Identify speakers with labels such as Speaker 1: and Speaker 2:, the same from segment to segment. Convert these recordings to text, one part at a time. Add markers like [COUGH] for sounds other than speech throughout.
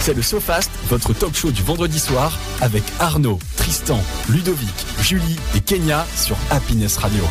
Speaker 1: C'est le SoFast, votre talk show du vendredi soir avec Arnaud, Tristan, Ludovic, Julie et Kenya sur Happiness Radio.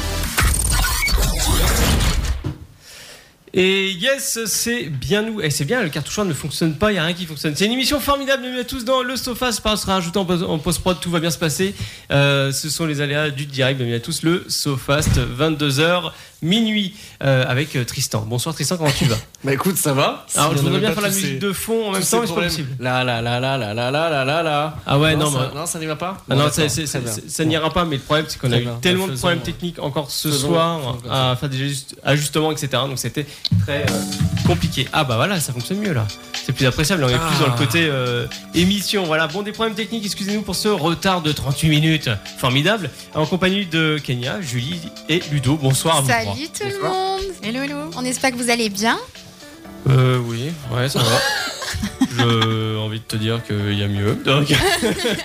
Speaker 2: Et yes, c'est bien nous. Et c'est bien, le cartouchoir ne fonctionne pas, il n'y a rien qui fonctionne. C'est une émission formidable, bienvenue à tous dans le Sofa. Ce sera ajouté en post- en post-prod, tout va bien se passer. Euh, ce sont les aléas du direct, bienvenue à tous, le Sofast, 22h, minuit, euh, avec euh, Tristan. Bonsoir Tristan, comment tu vas
Speaker 3: Bah écoute, ça va.
Speaker 2: Alors, je
Speaker 3: [LAUGHS] Si on
Speaker 2: voudrais
Speaker 3: n'avait
Speaker 2: Ah,
Speaker 3: pas
Speaker 2: bien faire la
Speaker 3: tous ces-
Speaker 2: musique de fond en même
Speaker 3: tous ces
Speaker 2: temps, mais c'est pas
Speaker 3: problèmes.
Speaker 2: possible.
Speaker 3: Là, là, là, là, là, là, là, là, là, là.
Speaker 2: Ah ouais, non,
Speaker 3: ça,
Speaker 2: mais-
Speaker 3: non, ça n'y va pas.
Speaker 2: Ah
Speaker 3: Bon,
Speaker 2: non,
Speaker 3: d'accord,
Speaker 2: ça, c'est-
Speaker 3: très
Speaker 2: c'est-
Speaker 3: bien.
Speaker 2: c'est- ça n'ira pas, mais le problème, c'est qu'on a
Speaker 3: Très
Speaker 2: eu
Speaker 3: bien, bah,
Speaker 2: tellement de
Speaker 3: faisons,
Speaker 2: problèmes
Speaker 3: euh,
Speaker 2: techniques encore ce
Speaker 3: faisons-
Speaker 2: soir
Speaker 3: faisons comme
Speaker 2: à faire des juste- ajustements, etc. Donc c'était très euh, compliqué. Ah bah voilà, ça fonctionne mieux là. C'est plus appréciable, on est plus dans
Speaker 3: Ah.
Speaker 2: le côté euh, émission. Voilà, bon, des problèmes techniques, excusez-nous pour ce retard de 38 minutes. Formidable. En compagnie de Kenya, Julie et Ludo. Bonsoir à vous trois.
Speaker 4: Salut tout le monde
Speaker 5: Hello, hello.
Speaker 4: On espère que vous allez bien.
Speaker 2: Euh, oui, ouais, ça [LAUGHS] va. J'ai envie de te dire qu'il y a mieux. Donc. [LAUGHS]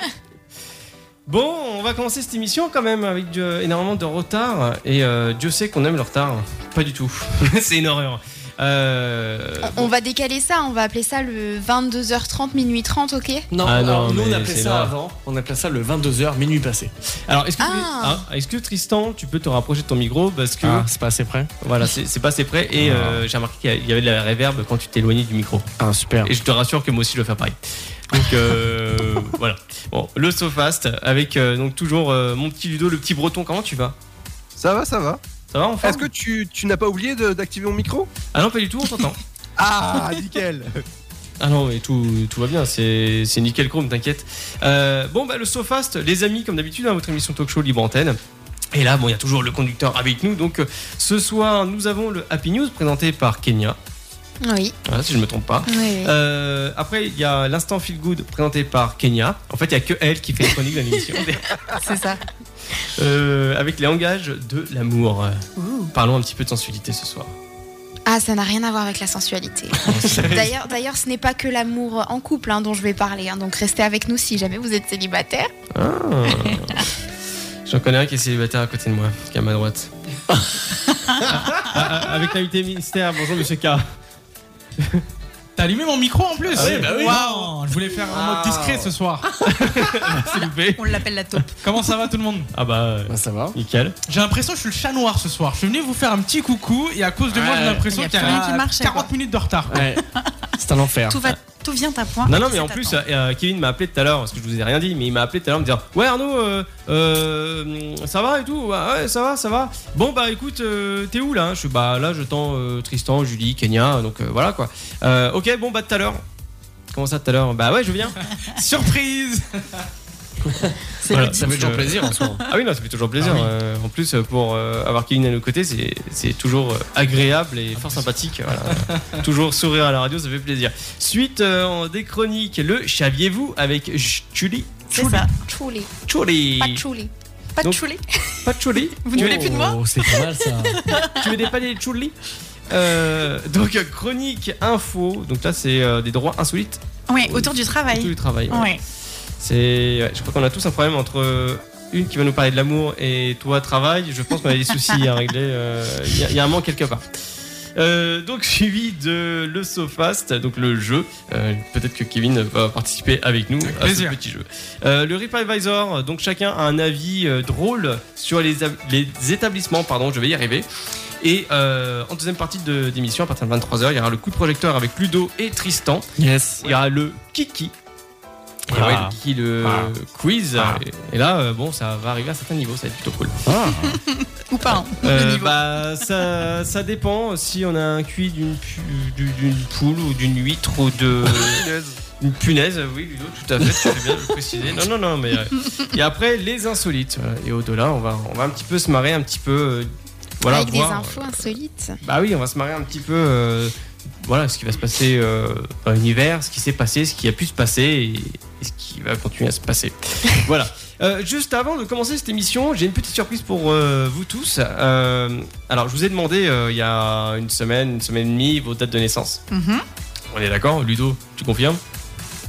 Speaker 2: bon, on va commencer cette émission quand même avec du- énormément de retard. Et euh, Dieu sait qu'on aime le retard. Pas du tout. [LAUGHS] C'est une horreur. Euh,
Speaker 4: On- On va décaler ça, on va appeler ça le 22h30, minuit 30, ok
Speaker 3: Non,
Speaker 2: Ah non,
Speaker 3: alors, nous on
Speaker 2: mais
Speaker 3: appelait
Speaker 2: c'est
Speaker 3: ça
Speaker 2: grave.
Speaker 3: avant, on appelait ça le 22h, minuit passé.
Speaker 2: alors, est-ce que,
Speaker 4: Ah.
Speaker 2: Ah, est-ce que Tristan, tu peux te rapprocher de ton micro Parce que
Speaker 3: c'est pas assez près
Speaker 2: voilà, c'est c'est pas assez près. Et euh, j'ai remarqué qu'il y avait de la réverb quand tu t'éloignais du micro.
Speaker 3: Ah, super.
Speaker 2: Et je te rassure que moi aussi je vais faire pareil. Donc euh, voilà. Bon, le Sofast avec euh, donc toujours euh, mon petit Ludo, le petit Breton. Comment tu vas
Speaker 6: Ça va, ça va.
Speaker 2: Ça va enfin
Speaker 6: Est-ce que tu, tu n'as pas oublié de- d'activer mon micro
Speaker 2: Ah non, pas du tout, on t'entend.
Speaker 6: [LAUGHS] Ah, nickel
Speaker 2: [LAUGHS] ah non, mais tout, tout va bien, c'est c'est nickel chrome, t'inquiète. Euh, bon, bah le Sofast, les amis, comme d'habitude, hein, votre émission talk show libre antenne. Et là, bon, il y a toujours le conducteur avec nous. Donc euh, ce soir, nous avons le Happy News présenté par Kenya,
Speaker 4: Oui.
Speaker 2: Voilà, si je ne me trompe pas.
Speaker 4: oui, oui.
Speaker 2: Euh, après, il y a l'instant feel good présenté par Kenya. En fait, il n'y a que elle qui fait les chroniques de l'émission.
Speaker 5: C'est ça.
Speaker 2: Euh, avec les langages de l'amour. Euh, Parlons un petit peu de sensualité ce soir.
Speaker 4: Ah, ça n'a rien à voir avec la sensualité. D'ailleurs, d'ailleurs, ce n'est pas que l'amour en couple hein, dont je vais parler. hein, donc restez avec nous si jamais vous êtes célibataire.
Speaker 2: Ah. J'en connais un qui est célibataire à côté de moi, qui est à ma droite. Ah, ah, avec l'invité ministère, bonjour monsieur K.
Speaker 7: T'as allumé mon micro en plus
Speaker 2: Ah oui, bah oui.
Speaker 7: Waouh, Je voulais faire
Speaker 5: Ah.
Speaker 7: un mode discret ce soir.
Speaker 2: C'est loupé.
Speaker 5: On l'appelle la taupe.
Speaker 7: Comment ça va tout le monde
Speaker 2: Ah bah, euh,
Speaker 3: Bah, ça va.
Speaker 2: nickel.
Speaker 7: J'ai l'impression que je suis le chat noir ce soir. Je suis venu vous faire un petit coucou et à cause de moi j'ai l'impression
Speaker 5: Y a
Speaker 7: qu'il y
Speaker 5: plus rien
Speaker 7: a
Speaker 5: qui marche,
Speaker 7: 40
Speaker 5: quoi.
Speaker 7: minutes de retard.
Speaker 3: Ouais. C'est un enfer.
Speaker 5: Tout, va, tout vient à point.
Speaker 2: Ah. Non, non,
Speaker 5: Et
Speaker 2: mais
Speaker 5: c'est
Speaker 2: en
Speaker 5: à
Speaker 2: plus,
Speaker 5: temps.
Speaker 2: euh, Kevin m'a appelé tout à l'heure, parce que je vous ai rien dit, mais il m'a appelé tout à l'heure me dire Ouais, Arnaud, euh, euh, ça va et tout Ouais, ouais, ça va, ça va. Bon, bah écoute, euh, t'es où là Je suis Bah là, je tends euh, Tristan, Julie, Kenya, donc euh, voilà quoi. Euh, ok, bon, bah tout à l'heure. Comment ça tout à l'heure Bah ouais, je viens.
Speaker 7: Surprise
Speaker 5: C'est
Speaker 2: voilà.
Speaker 5: le-
Speaker 3: Ça fait toujours plaisir en soi.
Speaker 2: Ah oui, non, ça fait toujours plaisir.
Speaker 7: Ah oui.
Speaker 2: euh, en plus, euh, pour euh, avoir Kevin à nos côtés, c'est- c'est toujours euh, agréable
Speaker 3: Ah,
Speaker 2: et fort sympathique. voilà. [LAUGHS] toujours sourire à la radio, ça fait plaisir. Suite euh, en- des chroniques, le Saviez-vous avec Julie
Speaker 5: c'est ça.
Speaker 4: Chouli.
Speaker 2: Julie.
Speaker 4: Pas chouli.
Speaker 5: Pas de
Speaker 2: Donc-
Speaker 5: choulé.
Speaker 2: Pas de chouli.
Speaker 5: Vous ne voulez plus de moi
Speaker 3: Oh, c'est pas mal
Speaker 2: [LAUGHS]
Speaker 3: ça.
Speaker 2: Tu veux des paniers de chouli Euh, donc chronique info, donc là c'est euh, des droits insolites
Speaker 5: Oui, autour du
Speaker 2: tout
Speaker 5: travail.
Speaker 2: le travail. ouais.
Speaker 5: Ouais.
Speaker 2: C'est, ouais, je crois qu'on a tous un problème entre euh, une qui va nous parler de l'amour et toi travail. Je pense qu'on a des soucis à régler. euh, Il y, a- il y a un manque quelque part. Euh, donc [LAUGHS] suivi de le Sofast, donc le jeu. Euh, Peut-être que Kevin va participer avec nous à ce
Speaker 7: plaisir.
Speaker 2: petit jeu. Euh, le Rip Advisor, donc chacun a un avis euh, drôle sur les, ab- les établissements, pardon, je vais y arriver. Et euh, en deuxième partie de- d'émission, à partir de 23h, il y aura le coup de projecteur avec Ludo et Tristan.
Speaker 3: Yes.
Speaker 2: Il y a le Kiki. Et
Speaker 3: Ah.
Speaker 2: ouais, le Kiki, le
Speaker 3: Ah.
Speaker 2: quiz.
Speaker 3: Ah.
Speaker 2: Et, et là, euh, bon, ça va arriver à certains niveaux, ça va être plutôt cool.
Speaker 3: Ah,
Speaker 5: Ou pas. hein, le
Speaker 2: Euh,
Speaker 5: niveau.
Speaker 2: bah, ça, ça dépend si on a un cuit d'une pu- du- d'une poule ou d'une huître ou de. Une punaise, oui, Ludo, tout à fait, tu fais bien de le préciser. Non, non, non, mais. euh, et après, les insolites. voilà. Et au-delà, on va, on va un petit peu se marrer, un petit peu. euh, voilà,
Speaker 4: Avec
Speaker 2: voir, euh,
Speaker 4: des infos insolites.
Speaker 2: bah oui, on va se marrer un petit peu. euh, voilà, ce qui va se passer euh, dans l'univers, ce qui s'est passé, ce qui a pu se passer et, et ce qui va continuer à se passer. [LAUGHS] voilà. Euh, juste avant de commencer cette émission, j'ai une petite surprise pour euh, vous tous. Euh, alors, je vous ai demandé euh, il y a une semaine, une semaine et demie, vos dates de naissance.
Speaker 5: Mhm.
Speaker 2: On est d'accord, Ludo, tu confirmes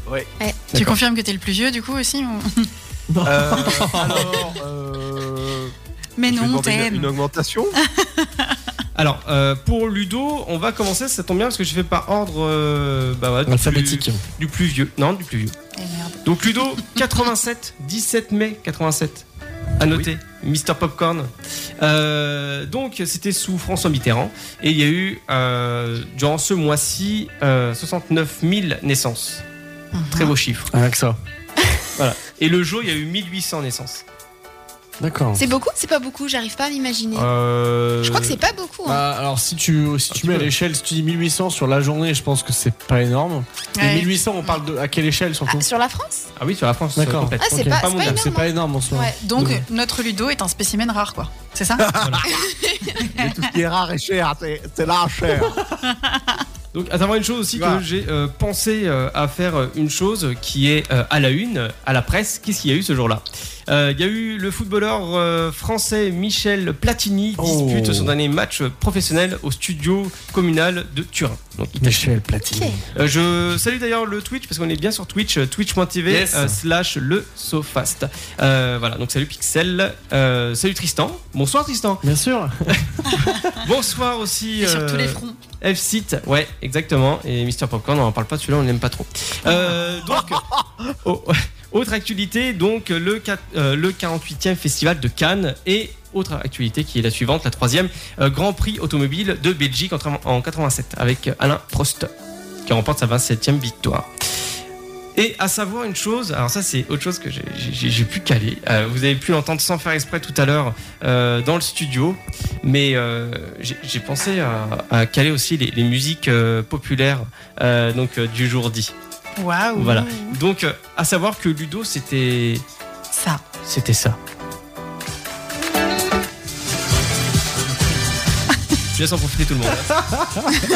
Speaker 5: Tu
Speaker 2: D'accord.
Speaker 5: confirmes que t'es le plus vieux du coup aussi
Speaker 6: [LAUGHS]
Speaker 5: ou-
Speaker 6: Euh, Alors, euh,
Speaker 5: Mais
Speaker 6: je vais
Speaker 5: non,
Speaker 6: demander une, une
Speaker 5: t'aimes.
Speaker 6: augmentation
Speaker 2: Alors, euh, pour Ludo, on va commencer, ça tombe bien parce que je fais par ordre euh, bah, voilà, du
Speaker 3: Alphabétique.
Speaker 2: plus- du plus vieux. Non, du plus vieux.
Speaker 5: Eh merde.
Speaker 2: Donc Ludo, 87, 17 mai 87. À noter, Mister Popcorn. Euh, donc c'était sous François Mitterrand et il y a eu euh, durant ce mois-ci euh, 69 000 naissances.
Speaker 4: Uh-huh.
Speaker 2: Très beau chiffre.
Speaker 3: Rien que ça.
Speaker 2: Et le jour, il y a eu 1800 naissances.
Speaker 3: D'accord.
Speaker 4: C'est beaucoup C'est pas beaucoup J'arrive pas à m'imaginer.
Speaker 2: Euh,
Speaker 4: Je crois que c'est pas beaucoup. hein.
Speaker 3: Bah, alors si tu, si tu
Speaker 2: petit
Speaker 3: mets à
Speaker 2: peu.
Speaker 3: l'échelle, si tu dis 1800 sur la journée, je pense que c'est pas énorme. Mais
Speaker 5: Ouais.
Speaker 3: 1800, on parle de à quelle échelle surtout
Speaker 4: Ah, sur la France
Speaker 2: Ah oui, sur la France.
Speaker 3: D'accord.
Speaker 2: euh, complète.
Speaker 4: Ah, c'est
Speaker 3: Ok.
Speaker 4: pas,
Speaker 2: Pas
Speaker 4: c'est pas
Speaker 2: mondial,
Speaker 4: énorme.
Speaker 3: C'est pas
Speaker 5: hein.
Speaker 3: énorme en soi.
Speaker 4: Ouais.
Speaker 5: Donc
Speaker 3: Ouais.
Speaker 5: notre Ludo est un spécimen rare quoi. C'est ça
Speaker 2: Ah,
Speaker 6: Mais tout ce qui est rare et cher, c'est c'est là cher.
Speaker 2: Donc, à savoir une chose aussi
Speaker 6: Voilà.
Speaker 2: que j'ai euh, pensé euh, à faire euh, une chose qui est euh, à la une, euh, à la presse. Qu'est-ce qu'il y a eu ce jour-là Euh, Il y a eu le footballeur euh, français Michel Platini dispute
Speaker 3: Oh.
Speaker 2: son dernier match professionnel au studio communal de Turin. Donc, il-
Speaker 3: Michel
Speaker 4: Ok.
Speaker 3: Platine.
Speaker 2: Euh, je salue d'ailleurs le Twitch parce qu'on est bien sur Twitch, euh, twitch.tv
Speaker 3: Yes.
Speaker 2: euh, slash le Sofast. Euh, voilà, donc salut Pixel, Euh, salut Tristan, bonsoir Tristan,
Speaker 3: Bien sûr.
Speaker 2: [LAUGHS] bonsoir aussi.
Speaker 5: Et Sur
Speaker 2: euh,
Speaker 5: tous les fronts.
Speaker 2: F-Site, ouais, exactement. Et Mister Popcorn, on en parle pas, celui-là, on l'aime pas trop. Euh, donc, au- autre actualité, donc le, quat- euh, le 48e festival de Cannes et autre actualité qui est la suivante, la troisième, euh, Grand Prix automobile de Belgique en, tra- en 87 avec Alain Prost qui remporte sa 27e victoire. Et à savoir une chose, alors ça c'est autre chose que j'ai- j'ai j'ai pu caler, Euh, vous avez pu l'entendre sans faire exprès tout à l'heure euh, dans le studio, mais euh, j'ai j'ai pensé à, à caler aussi les, les musiques euh, populaires euh, donc, euh, du jour dit.
Speaker 5: Waouh.
Speaker 2: Voilà. Donc euh, à savoir que Ludo c'était
Speaker 5: Ça.
Speaker 2: c'était ça. Je laisse en profiter tout le monde.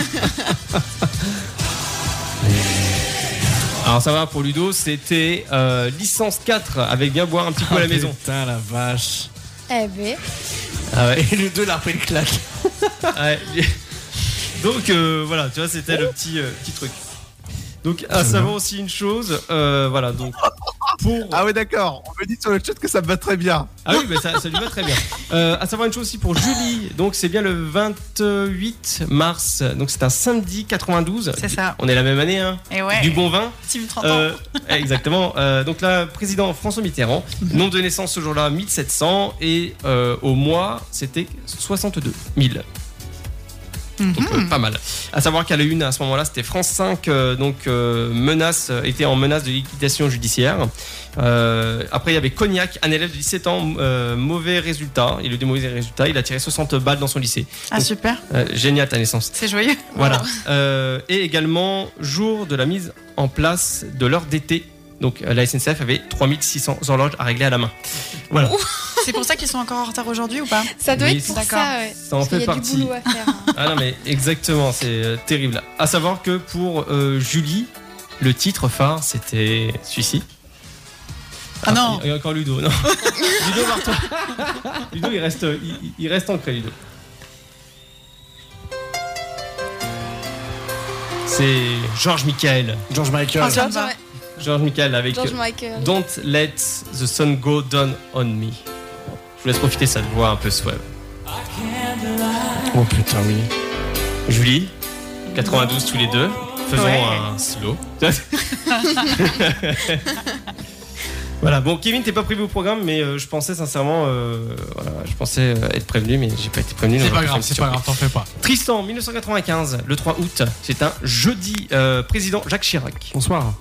Speaker 2: Alors ça va pour Ludo, c'était euh, licence 4 avec bien boire un petit coup
Speaker 7: Ah,
Speaker 2: à la maison.
Speaker 3: Putain la vache.
Speaker 4: Eh ben,
Speaker 2: Ah ouais. Ah
Speaker 3: Et le 2 l'a repris le claque.
Speaker 2: Ouais. Donc euh, voilà, tu vois, c'était le petit, euh, petit truc. Donc à savoir aussi une chose, euh, voilà donc pour
Speaker 6: Ah ouais, d'accord. On me dit sur le chat que ça me va très bien.
Speaker 2: Ah oui, mais ça, ça lui va très bien. Euh, à savoir une chose aussi pour Julie, donc c'est bien le 28 mars, donc c'est un samedi 92.
Speaker 5: C'est ça.
Speaker 2: On est la même année, hein
Speaker 5: Et Eh ouais.
Speaker 2: Du bon vin.
Speaker 5: Team 30 ans.
Speaker 2: Euh, exactement. Euh, donc là, président François Mitterrand, nombre de naissances ce jour-là 1700 et euh, au mois c'était 62 000. Donc, euh, pas mal. À savoir qu'à la une à ce moment-là, c'était France 5, euh, donc euh, menace, euh, était en menace de liquidation judiciaire. Euh, après, il y avait Cognac, un élève de 17 ans, euh, mauvais résultat. Il a eu des mauvais résultats, il a tiré 60 balles dans son lycée.
Speaker 5: Ah super.
Speaker 2: Euh, génial ta naissance.
Speaker 5: C'est joyeux.
Speaker 2: Voilà. Euh, et également, jour de la mise en place de l'heure d'été. Donc euh, la SNCF avait 3600 horloges à régler à la main. Voilà.
Speaker 5: [LAUGHS] C'est pour ça qu'ils sont encore en retard aujourd'hui ou pas
Speaker 4: ça doit
Speaker 2: Oui,
Speaker 4: être pour
Speaker 5: d'accord.
Speaker 4: ça, ouais.
Speaker 2: Ça en
Speaker 4: Parce qu'il
Speaker 2: fait
Speaker 4: y a du
Speaker 2: partie.
Speaker 4: boulot à faire. hein.
Speaker 2: Ah non mais exactement, c'est euh, terrible. À savoir que pour euh, Julie, le titre phare c'était celui-ci.
Speaker 5: Ah non.
Speaker 2: Il y a encore Ludo, non. [LAUGHS] Ludo Martin. Ludo il reste, euh, il, il- il reste ancré Ludo. C'est George Michael.
Speaker 3: George Michael.
Speaker 5: Ah, ça me
Speaker 4: George,
Speaker 5: va.
Speaker 4: ouais,
Speaker 2: George Michael avec
Speaker 4: George
Speaker 2: euh,
Speaker 4: Michael.
Speaker 2: Don't Let the Sun Go Down on Me. Je vous laisse profiter de cette voix un peu suave.
Speaker 3: Oh putain oui.
Speaker 2: Julie, 92 tous les deux. Faisons
Speaker 5: Ouais.
Speaker 2: un slow. [LAUGHS] voilà, bon, Kevin, t'es pas prévu au programme, mais euh, je pensais sincèrement, euh, voilà, je pensais euh, être prévenu, mais j'ai pas été prévenu.
Speaker 7: C'est
Speaker 2: donc
Speaker 7: pas
Speaker 2: je
Speaker 7: grave,
Speaker 2: suis
Speaker 7: c'est
Speaker 2: surpris.
Speaker 7: pas grave, t'en fais pas.
Speaker 2: Tristan, 1995, le 3 août, c'est un jeudi, euh, président Jacques Chirac.
Speaker 3: Bonsoir.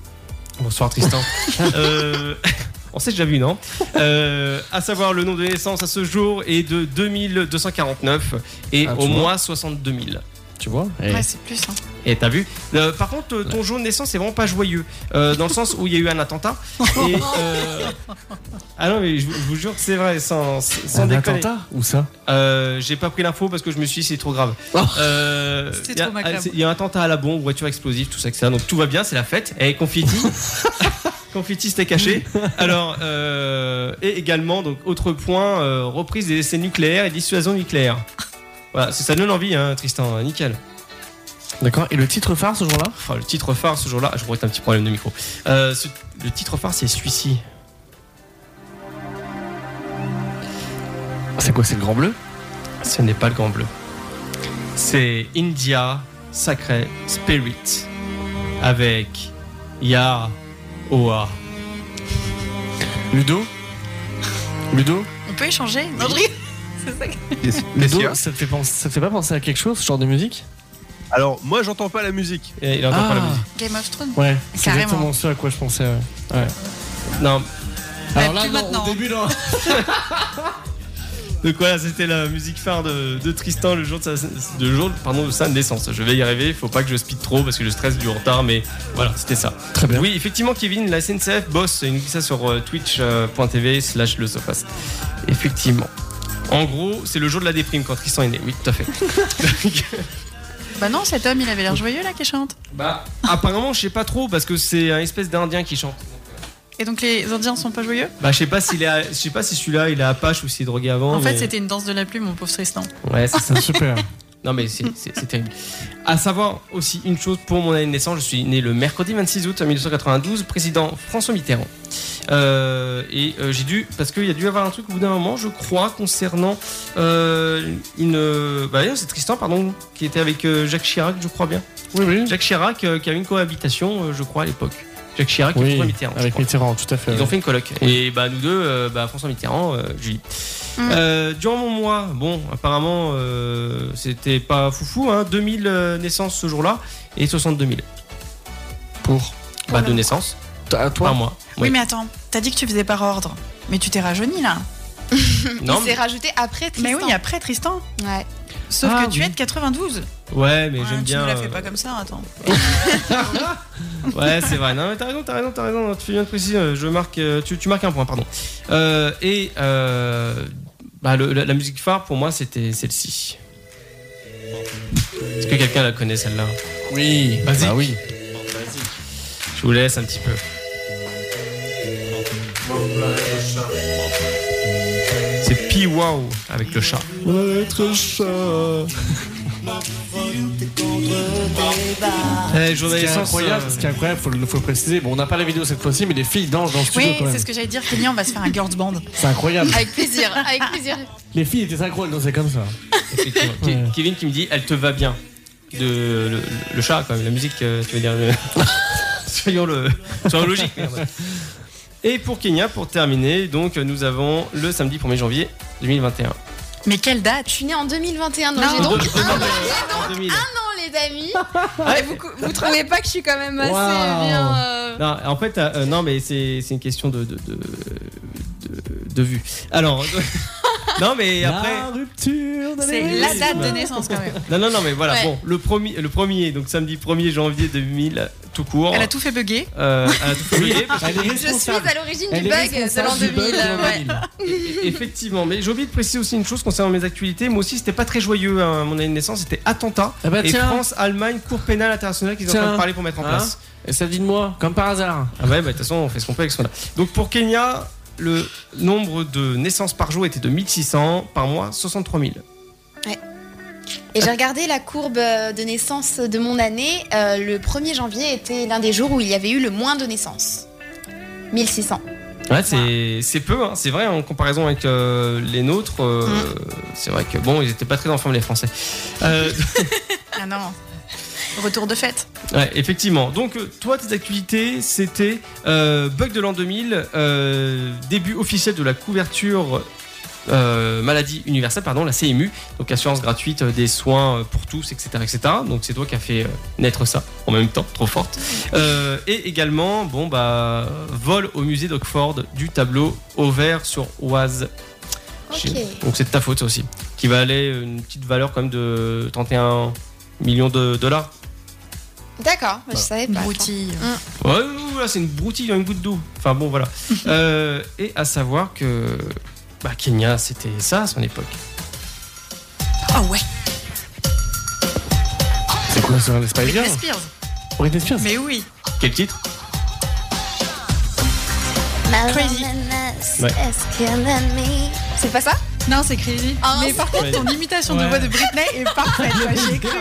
Speaker 2: Bonsoir Tristan. [LAUGHS] Euh, [LAUGHS] on s'est déjà vu, non Euh, À savoir, le nombre de naissances à ce jour est de 2249 et
Speaker 3: Ah, tu
Speaker 2: au
Speaker 3: vois.
Speaker 2: moins 62 000.
Speaker 3: Tu vois Eh,
Speaker 5: Ouais, c'est plus. hein.
Speaker 2: Et t'as vu Euh, Par contre, euh, ton jour de naissance c'est vraiment pas joyeux, euh, dans le sens où il y a eu un attentat. Et,
Speaker 3: [LAUGHS]
Speaker 2: euh, Ah non, mais je, vous- je vous jure que c'est vrai, sans, sans
Speaker 3: un
Speaker 2: déconner.
Speaker 3: attentat Ou ça
Speaker 2: Euh, J'ai pas pris l'info parce que je me suis dit c'est trop grave.
Speaker 3: Oh.
Speaker 2: Euh,
Speaker 5: C'était
Speaker 2: il y a-
Speaker 5: trop macabre.
Speaker 2: Il y a un attentat à la bombe, voiture explosive, tout ça, etc. Donc tout va bien, c'est la fête. Et confetti. [LAUGHS] Confetti, c'était caché. Alors, euh, et également, donc, autre point, euh, reprise des essais nucléaires et dissuasion nucléaire. Voilà, ça donne envie, hein, Tristan, nickel.
Speaker 3: D'accord. Et le titre phare ce jour-là
Speaker 2: Enfin, le titre phare ce jour-là, je crois que t'as un petit problème de micro. Euh, ce- le titre phare, c'est celui-ci.
Speaker 3: Ah, C'est quoi C'est le grand bleu
Speaker 2: Ce n'est pas le grand bleu. C'est India Sacré Spirit avec Ya Oa.
Speaker 3: Ludo Ludo
Speaker 5: On peut échanger Non, je rigole. C'est ça que-
Speaker 3: Ludo,
Speaker 6: Qu'est-ce
Speaker 3: ça te, fait penser, ça te fait pas penser à quelque chose, ce genre de musique
Speaker 6: Alors, moi, j'entends pas la musique.
Speaker 2: Et il entend pas
Speaker 3: Ah.
Speaker 2: la musique.
Speaker 5: Game of Thrones.
Speaker 3: Ouais, c'est
Speaker 5: Carrément.
Speaker 3: exactement ce à quoi je pensais. ouais.
Speaker 2: Non.
Speaker 5: Alors là, Bah, plus non, au maintenant. hein.
Speaker 3: début, non.
Speaker 2: Donc voilà, c'était la musique phare de, de Tristan le jour de, sa, de jour, pardon, de sa naissance. Je vais y arriver, faut pas que je speed trop parce que je stresse du retard, mais voilà, c'était ça.
Speaker 3: Très bien.
Speaker 2: Oui, effectivement, Kevin, la SNCF bosse, il nous dit ça sur euh, twitch.tv slash le Sofast. Effectivement. En gros, c'est le jour de la déprime quand Tristan est né. Oui, tout à fait.
Speaker 5: Bah non, cet homme, il avait l'air joyeux là qui chante.
Speaker 2: bah, apparemment, je sais pas trop parce que c'est un espèce d'Indien qui chante.
Speaker 5: Et donc les Indiens sont pas joyeux
Speaker 2: Bah, je sais pas s'il est, à- je sais pas si celui-là il est Apache ou s'il est drogué avant.
Speaker 5: En fait,
Speaker 2: mais-
Speaker 5: c'était une danse de la plume, mon pauvre Tristan.
Speaker 2: Ouais, c'est ça.
Speaker 3: Super.
Speaker 2: Non mais c'est- c'est c'est terrible. À savoir aussi une chose pour mon année de naissance, je suis né le mercredi 26 août 1992, président François Mitterrand. Euh, et euh, j'ai dû, parce qu'il y a dû avoir un truc au bout d'un moment, je crois, concernant euh, une. euh, Bah non, c'est Tristan, pardon, qui était avec euh, Jacques Chirac, je crois bien.
Speaker 3: [LAUGHS] Oui, oui.
Speaker 2: Jacques Chirac euh, qui avait une cohabitation, euh, je crois, à l'époque. Jacques Chirac et
Speaker 3: Oui,
Speaker 2: François Mitterrand. je
Speaker 3: avec
Speaker 2: crois.
Speaker 3: Mitterrand, tout à fait.
Speaker 2: Ils ont fait une coloc. Et bah, nous deux, euh, bah, François Mitterrand, euh, Julie.
Speaker 5: Mm.
Speaker 2: Euh, durant mon mois, bon, apparemment, euh, c'était pas foufou, hein, 2000 euh, naissances ce jour-là et 62 000
Speaker 3: Pour
Speaker 2: bah, de naissances
Speaker 3: À
Speaker 2: par
Speaker 3: toi
Speaker 2: mois.
Speaker 5: Oui,
Speaker 2: Ouais.
Speaker 5: mais attends, t'as dit que tu faisais par ordre. Mais tu t'es rajeuni là.
Speaker 2: Non,
Speaker 4: Il
Speaker 2: mais-
Speaker 4: s'est rajouté après Tristan.
Speaker 5: Mais oui, hein. après Tristan.
Speaker 4: Ouais.
Speaker 5: Sauf
Speaker 2: Ah,
Speaker 5: que tu
Speaker 2: oui.
Speaker 5: es de 92.
Speaker 2: Ouais, mais
Speaker 5: Ouais,
Speaker 2: j'aime
Speaker 5: tu
Speaker 2: bien.
Speaker 5: ne la fais
Speaker 2: euh,
Speaker 5: pas comme ça, attends.
Speaker 2: Ouais, c'est vrai. Non, mais t'as raison, t'as raison, t'as raison. Tu fais bien de préciser. euh, Je marque, euh, tu, tu marques un point, pardon. Euh, et euh, bah, le- la, la musique phare pour moi, c'était celle-ci. Est-ce que quelqu'un la connaît celle-là
Speaker 3: Oui.
Speaker 7: Vas-y.
Speaker 3: Bah oui.
Speaker 2: Je vous laisse un petit peu. C'est Pi Wow avec le chat. Eh, jour de
Speaker 3: Ce qui est
Speaker 2: naissance,
Speaker 3: incroyable,
Speaker 2: euh,
Speaker 3: ce qui est incroyable, faut le, faut le préciser. Bon, on n'a pas la vidéo cette fois-ci, mais les filles dansent dans le studio
Speaker 5: Oui,
Speaker 3: quand même.
Speaker 5: c'est ce que j'allais dire. Kenny, on va se faire un girls band.
Speaker 3: C'est incroyable.
Speaker 4: Avec plaisir, avec plaisir.
Speaker 3: les filles étaient synchro, elles dansaient comme ça.
Speaker 2: effectivement. Ke-
Speaker 3: Ouais.
Speaker 2: Kevin qui me dit, elle te va bien. De le, le- le chat, quand même, la musique, euh, tu veux dire. le- [LAUGHS] soyons, le, soyons logiques. merde. Et pour Kenya, pour terminer, donc nous avons le samedi 1er janvier 2021.
Speaker 5: Mais quelle
Speaker 4: Je
Speaker 5: date
Speaker 4: suis née en 2021, donc
Speaker 5: Non.
Speaker 4: j'ai donc
Speaker 2: Deux- deux- [LAUGHS]
Speaker 4: un an,
Speaker 2: deux- Ah, 2000.
Speaker 4: les amis. Et vous, vous trouvez pas que je suis quand même assez
Speaker 3: Waouh.
Speaker 4: bien. euh,
Speaker 2: Non, en fait, euh, non, mais c'est c'est une question de, de, de, de- de vue. Alors, [LAUGHS] non, mais après.
Speaker 3: La rupture de
Speaker 5: C'est
Speaker 3: l'église.
Speaker 5: la date de naissance quand même.
Speaker 2: Non, non, non, mais voilà,
Speaker 4: Ouais.
Speaker 2: bon, le premier, le premier, donc samedi 1er janvier 2000, tout court.
Speaker 5: Elle a tout fait bugger.
Speaker 2: euh, elle a tout oublié, parce que-
Speaker 3: Elle est
Speaker 4: Je suis
Speaker 3: responsable.
Speaker 4: à l'origine
Speaker 3: Elle
Speaker 4: du
Speaker 3: est
Speaker 4: bug de l'an
Speaker 3: responsable du
Speaker 4: 2000.
Speaker 3: bug de l'an
Speaker 4: euh, ouais.
Speaker 3: 2000.
Speaker 2: [LAUGHS] Effectivement, mais j'ai oublié de préciser aussi une chose concernant mes actualités. Moi aussi, c'était pas très joyeux hein, mon année de naissance, c'était attentat.
Speaker 3: Eh ben
Speaker 2: et
Speaker 3: tiens.
Speaker 2: France, Allemagne, Cour pénale internationale qu'ils sont en train de
Speaker 3: Tiens.
Speaker 2: parler pour mettre en
Speaker 3: Hein
Speaker 2: place.
Speaker 3: Et ça dit de moi, comme par hasard.
Speaker 2: Ah ouais, bah, de toute façon, on fait ce qu'on peut avec ce qu'on a. Donc pour Kenya, le nombre de naissances par jour était de 1600, par mois 63 000.
Speaker 4: Et j'ai regardé la courbe euh, de naissance de mon année. euh, le 1er janvier était l'un des jours où il y avait eu le moins de naissances. 1600.
Speaker 2: Ouais, c'est c'est peu, hein, c'est vrai, en comparaison avec euh, les nôtres. euh,
Speaker 3: Mm.
Speaker 2: C'est vrai que bon, ils étaient pas très en forme, les Français. Euh,
Speaker 5: Ah non. [LAUGHS] Retour de fête.
Speaker 2: ouais, effectivement. Donc, euh, toi, tes activités, c'était euh, bug de l'an 2000, euh, début officiel de la couverture. euh, maladie universelle, pardon, la CMU, donc assurance gratuite euh, des soins euh, pour tous, etc. etc. Donc c'est toi qui as fait euh, naître ça en même temps, trop forte. Euh, et également, bon, bah, vol au musée d'Oxford du tableau au vert sur Oise
Speaker 4: Ok.
Speaker 2: Chez- Donc c'est de ta faute ça aussi. Qui va aller une petite valeur quand même de 31 millions de dollars.
Speaker 4: D'accord, Bah, je savais pas.
Speaker 5: Broutille.
Speaker 2: Ouais, ouais, ouais, là c'est une broutille dans une goutte d'eau. Enfin bon voilà. Euh, et à savoir que bah, Kenya c'était ça à son époque.
Speaker 5: Ah ouais.
Speaker 3: C'est quoi ça, les Spice
Speaker 5: Britney
Speaker 3: Girls
Speaker 5: Spears.
Speaker 3: Britney Spears
Speaker 5: Mais oui.
Speaker 2: Quel titre
Speaker 5: Crazy.
Speaker 2: Ouais.
Speaker 4: C'est pas ça
Speaker 5: Non, c'est crazy.
Speaker 4: Ah,
Speaker 5: mais par contre, ton imitation de
Speaker 3: Ouais.
Speaker 5: voix de Britney est parfaite. quoi. J'y ai cru.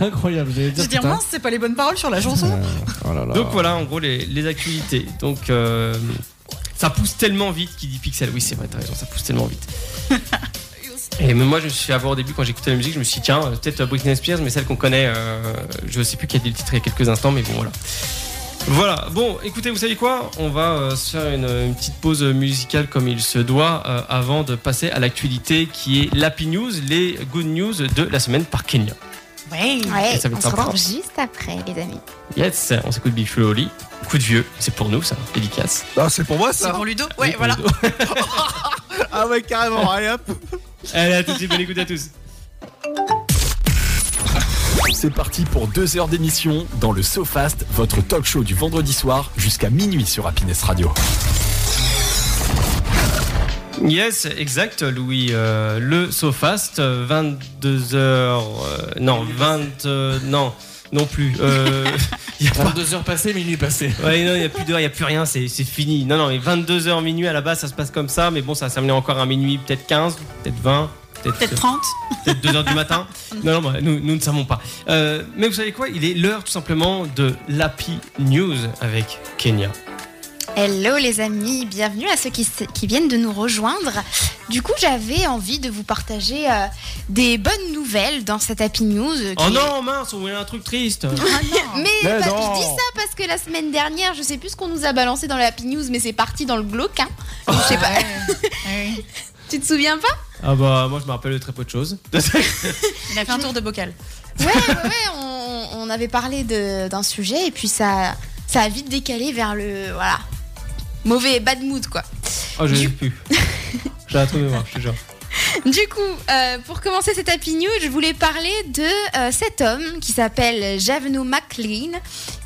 Speaker 3: Incroyable, j'allais
Speaker 5: Je
Speaker 3: dire.
Speaker 5: veux dire,
Speaker 3: putain.
Speaker 5: mince, c'est pas les bonnes paroles sur la chanson.
Speaker 3: Oh là là.
Speaker 2: Donc voilà en gros les, les activités. Donc euh, ça pousse tellement vite qui dit pixel. Oui c'est vrai, t'as raison, ça pousse tellement vite. Et même moi, je me suis fait avoir au début quand j'écoutais la musique. Je me suis dit, tiens, euh, peut-être Britney Spears, mais celle qu'on connaît, euh, je sais plus qui a dit le titre il y a quelques instants, mais bon, voilà. Voilà, bon, écoutez, vous savez quoi On va euh, se faire une, une petite pause musicale comme il se doit euh, avant de passer à l'actualité qui est l'Happy News, les Good News de la semaine par Kenya.
Speaker 5: Ouais.
Speaker 4: Ouais,
Speaker 2: Et ça veut
Speaker 4: on se
Speaker 2: dire pas.
Speaker 4: retrouve juste après, les amis.
Speaker 2: Yes, on s'écoute Bifulo Oli, coup de vieux, c'est pour nous ça, dédicace.
Speaker 6: Ah, c'est pour moi
Speaker 5: C'est
Speaker 6: ça
Speaker 5: pour Ludo Ouais, voilà.
Speaker 6: Ah ouais, carrément, allez hop
Speaker 2: [LAUGHS] Allez, à tout de suite, bonne écoute à tous.
Speaker 1: C'est parti pour deux heures d'émission dans le SoFast, votre talk show du vendredi soir jusqu'à minuit sur Happiness Radio.
Speaker 2: Yes, exact, Louis. euh, le SoFast, euh, 22h. non, 20. euh, non, non plus. Euh, [LAUGHS] y a pas-
Speaker 7: 22 heures passées, minuit passé.
Speaker 2: Ouais, non, il n'y a plus d'heure, il n'y a plus rien, c'est c'est fini. Non, non, mais 22h minuit à la base, ça se passe comme ça, mais bon, ça va terminer encore à minuit, peut-être 15, peut-être 20,
Speaker 5: Peut-être
Speaker 2: peut-être
Speaker 5: 30.
Speaker 2: peut-être 2 heures du matin. Non, non, bah, nous, nous ne savons pas. Euh, mais vous savez quoi Il est l'heure tout simplement de l'Happy News avec Kenya.
Speaker 4: Hello les amis, bienvenue à ceux qui, s- qui viennent de nous rejoindre. Du coup, j'avais envie de vous partager euh, des bonnes nouvelles dans cette Happy News. euh,
Speaker 2: Oh
Speaker 4: qui-
Speaker 2: non, mince, on voulait un truc triste.
Speaker 4: Mais,
Speaker 6: Mais
Speaker 4: bah,
Speaker 6: non.
Speaker 4: je dis ça parce que la semaine dernière, je sais plus ce qu'on nous a balancé dans la Happy News, mais c'est parti dans le glauque. hein. Je sais pas,
Speaker 5: Ah Ouais.
Speaker 4: tu te souviens pas
Speaker 2: Ah bah, moi je me rappelle de très peu de choses.
Speaker 5: Il a fait un tour de bocal.
Speaker 4: Ouais, ouais, ouais, on, on avait parlé de- d'un sujet et puis ça, ça a vite décalé vers le. Voilà. Mauvais bad mood quoi.
Speaker 2: Oh, je
Speaker 4: Du-
Speaker 2: sais plus. J'ai un trou de mémoire, je te jure.
Speaker 4: Du coup, euh, pour commencer cette Happy News, je voulais parler de euh, cet homme qui s'appelle Javno McLean,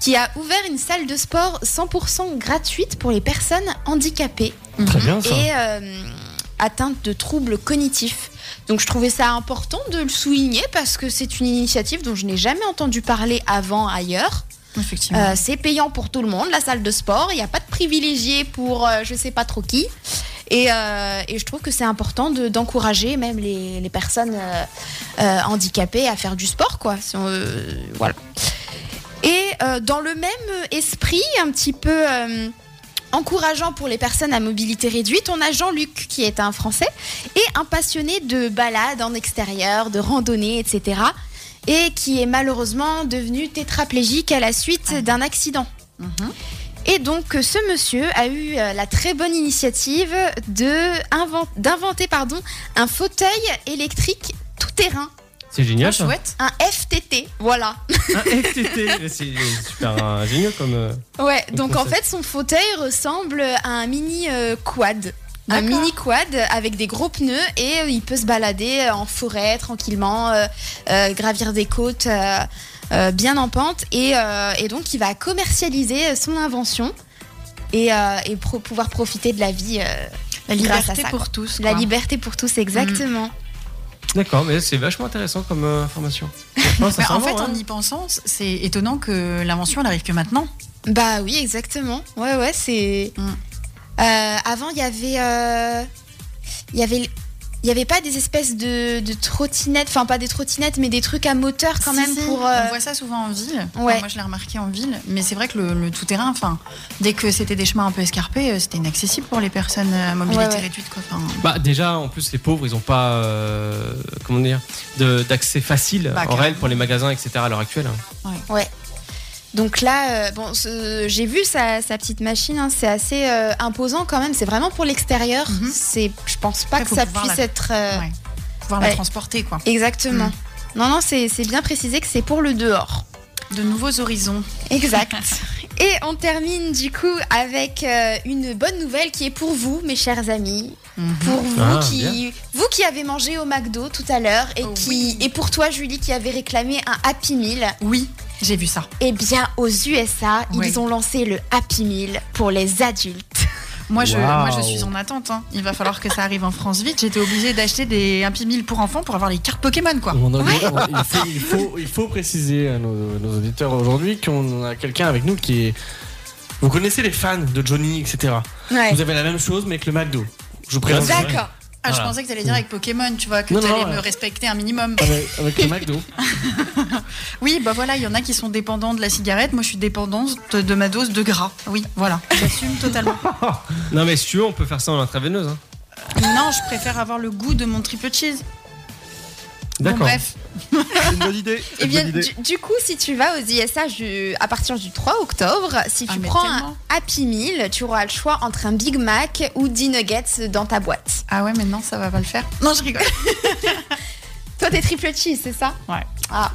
Speaker 4: qui a ouvert une salle de sport 100% gratuite pour les personnes handicapées
Speaker 7: Très bien
Speaker 4: et euh, atteintes de troubles cognitifs. Donc je trouvais ça important de le souligner parce que c'est une initiative dont je n'ai jamais entendu parler avant ailleurs.
Speaker 5: Effectivement.
Speaker 4: Euh, c'est payant pour tout le monde, la salle de sport. Il n'y a pas de privilégié pour euh, je sais pas trop qui. Et, euh, et je trouve que c'est important de- d'encourager même les, les personnes euh, euh, handicapées à faire du sport, quoi. Si on- euh, voilà. Et euh, dans le même esprit, un petit peu euh, encourageant pour les personnes à mobilité réduite, on a Jean-Luc qui est un Français et un passionné de balades en extérieur, de randonnée, etc. Et qui est malheureusement devenu tétraplégique à la suite d'un accident.
Speaker 5: Mhm.
Speaker 4: Et donc euh, ce monsieur a eu euh, la très bonne initiative de invent- d'inventer pardon un fauteuil électrique tout terrain,
Speaker 2: C'est génial ça.
Speaker 5: Chouette.
Speaker 4: un FTT. Voilà.
Speaker 2: Un FTT, Ah, mais c'est super euh, génial comme. euh,
Speaker 4: Ouais.
Speaker 2: Le
Speaker 4: Donc en
Speaker 2: concept.
Speaker 4: fait son fauteuil ressemble à un mini euh, quad. Un
Speaker 5: D'accord.
Speaker 4: mini quad avec des gros pneus et euh, il peut se balader en forêt tranquillement, euh, euh, gravir des côtes euh, euh, bien en pente et, euh, et donc il va commercialiser son invention et, euh, et pro- pouvoir profiter de la vie. euh,
Speaker 5: La
Speaker 4: Grâce à
Speaker 5: liberté
Speaker 4: ça,
Speaker 5: pour tous.
Speaker 4: La
Speaker 5: quoi.
Speaker 4: liberté pour tous, exactement.
Speaker 2: D'accord, mais c'est vachement intéressant comme euh, information. Non,
Speaker 5: Mais Bah, en
Speaker 2: sincèrement,
Speaker 5: fait,
Speaker 2: hein.
Speaker 5: en y pensant, c'est étonnant que l'invention, elle arrive que maintenant.
Speaker 4: Bah oui, exactement. Ouais, ouais, c'est.
Speaker 5: Mm.
Speaker 4: Euh, avant, il y avait. euh, Il y avait. Il n'y avait pas des espèces de, de trottinettes, enfin pas des trottinettes, mais des trucs à moteur quand
Speaker 5: Si,
Speaker 4: même
Speaker 5: si,
Speaker 4: pour.
Speaker 5: On
Speaker 4: euh,
Speaker 5: voit ça souvent en ville. Enfin,
Speaker 4: Ouais.
Speaker 5: moi, je l'ai remarqué en ville. Mais c'est vrai que le, le tout-terrain, enfin, dès que c'était des chemins un peu escarpés, euh, c'était inaccessible pour les personnes à mobilité
Speaker 4: Ouais, ouais.
Speaker 5: réduite. Quoi. Enfin,
Speaker 2: Bah déjà, en plus les pauvres, ils n'ont pas euh, comment dire de- d'accès facile en
Speaker 5: Bah,
Speaker 2: réel
Speaker 5: carrément.
Speaker 2: pour les magasins, etc. À l'heure actuelle.
Speaker 4: Donc là, euh, bon, ce- j'ai vu sa, sa petite machine, hein, c'est assez euh, imposant quand même. C'est vraiment pour l'extérieur.
Speaker 5: Mhm.
Speaker 4: C'est, je pense pas
Speaker 5: Après,
Speaker 4: que
Speaker 5: faut
Speaker 4: ça
Speaker 5: pouvoir
Speaker 4: puisse
Speaker 5: la-
Speaker 4: être. euh,
Speaker 5: ouais. Pouvoir
Speaker 4: ouais.
Speaker 5: la transporter, quoi.
Speaker 4: Exactement.
Speaker 5: Mm.
Speaker 4: Non, non, c'est c'est bien précisé que c'est pour le dehors.
Speaker 5: De nouveaux horizons.
Speaker 4: Exact. Et on termine du coup avec euh, une bonne nouvelle qui est pour vous, mes chers amis.
Speaker 5: Mhm.
Speaker 4: Pour vous,
Speaker 2: Ah,
Speaker 4: qui, vous qui avez mangé au McDo tout à l'heure et,
Speaker 5: Oh
Speaker 4: qui,
Speaker 5: oui.
Speaker 4: et pour toi, Julie, qui avait réclamé un Happy Meal.
Speaker 5: [LAUGHS] Oui, j'ai vu ça.
Speaker 4: Eh bien, aux USA,
Speaker 5: Ouais.
Speaker 4: ils ont lancé le Happy Meal pour les adultes.
Speaker 5: Moi, je,
Speaker 6: Wow.
Speaker 5: moi, je suis en attente. hein. Il va falloir que ça arrive en France vite. J'étais obligée d'acheter des Happy Meal pour enfants pour avoir les cartes Pokémon, quoi.
Speaker 7: On en- il, faut, il faut- il faut préciser à nos, nos auditeurs aujourd'hui qu'on a quelqu'un avec nous qui est. Vous connaissez les fans de Johnny, etc.
Speaker 4: Ouais.
Speaker 7: Vous avez la même chose, mais avec le McDo. Je vous présente.
Speaker 5: [LAUGHS]
Speaker 4: D'accord.
Speaker 5: Ah, je
Speaker 2: Voilà.
Speaker 5: pensais que t'allais dire avec Pokémon, tu vois, que
Speaker 7: Non, non,
Speaker 5: t'allais
Speaker 7: ouais.
Speaker 5: me respecter un minimum.
Speaker 7: Avec, avec le McDo.
Speaker 5: Oui, bah voilà, il y en a qui sont dépendants de la cigarette. Moi, je suis dépendante de ma dose de gras. Oui, voilà, j'assume totalement.
Speaker 2: Non mais si tu veux, on peut faire ça en intraveineuse. hein.
Speaker 5: non, je préfère avoir le goût de mon triple cheese. Bon, bah,
Speaker 2: D'accord.
Speaker 5: bref,
Speaker 6: C'est une bonne idée. c'est
Speaker 4: Eh
Speaker 6: une
Speaker 4: bien,
Speaker 6: bonne idée.
Speaker 4: du, du coup, si tu vas aux ISA ju- à partir du 3 octobre, si
Speaker 5: Ah,
Speaker 4: tu
Speaker 5: mais
Speaker 4: prends
Speaker 5: tellement.
Speaker 4: un Happy Meal, tu auras le choix entre un Big Mac ou 10 nuggets dans ta boîte.
Speaker 5: Ah ouais, mais non, ça va pas le faire. Non, je rigole.
Speaker 4: Toi, t'es triple cheese, c'est ça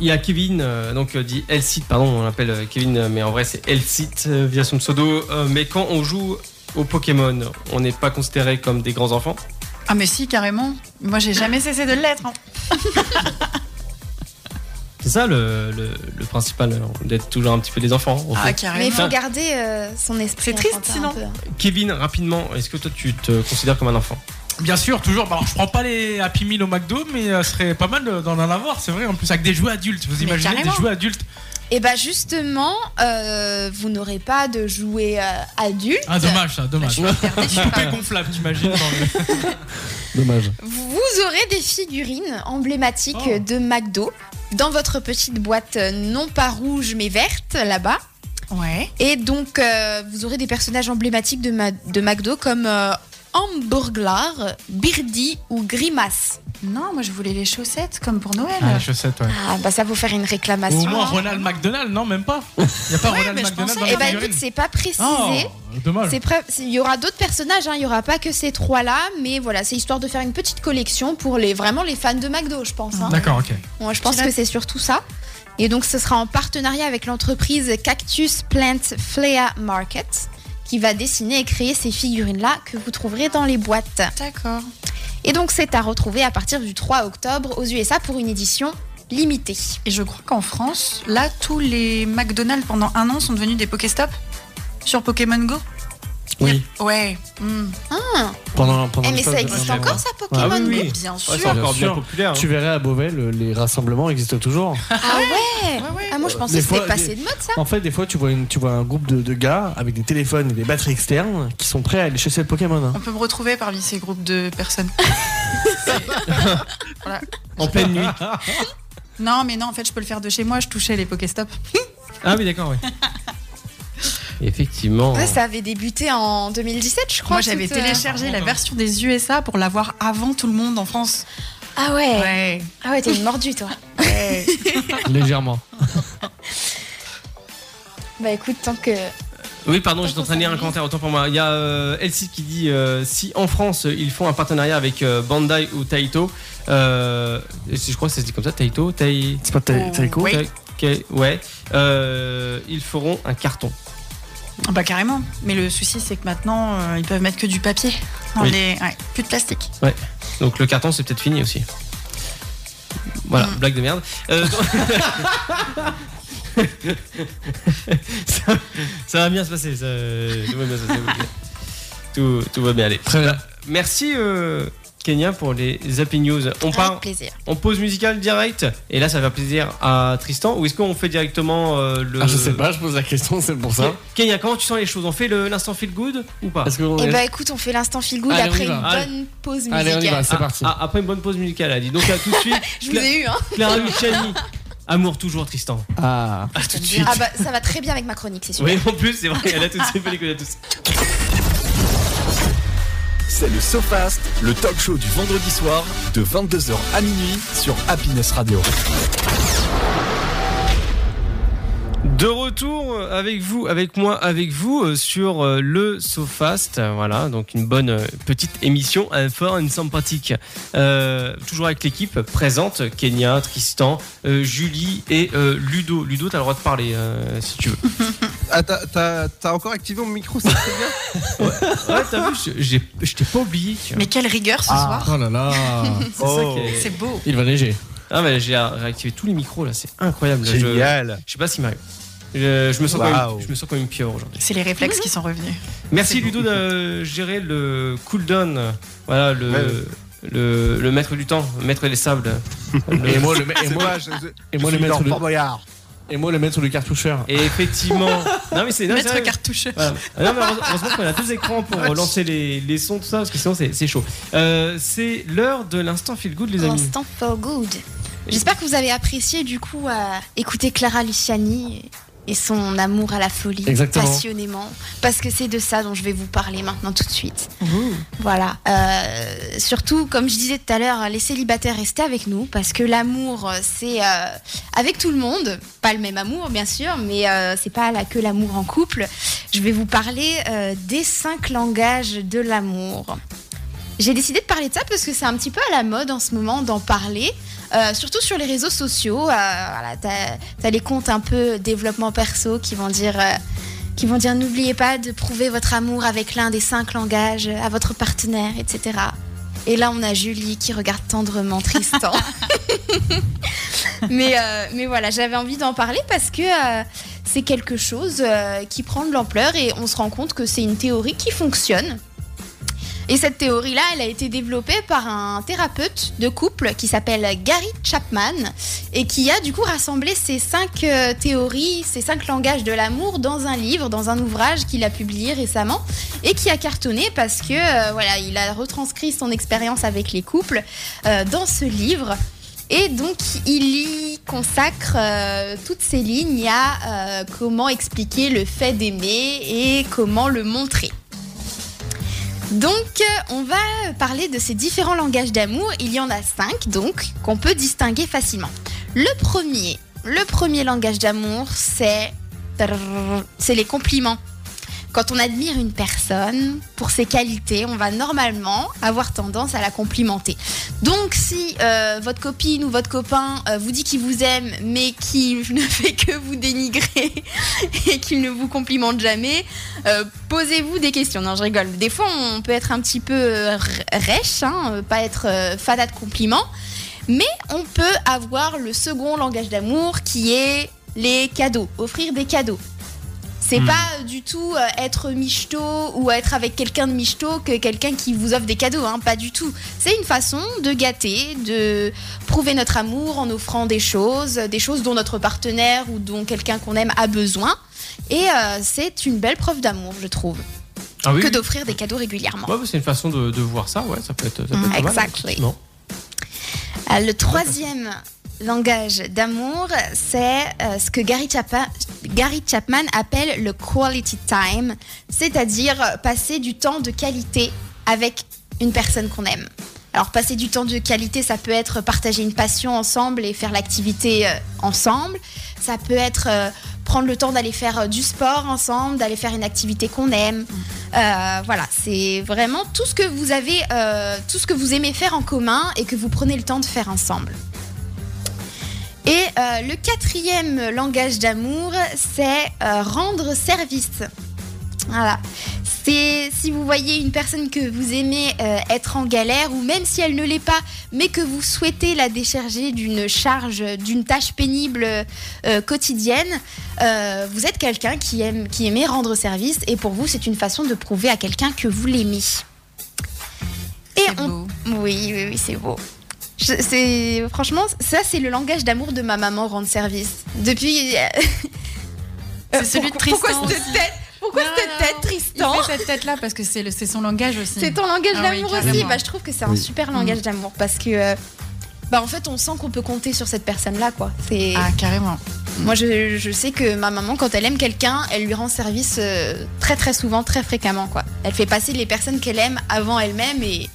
Speaker 2: Il y a Kevin, euh, donc euh, dit Elsit, pardon, on l'appelle euh, Kevin, euh, mais en vrai c'est Elsit euh, via son pseudo. Euh, mais quand on joue au Pokémon, on n'est pas considéré comme des grands enfants.
Speaker 5: Ah mais si, carrément. Moi, j'ai jamais cessé de l'être. hein.
Speaker 2: C'est ça le, le, le principal, euh, d'être toujours un petit peu des enfants. au
Speaker 5: Ah,
Speaker 2: fait.
Speaker 4: Mais il
Speaker 5: carrément.
Speaker 4: faut garder euh, son esprit.
Speaker 5: C'est triste,
Speaker 4: enfantin un
Speaker 5: sinon.
Speaker 4: peu, hein.
Speaker 2: Kevin, rapidement, est-ce que toi tu te considères comme un enfant
Speaker 8: Bien sûr, toujours. Bah, alors, je prends pas les Happy Meal au McDo, mais euh, ce serait pas mal euh, d'en avoir, c'est vrai. En plus, avec des jouets adultes, vous
Speaker 5: Mais
Speaker 8: imaginez
Speaker 5: carrément.
Speaker 8: des jouets adultes
Speaker 4: Et bah justement, euh, vous n'aurez pas de jouets euh, adultes.
Speaker 8: Ah, dommage, ça, dommage.
Speaker 5: Bah, Je vais regarder, je sais
Speaker 8: Poupée
Speaker 5: pas.
Speaker 8: gonflable, t'imagines dans le-
Speaker 7: Dommage.
Speaker 4: Vous aurez des figurines emblématiques
Speaker 8: Oh.
Speaker 4: de McDo dans votre petite boîte euh, non pas rouge mais verte là-bas.
Speaker 5: Ouais.
Speaker 4: Et donc, euh, vous aurez des personnages emblématiques de, Ma- de McDo comme euh, Hamburglar, Birdie ou Grimace.
Speaker 5: Non, moi, je voulais les chaussettes, comme pour Noël.
Speaker 8: Ah, les chaussettes, ouais.
Speaker 4: Ah, bah ça, faut faire une
Speaker 8: Ou
Speaker 4: réclamation.
Speaker 8: au moins Ronald McDonald, non, même pas. Y a pas Ronald
Speaker 5: mais je
Speaker 8: McDonald
Speaker 4: Et
Speaker 8: dans
Speaker 5: pensais- Eh ben,
Speaker 8: les
Speaker 4: bah
Speaker 8: figurines.
Speaker 4: écoute, c'est pas précisé.
Speaker 8: Oh, dommage.
Speaker 4: C'est pré- c'est- Il y aura d'autres personnages, hein, il y aura pas que ces trois-là, mais voilà, c'est histoire de faire une petite collection pour les, vraiment les fans de McDo, je pense. hein.
Speaker 8: D'accord, ok.
Speaker 4: Moi, je pense que c'est surtout ça. Et donc, ce sera en partenariat avec l'entreprise Cactus Plant Flea Market qui va dessiner et créer ces figurines-là que vous trouverez dans les boîtes.
Speaker 5: D'accord.
Speaker 4: Et donc c'est à retrouver à partir du 3 octobre aux USA pour une édition limitée.
Speaker 5: Et je crois qu'en France, là, tous les McDonald's pendant un an sont devenus des Pokéstop sur Pokémon Go.
Speaker 7: Oui.
Speaker 5: Ouais. Hmm.
Speaker 7: Pendant, pendant
Speaker 4: Eh
Speaker 7: le
Speaker 4: mais
Speaker 7: stade
Speaker 4: ça
Speaker 7: de-
Speaker 4: existe
Speaker 2: Ah,
Speaker 4: encore ça Pokémon
Speaker 7: Ah oui,
Speaker 4: Go
Speaker 7: oui.
Speaker 5: Bien sûr.
Speaker 2: Ouais, C'est encore
Speaker 7: Bien
Speaker 2: bien
Speaker 7: sûr.
Speaker 2: populaire. hein.
Speaker 7: Tu verrais à Beauvais, le- les rassemblements existent
Speaker 4: [LAUGHS]
Speaker 7: toujours.
Speaker 4: Ah ouais
Speaker 5: Ouais, ouais.
Speaker 4: Ah moi je pensais
Speaker 7: Des
Speaker 4: que c'était
Speaker 7: fois,
Speaker 4: passé
Speaker 7: des-
Speaker 4: de mode ça.
Speaker 7: En fait, des fois, tu vois, une- tu vois un groupe de, de gars avec des téléphones et des batteries externes qui sont prêts à aller chasser le Pokémon. hein.
Speaker 5: On peut me retrouver parmi ces groupes de
Speaker 2: [LAUGHS]
Speaker 5: personnes.
Speaker 2: En pleine nuit.
Speaker 5: non, mais non, en fait, je peux le faire de chez moi. Je touchais les Pokéstop.
Speaker 2: Ah oui, d'accord, oui. Effectivement.
Speaker 4: Ouais, ça avait débuté en 2017 je crois.
Speaker 5: Moi, j'avais
Speaker 4: toute, euh,
Speaker 5: téléchargé la version des USA pour l'avoir avant tout le monde en France.
Speaker 4: Ah ouais.
Speaker 5: Ouais. Oh,
Speaker 4: Ah ouais, t'es une mordue toi. Eh.
Speaker 7: Légèrement.
Speaker 4: [LAUGHS] Bah écoute, tant que
Speaker 2: Oui, pardon, j'étais en train
Speaker 4: Pourquoi
Speaker 2: de lire
Speaker 4: ça
Speaker 2: un
Speaker 4: glisse
Speaker 2: commentaire, autant pour moi. Il y a euh, Elsie qui dit euh, si en France ils font un partenariat avec euh, Bandai ou Taito, euh, et si je crois que ça se dit comme ça, Taito, Tai.
Speaker 7: C'est pas ta-
Speaker 5: Oh,
Speaker 7: Taiko
Speaker 5: ouais.
Speaker 2: Tai- Kai- ouais, euh, ils feront un carton.
Speaker 5: Ah Bah carrément. Mais le souci c'est que maintenant euh, ils peuvent mettre que du papier. Dans
Speaker 2: Oui.
Speaker 5: les- ouais, plus de plastique.
Speaker 2: Donc le carton, c'est peut-être fini aussi. Voilà,
Speaker 5: Mm.
Speaker 2: blague de merde. Euh,
Speaker 7: [LAUGHS]
Speaker 2: ça, ça va bien se passer. ça- tout va bien se passer. Tout, tout va bien aller. Bah,
Speaker 7: Très bien.
Speaker 2: Merci euh, Kenya pour les Happy News. On part
Speaker 4: avec plaisir.
Speaker 2: On pause musicale direct et là ça va plaisir à Tristan ou est-ce qu'on fait directement euh, le
Speaker 7: Ah, je sais pas, je pose la question, c'est pour
Speaker 4: [LAUGHS]
Speaker 7: ça.
Speaker 2: Kenya comment tu sens les choses on fait le- l'instant feel good ou pas
Speaker 7: Est-ce que vous-
Speaker 4: Et bah écoute, on fait l'instant feel good
Speaker 7: Allez, on
Speaker 4: après
Speaker 7: y
Speaker 4: une
Speaker 7: va.
Speaker 2: Allez.
Speaker 4: bonne pause
Speaker 7: Allez, on y va,
Speaker 4: musicale.
Speaker 7: c'est
Speaker 2: Ah,
Speaker 7: parti.
Speaker 2: ah, après une bonne pause musicale a dit donc à tout de suite
Speaker 4: Je vous ai eu hein.
Speaker 2: Clara Luciani Amour toujours Tristan
Speaker 7: Ah.
Speaker 2: à tout de suite
Speaker 4: Ah bah ça va très bien avec ma chronique, c'est sûr.
Speaker 2: oui en plus c'est vrai elle a tout de suite fait l'écoute à tous
Speaker 1: C'est le SoFast, le talk show du vendredi soir de 22h à minuit sur Happiness Radio.
Speaker 2: De retour avec vous, avec moi, avec vous euh, sur euh, le SoFast. Euh, Voilà, donc une bonne euh, petite émission, un fort, une sympathique. Euh, toujours avec l'équipe présente, Kenya, Tristan, euh, Julie et euh, Ludo. Ludo, t'as le droit de parler euh, si tu veux.
Speaker 6: Ah, t'as- T'as t'as encore activé mon micro, c'est très bien.
Speaker 2: Ouais, t'as vu, je- j'ai- je t'ai pas oublié. Oh. tu vois.
Speaker 5: Mais quelle rigueur ce
Speaker 2: Ah.
Speaker 4: Ah.
Speaker 5: soir.
Speaker 7: Oh là là.
Speaker 4: [LAUGHS]
Speaker 2: C'est ça qui est-
Speaker 5: C'est beau.
Speaker 7: Il va neiger.
Speaker 2: Ah, mais j'ai réactivé tous les micros là, c'est
Speaker 6: Oh.
Speaker 2: incroyable. Je-
Speaker 6: Génial.
Speaker 2: Je sais pas si Mario. Je, je me sens comme
Speaker 6: Waouh.
Speaker 2: une- je me sens comme une pieuvre aujourd'hui.
Speaker 5: C'est les réflexes qui sont revenus.
Speaker 2: Merci Ludo de gérer le cooldown. Voilà, le,
Speaker 6: Ouais.
Speaker 2: le, le maître du temps, le maître des sables. Le-
Speaker 7: [LAUGHS] Et moi, le, et
Speaker 6: C'est
Speaker 7: moi,
Speaker 6: moi, je, je-
Speaker 7: et
Speaker 6: je
Speaker 7: moi, le
Speaker 6: suis dans
Speaker 7: maître du-
Speaker 6: Fort Boyard.
Speaker 7: et moi, le maître du cartoucheur.
Speaker 2: et effectivement. [LAUGHS] non, mais c'est. non, mais c'est
Speaker 5: Maître
Speaker 2: vrai.
Speaker 5: cartouche.
Speaker 2: Voilà. Ah non, mais heureusement- heureusement qu'on a deux écrans pour euh, lancer les, les sons, tout ça, parce que sinon c'est c'est chaud. Euh, c'est l'heure de l'instant feel good, les amis.
Speaker 4: L'instant feel good. J'espère que vous avez apprécié du coup à écouter Clara euh, Luciani et son amour à la folie,
Speaker 7: Exactement.
Speaker 4: passionnément, parce que c'est de ça dont je vais vous parler maintenant tout de suite. Voilà. Euh, surtout, comme je disais tout à l'heure, les célibataires restez avec nous, parce que l'amour, euh, c'est euh, avec tout le monde, pas le même amour bien sûr, mais euh, c'est pas là que l'amour en couple. Je vais vous parler euh, des cinq langages de l'amour. J'ai décidé de parler de ça parce que c'est un petit peu à la mode en ce moment d'en parler, euh, surtout sur les réseaux sociaux. euh, voilà, t'as, t'as les comptes un peu développement perso qui vont dire, euh, qui vont dire n'oubliez pas de prouver votre amour avec l'un des cinq langages à votre partenaire, etc. Et là, on a Julie qui regarde tendrement Tristan. mais, euh, mais voilà, j'avais envie d'en parler parce que euh, c'est quelque chose euh, qui prend de l'ampleur et on se rend compte que c'est une théorie qui fonctionne. Et cette théorie-là, elle a été développée par un thérapeute de couple qui s'appelle Gary Chapman et qui a du coup rassemblé ces cinq euh, théories, ces cinq langages de l'amour dans un livre, dans un ouvrage qu'il a publié récemment et qui a cartonné parce que euh, voilà, il a retranscrit son expérience avec les couples euh, dans ce livre. Et donc, il y consacre euh, toutes ces lignes à euh, comment expliquer le fait d'aimer et comment le montrer. Donc, euh, on va parler de ces différents langages d'amour. Il y en a cinq, donc, qu'on peut distinguer facilement. Le premier, le premier langage d'amour, c'est Trrr, c'est les compliments. Quand on admire une personne pour ses qualités, on va normalement avoir tendance à la complimenter. Donc si euh, votre copine ou votre copain euh, vous dit qu'il vous aime mais qu'il [LAUGHS] ne fait que vous dénigrer [LAUGHS] et qu'il ne vous complimente jamais, euh, posez-vous des questions. Non, je rigole. Des fois, on peut être un petit peu euh, r- rêche, hein, euh, pas être euh, fada de compliments, mais on peut avoir le second langage d'amour qui est les cadeaux, offrir des cadeaux. C'est
Speaker 8: Hmm.
Speaker 4: pas euh, du tout euh, être michto ou être avec quelqu'un de michto que quelqu'un qui vous offre des cadeaux, hein, pas du tout. C'est une façon de gâter, de prouver notre amour en offrant des choses, des choses dont notre partenaire ou dont quelqu'un qu'on aime a besoin. Et euh, c'est une belle preuve d'amour, je trouve,
Speaker 2: Ah oui,
Speaker 4: que
Speaker 2: oui.
Speaker 4: d'offrir des cadeaux régulièrement.
Speaker 2: Ouais, c'est une façon de, de voir ça, ouais, ça peut être, ça peut être
Speaker 4: Mm,
Speaker 2: pas mal,
Speaker 4: exactly.
Speaker 2: effectivement.
Speaker 4: Euh, Le troisième langage d'amour, c'est euh, ce que Gary Chapman, Gary Chapman appelle le quality time, c'est-à-dire euh, passer du temps de qualité avec une personne qu'on aime. Alors passer du temps de qualité, ça peut être partager une passion ensemble et faire l'activité euh, ensemble. Ça peut être euh, prendre le temps d'aller faire euh, du sport ensemble, d'aller faire une activité qu'on aime. Euh, voilà, c'est vraiment tout ce que vous avez, euh, tout ce que vous aimez faire en commun et que vous prenez le temps de faire ensemble. Et euh, le quatrième langage d'amour, c'est euh, rendre service. Voilà. C'est si vous voyez une personne que vous aimez euh, être en galère, ou même si elle ne l'est pas, mais que vous souhaitez la décharger d'une charge, d'une tâche pénible euh, quotidienne, euh, vous êtes quelqu'un qui aime, qui aimait rendre service, et pour vous, c'est une façon de prouver à quelqu'un que vous l'aimez. Et
Speaker 5: C'est
Speaker 4: on
Speaker 5: beau.
Speaker 4: oui, oui, oui, c'est beau. Je- c'est franchement, ça c'est le langage d'amour de ma maman rendre service. Depuis. euh,
Speaker 5: [LAUGHS] C'est celui de
Speaker 4: pourquoi- pourquoi
Speaker 5: Tristan
Speaker 4: cette tête Pourquoi
Speaker 5: Non,
Speaker 4: cette
Speaker 5: non,
Speaker 4: tête,
Speaker 5: non. Il
Speaker 4: Tristan
Speaker 5: fait cette tête-là parce que c'est le- c'est son langage aussi.
Speaker 4: C'est ton langage
Speaker 5: Ah oui,
Speaker 4: d'amour aussi.
Speaker 5: carrément. Mm.
Speaker 4: Bah, je trouve que c'est un
Speaker 6: Oui.
Speaker 4: super langage d'amour parce que. euh, bah, en fait, on sent qu'on peut compter sur cette personne-là, quoi. C'est.
Speaker 5: Ah, carrément.
Speaker 4: Moi, je, je sais que ma maman, quand elle aime quelqu'un, elle lui rend service euh, très très souvent, très fréquemment. Quoi. Elle fait passer les personnes qu'elle aime avant elle-même et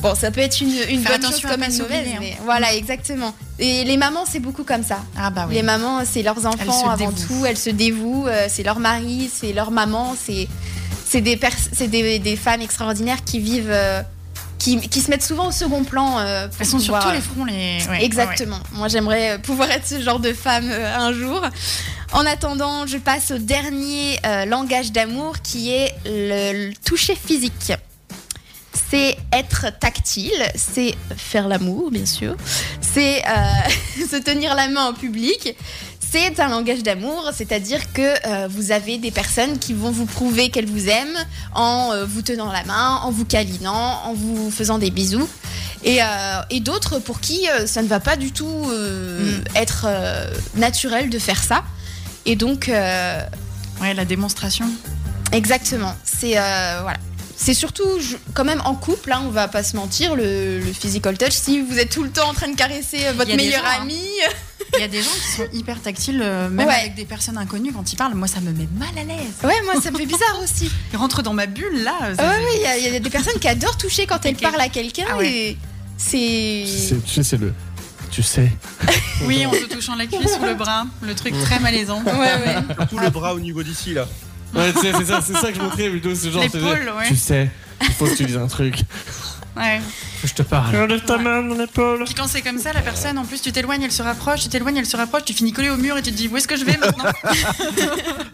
Speaker 4: bon, ça peut être une, une
Speaker 5: Faire
Speaker 4: bonne chose
Speaker 5: attention à
Speaker 4: comme
Speaker 5: pas
Speaker 4: une
Speaker 5: s'oublier,
Speaker 4: mauvaise.
Speaker 5: hein.
Speaker 4: mais voilà, exactement. Et les mamans, c'est beaucoup comme ça.
Speaker 5: Ah bah oui.
Speaker 4: Les mamans, c'est leurs enfants
Speaker 5: se
Speaker 4: avant
Speaker 5: dévouent.
Speaker 4: tout, elles se dévouent, euh, c'est leur mari, c'est leur maman, c'est c'est des, pers- c'est des, des femmes extraordinaires qui vivent, euh, qui, qui se mettent souvent au second plan. euh, pour
Speaker 5: Elles sont sur
Speaker 4: pouvoir,
Speaker 5: tous les fronts. Les... ouais, ouais,
Speaker 4: Exactement. Moi, j'aimerais euh, pouvoir être ce genre de femme euh, un jour. En attendant, je passe au dernier euh, langage d'amour qui est le, le toucher physique. C'est être tactile, c'est faire l'amour, bien sûr, c'est euh, [LAUGHS] se tenir la main en public. C'est un langage d'amour, c'est-à-dire que euh, vous avez des personnes qui vont vous prouver qu'elles vous aiment en euh, vous tenant la main, en vous câlinant, en vous faisant des bisous. Et, euh, et d'autres pour qui euh, ça ne va pas du tout euh,
Speaker 5: Mm.
Speaker 4: être euh, naturel de faire ça. Et donc, euh,
Speaker 5: ouais. Ouais, la démonstration.
Speaker 4: exactement, c'est euh, voilà. C'est surtout je- quand même en couple, hein, on va pas se mentir, le, le physical touch. Si vous êtes tout le temps en train de caresser euh,
Speaker 5: Il y
Speaker 4: votre
Speaker 5: a des
Speaker 4: meilleur
Speaker 5: [LAUGHS] gens, hein.
Speaker 4: ami,
Speaker 5: Il y a des gens qui sont hyper tactiles, euh, même
Speaker 4: Ouais.
Speaker 5: avec des personnes inconnues quand ils parlent. Moi, ça me met mal à l'aise.
Speaker 4: Ouais, moi ça me fait bizarre aussi.
Speaker 5: Ils rentrent dans ma bulle là. euh, ça
Speaker 4: Ah ouais,
Speaker 5: fait-
Speaker 4: ouais, il y a- il y, a des personnes qui adorent toucher quand elles
Speaker 5: Ok.
Speaker 4: parlent à quelqu'un
Speaker 5: Ah ouais.
Speaker 4: et c'est.
Speaker 7: C'est- Tu sais, c'est le. Tu sais.
Speaker 5: Oui, en se touchant la cuisse ou le bras, le truc très malaisant.
Speaker 4: Ouais, ouais.
Speaker 9: Surtout le bras au niveau d'ici là.
Speaker 7: Ouais, tu sais, c'est ça, c'est ça que je montrais plutôt. C'est genre.
Speaker 5: L'épaule, ouais.
Speaker 7: Tu sais, il faut que tu dises un truc.
Speaker 5: Ouais.
Speaker 2: Je te parle.
Speaker 7: Enlève ta main dans l'épaule.
Speaker 5: Puis quand c'est comme ça, la personne, en plus, tu t'éloignes, elle se rapproche, tu t'éloignes, elle se rapproche, tu finis collé au mur et tu te dis où est-ce que je vais maintenant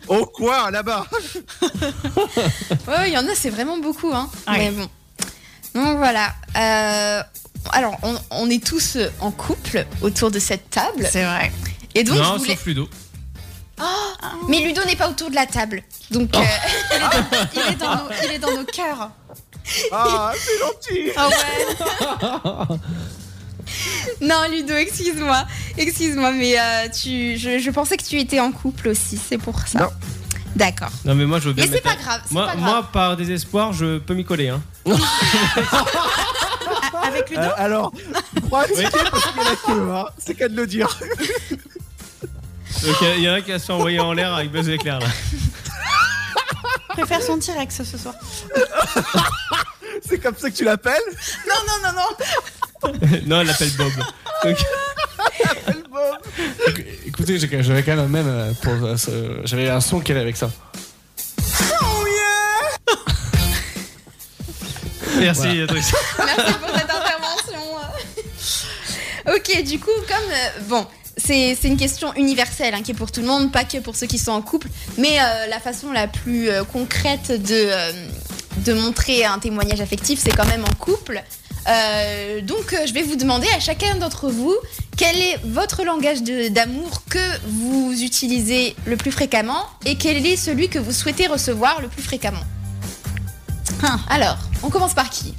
Speaker 9: Oh quoi là-bas
Speaker 4: Ouais, ouais, il y en a, c'est vraiment beaucoup. Hein. Mais
Speaker 5: Ouais.
Speaker 4: bon. Donc voilà. Euh, alors, on, on est tous euh, en couple autour de cette table.
Speaker 5: C'est vrai.
Speaker 4: Et donc,
Speaker 8: non,
Speaker 4: je voulais-
Speaker 8: sauf Ludo.
Speaker 4: Mais Ludo n'est pas autour de la table. Donc, euh, [LAUGHS]
Speaker 5: Il est dans nos, il est dans nos cœurs.
Speaker 9: Ah, c'est gentil
Speaker 5: Ah ouais.
Speaker 4: non, Ludo, excuse-moi. Excuse-moi, mais euh, tu... je, je pensais que tu étais en couple aussi. C'est pour ça.
Speaker 9: Non.
Speaker 4: D'accord.
Speaker 2: Non, mais moi, je veux bien.
Speaker 4: Mais c'est
Speaker 2: mettre-
Speaker 4: pas grave. c'est
Speaker 2: Moi,
Speaker 4: pas grave.
Speaker 2: moi, par désespoir, je peux m'y coller. Hein. [LAUGHS]
Speaker 5: Avec Ludo.
Speaker 6: Euh, alors, pour indiquer parce qu'il y a la queue, hein, c'est qu'à de le dire.
Speaker 2: Donc, il y en a qui a se envoyé en l'air avec Buzz l'éclair là. [LAUGHS]
Speaker 5: préfère son T-Rex ce soir.
Speaker 6: C'est comme ça que tu l'appelles
Speaker 4: Non, non, non, non.
Speaker 2: non, elle l'appelle Bob. Donc,
Speaker 7: Écoutez, j'ai- j'avais quand même même. euh, pour, euh, ce- J'avais un son qu'elle avait avec ça.
Speaker 2: merci.
Speaker 8: Ah,
Speaker 2: Patrice.
Speaker 4: Merci pour cette intervention. [LAUGHS] ok, du coup, comme. euh, bon, c'est c'est une question universelle hein, qui est pour tout le monde, pas que pour ceux qui sont en couple, mais euh, la façon la plus euh, concrète de, euh, de montrer un témoignage affectif, c'est quand même en couple. Euh, donc, euh, je vais vous demander à chacun d'entre vous quel est votre langage de- d'amour que vous utilisez le plus fréquemment et quel est celui que vous souhaitez recevoir le plus fréquemment. Alors, on commence par qui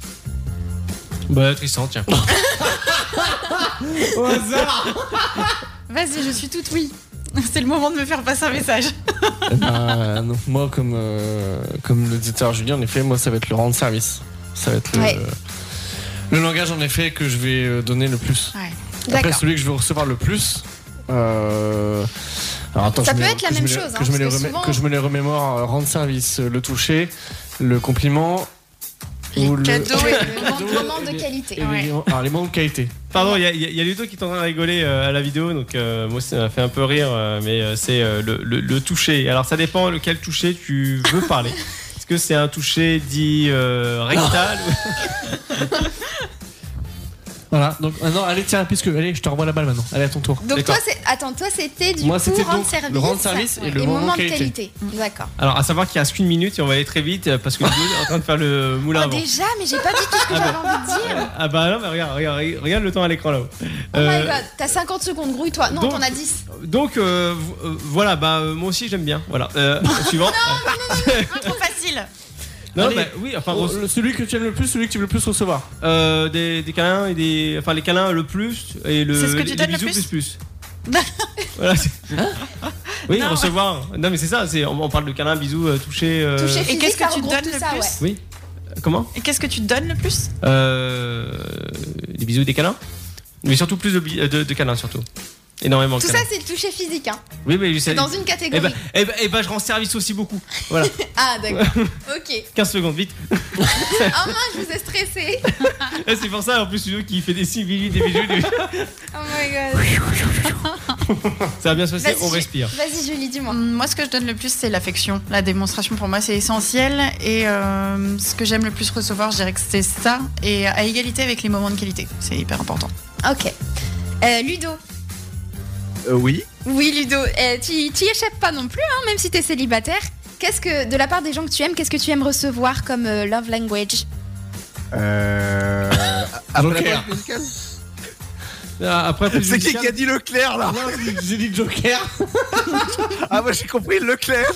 Speaker 2: Bah, Tristan, tiens.
Speaker 7: Au hasard
Speaker 5: Vas-y, je suis toute oui. [LAUGHS] C'est le moment de me faire passer un message.
Speaker 7: Eh ben, donc, moi, comme, euh, comme le disait tout à l'heure Julien, en effet, moi, ça va être le rendre service. Ça va être le,
Speaker 4: Ouais.
Speaker 7: le langage, en effet, que je vais euh, donner le plus. Après,
Speaker 4: D'accord.
Speaker 7: celui que je vais recevoir le plus. euh, alors, attends,
Speaker 4: Ça
Speaker 7: je
Speaker 4: peut
Speaker 7: me-
Speaker 4: être la
Speaker 7: que je
Speaker 4: même
Speaker 7: me les-
Speaker 4: chose, hein,
Speaker 7: que, je me les
Speaker 4: parce que
Speaker 7: remé-
Speaker 4: souvent-
Speaker 7: que je me les remémore euh, rendre service, euh, le toucher, le compliment. ou le-
Speaker 5: cadeaux et le
Speaker 4: Moment,
Speaker 5: moment de-
Speaker 4: moment de qualité.
Speaker 7: et les- alors, les moments de qualité.
Speaker 2: Pardon, il y, a- il y a- il y a Ludo qui est en train de rigoler euh, à la vidéo, donc euh, moi ça m'a fait un peu rire, euh, mais euh, c'est euh, le, le- le toucher. Alors ça dépend lequel toucher tu veux parler. Est-ce que c'est un toucher dit euh, rectal ou-
Speaker 7: Voilà, donc maintenant, allez, tiens, puisque, allez, je te renvoie la balle maintenant. Allez, à ton tour.
Speaker 4: Donc
Speaker 2: D'accord.
Speaker 4: toi, c'est... attends, toi c'était du
Speaker 7: Moi,
Speaker 4: coup
Speaker 7: c'était
Speaker 4: rendre
Speaker 7: donc
Speaker 4: service,
Speaker 7: le rendre service et le moment
Speaker 4: moment
Speaker 7: de
Speaker 4: de qualité. D'accord.
Speaker 2: Alors à savoir qu'il reste qu'une minute et on va aller très vite euh, parce que Ludo est en train de faire le moulin à
Speaker 4: Oh,
Speaker 2: vent.
Speaker 4: déjà, mais j'ai pas dit tout ce que
Speaker 2: Ah
Speaker 4: j'avais envie de dire.
Speaker 2: Ah bah non, mais regarde, regarde, regarde le temps à l'écran là-haut.
Speaker 4: Oh
Speaker 2: Euh,
Speaker 4: my god, t'as 50 secondes, grouille-toi. Non,
Speaker 2: donc-
Speaker 4: t'en as 10.
Speaker 2: donc euh, vo- euh, voilà, bah euh, moi aussi j'aime bien. Voilà,
Speaker 5: [LAUGHS]
Speaker 2: Euh,
Speaker 5: Oh
Speaker 2: suivant.
Speaker 5: Trop facile.
Speaker 2: Non,
Speaker 7: Allez.
Speaker 2: bah, oui, enfin
Speaker 7: Oh,
Speaker 2: grosso-
Speaker 7: le- celui que tu aimes le plus, celui que tu veux le plus recevoir.
Speaker 2: Euh, des, des câlins et des enfin les câlins le plus et le
Speaker 5: C'est ce que tu
Speaker 2: les- les
Speaker 5: donnes le
Speaker 2: bisous
Speaker 5: plus [LAUGHS] Hein
Speaker 2: plus, Voilà, c'est- oui recevoir non mais c'est ça c'est on, on parle de câlins bisous euh, toucher euh,
Speaker 4: Toucher
Speaker 5: Et
Speaker 4: physique,
Speaker 5: qu'est-ce
Speaker 4: ça
Speaker 5: que tu
Speaker 4: regroupe
Speaker 5: donnes
Speaker 4: tout
Speaker 5: le
Speaker 4: ça,
Speaker 5: plus
Speaker 4: ouais.
Speaker 2: oui comment
Speaker 5: Et qu'est-ce que tu donnes le plus
Speaker 2: euh, des bisous et des câlins mais surtout plus de, bi- euh, de, de câlins surtout énormément de
Speaker 4: Tout ça,
Speaker 2: câlins
Speaker 4: c'est le toucher physique. Hein.
Speaker 2: oui mais
Speaker 4: C'est
Speaker 2: c'est
Speaker 4: dans une
Speaker 2: eh
Speaker 4: catégorie.
Speaker 2: ben, eh ben- eh ben, je rends service aussi beaucoup voilà
Speaker 4: Ah, d'accord. ok.
Speaker 2: 15 secondes vite
Speaker 4: Ah mince, je vous ai stressé.
Speaker 2: Eh, c'est pour ça en plus celui qui fait des similitudes des bisous des- [LAUGHS]
Speaker 4: Oh my god.
Speaker 2: ça va bien se passer
Speaker 4: Vas-y,
Speaker 2: on
Speaker 4: je-
Speaker 2: respire
Speaker 4: Vas-y, Julie, dis-moi.
Speaker 5: Hum, Moi, ce que je donne le plus, c'est l'affection. La démonstration, pour moi, c'est essentiel. Et euh, ce que j'aime le plus recevoir, je dirais que c'est ça. Et à égalité avec les moments de qualité. C'est hyper important.
Speaker 4: Ok. Euh, Ludo.
Speaker 9: Euh, Oui.
Speaker 4: Oui, Ludo. euh, tu tu y échappes pas non plus, hein, même si t'es célibataire. Qu'est-ce que, de la part des gens que tu aimes, qu'est-ce que tu aimes recevoir comme euh, love language
Speaker 9: Euh. Après la pause musicale
Speaker 2: Ah, après plus
Speaker 9: C'est qui
Speaker 2: musical-
Speaker 9: qui a dit Leclerc là
Speaker 7: J'ai dit Joker.
Speaker 9: Ah, moi j'ai compris Leclerc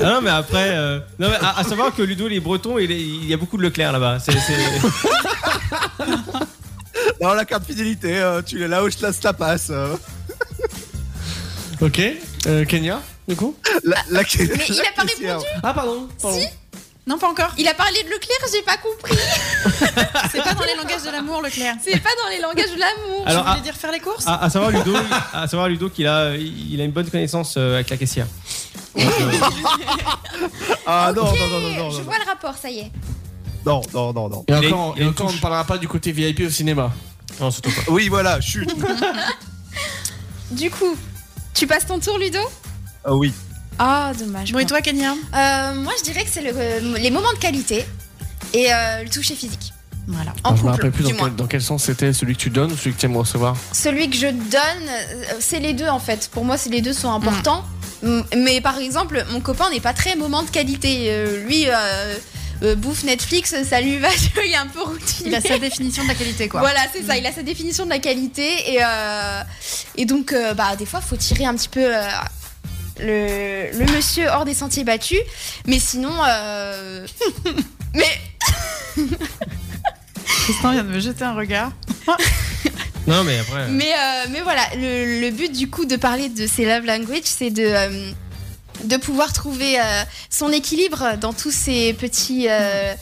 Speaker 2: Ah non mais après, euh, non, mais à, à savoir que Ludo il est breton et il est- il y a beaucoup de Leclerc là-bas. C'est- c'est-
Speaker 9: Non, la carte fidélité, euh, tu l'as là où je te la, je te la passe. euh.
Speaker 7: Ok, euh, Kenya, du coup
Speaker 9: La, la-
Speaker 4: Mais Bah, il a pas
Speaker 9: la caissière.
Speaker 4: répondu
Speaker 7: Ah, pardon, pardon.
Speaker 4: Si
Speaker 5: Non, pas encore.
Speaker 4: Il a parlé de Leclerc, j'ai pas compris. [LAUGHS]
Speaker 5: C'est pas dans les langages de l'amour, Leclerc.
Speaker 4: C'est pas dans les langages de l'amour.
Speaker 2: Alors,
Speaker 5: tu voulais
Speaker 2: ah-
Speaker 5: dire faire les courses
Speaker 2: À, à savoir Ludo, à savoir Ludo qu'il a, il a une bonne connaissance euh, avec la caissière.
Speaker 9: Ah non,
Speaker 4: Ok,
Speaker 9: non, non, non, non,
Speaker 4: je
Speaker 9: non,
Speaker 4: vois le rapport, ça y est.
Speaker 9: non, non, non, non.
Speaker 7: Et
Speaker 2: Il est-
Speaker 7: encore,
Speaker 2: il est
Speaker 7: et encore, on ne parlera pas du côté VIP au cinéma.
Speaker 2: Non, surtout pas.
Speaker 9: Oui, voilà,
Speaker 4: [LAUGHS]
Speaker 9: chute.
Speaker 4: Du coup, tu passes ton tour, Ludo
Speaker 9: Ah oui.
Speaker 4: Ah, dommage.
Speaker 5: Bon, et toi, Kenya
Speaker 4: Euh, moi, je dirais que c'est le- euh, les moments de qualité et euh, le toucher physique.
Speaker 5: Voilà.
Speaker 7: Alors,
Speaker 4: En
Speaker 9: Ah,
Speaker 7: je me
Speaker 4: couple,
Speaker 7: rappelle plus
Speaker 4: du
Speaker 7: dans
Speaker 4: moins.
Speaker 7: quel, dans quel sens c'était, celui que tu donnes ou celui que tu aimes recevoir.
Speaker 4: Celui que je donne, euh, c'est les deux en fait. Pour moi, c'est les deux sont importants. M- Mais par exemple, mon copain n'est pas très moment de qualité. Euh, lui euh, euh, bouffe Netflix, ça lui va, [LAUGHS] tu vois, il est un peu routinier.
Speaker 5: Il a sa définition de la qualité, quoi. Mm.
Speaker 4: Voilà, c'est ça, il a sa définition de la qualité et, euh, et donc euh, bah, des fois, faut tirer un petit peu euh, le, le monsieur hors des sentiers battus, mais sinon... euh, mais
Speaker 5: Tristan vient de me jeter un regard.
Speaker 2: Non, mais après.
Speaker 4: mais, euh, mais voilà, le, le but du coup de parler de ces love language, c'est de, euh, de pouvoir trouver euh, son équilibre dans tous ces petits, euh,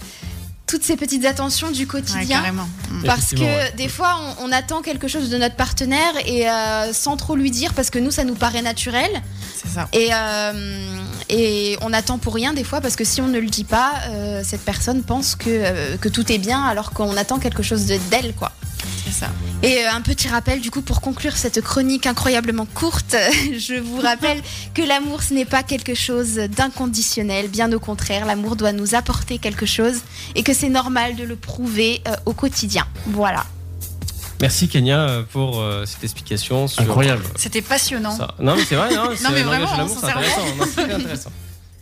Speaker 4: toutes ces petites attentions du
Speaker 5: Ouais,
Speaker 4: quotidien.
Speaker 5: carrément. Mm.
Speaker 4: parce que
Speaker 2: Effectivement, ouais.
Speaker 4: des fois, on, on attend quelque chose de notre partenaire et euh, sans trop lui dire, parce que nous, ça nous paraît naturel.
Speaker 5: C'est ça.
Speaker 4: Et, euh, et on attend pour rien des fois parce que si on ne le dit pas, euh, cette personne pense que, euh, que tout est bien alors qu'on attend quelque chose de- d'elle, quoi.
Speaker 5: C'est ça.
Speaker 4: Et euh, un petit rappel, du coup, pour conclure cette chronique incroyablement courte, [LAUGHS] je vous rappelle que l'amour, ce n'est pas quelque chose d'inconditionnel, bien au contraire, l'amour doit nous apporter quelque chose et que c'est normal de le prouver euh, au quotidien. Voilà.
Speaker 2: Merci Kenya euh, pour euh, cette explication. Sur
Speaker 7: Incroyable.
Speaker 5: C'était passionnant.
Speaker 2: Ça. Non, mais c'est vrai, [LAUGHS] non, c'est
Speaker 5: mais
Speaker 2: le langage
Speaker 5: vraiment,
Speaker 2: de l'amour, c'est
Speaker 5: sincèrement.
Speaker 2: intéressant. Non, c'est très [LAUGHS] intéressant.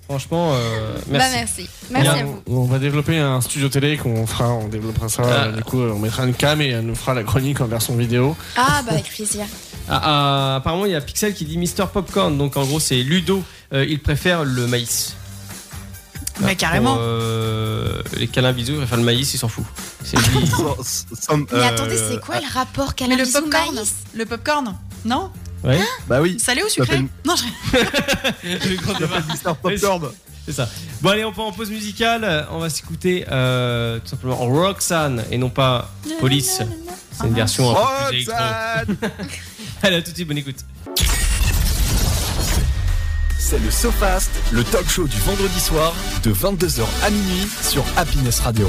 Speaker 2: Franchement, euh,
Speaker 4: Bah,
Speaker 2: merci.
Speaker 4: merci.
Speaker 2: Merci
Speaker 7: Là,
Speaker 4: à vous.
Speaker 7: On, on va développer un studio télé qu'on fera, on développera ça.
Speaker 2: Ah.
Speaker 7: Du coup, on mettra une cam et elle nous fera la chronique en version vidéo.
Speaker 4: Ah, bah, avec plaisir.
Speaker 2: Ah, ah, apparemment, il y a Pixel qui dit Mister Popcorn. Donc, en gros, c'est Ludo. euh, il préfère le maïs.
Speaker 5: Mais carrément.
Speaker 2: Pour, euh, les câlins bisous, il préfère le maïs, il s'en fout. [LAUGHS] C'est lui.
Speaker 9: Sans- sans-
Speaker 4: Mais
Speaker 9: euh,
Speaker 4: attendez, c'est quoi le rapport qu'elle
Speaker 5: Mais
Speaker 4: a
Speaker 5: le popcorn Ah, Le popcorn Non
Speaker 2: Ouais.
Speaker 9: Bah oui,
Speaker 5: Salé ou sucré
Speaker 9: T'appelles-
Speaker 5: Non, je...
Speaker 2: Le grand
Speaker 9: il
Speaker 2: débat.
Speaker 9: appelle Mr. Popcorn.
Speaker 2: C'est ça. Bon, allez, on part en pause musicale. On va s'écouter euh, tout simplement Roxanne et non pas Police. C'est une version un peu plus électro.
Speaker 9: Roxane
Speaker 2: Allez, à tout de suite, bonne écoute.
Speaker 1: C'est le SoFast, le talk show du vendredi soir de 22h à minuit sur Happiness Radio.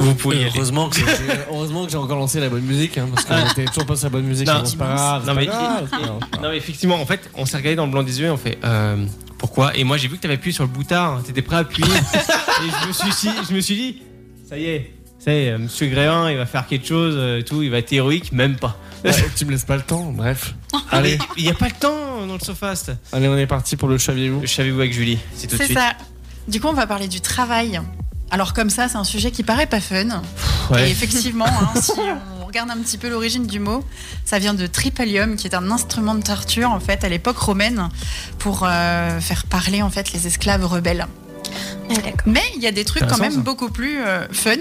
Speaker 2: Vous pouvez y aller.
Speaker 7: heureusement, que [LAUGHS] j'ai- euh, heureusement que j'ai encore lancé la bonne musique, hein, parce qu'on était toujours pas sur la bonne musique.
Speaker 2: Non.
Speaker 7: mais c'est pas grave,
Speaker 2: Non,
Speaker 7: c'est
Speaker 2: mais-
Speaker 7: pas grave, c'est pas [LAUGHS] grave.
Speaker 2: Non, mais effectivement, en fait, on s'est regardé dans le blanc des yeux et on fait euh, pourquoi Et moi, j'ai vu que t'avais appuyé sur le boutard, hein. t'étais prêt à [LAUGHS] appuyer. et je me, suis, dit- je me suis dit ça y est, ça y est, euh, monsieur Grévin, il va faire quelque chose, euh, et tout, il va être héroïque, même [LAUGHS] pas.
Speaker 7: Ouais, tu me laisses pas le temps, bref. Allez,
Speaker 2: Il n'y a pas le temps euh, dans le sofast.
Speaker 7: allez, on est parti pour le chaviez-vous.
Speaker 2: Je savais vous avec Julie, c'est tout de
Speaker 5: C'est
Speaker 2: suite.
Speaker 5: ça. Du coup, on va parler du travail. Alors comme ça, c'est un sujet qui paraît pas fun.
Speaker 2: Ouais.
Speaker 5: Et effectivement, hein, [LAUGHS] si on regarde un petit peu l'origine du mot, ça vient de tripalium, qui est un instrument de torture en fait à l'époque romaine pour euh, faire parler en fait les esclaves rebelles. Mais il y a des trucs quand
Speaker 2: Intéressant,
Speaker 5: même
Speaker 2: ça.
Speaker 5: beaucoup plus euh, fun.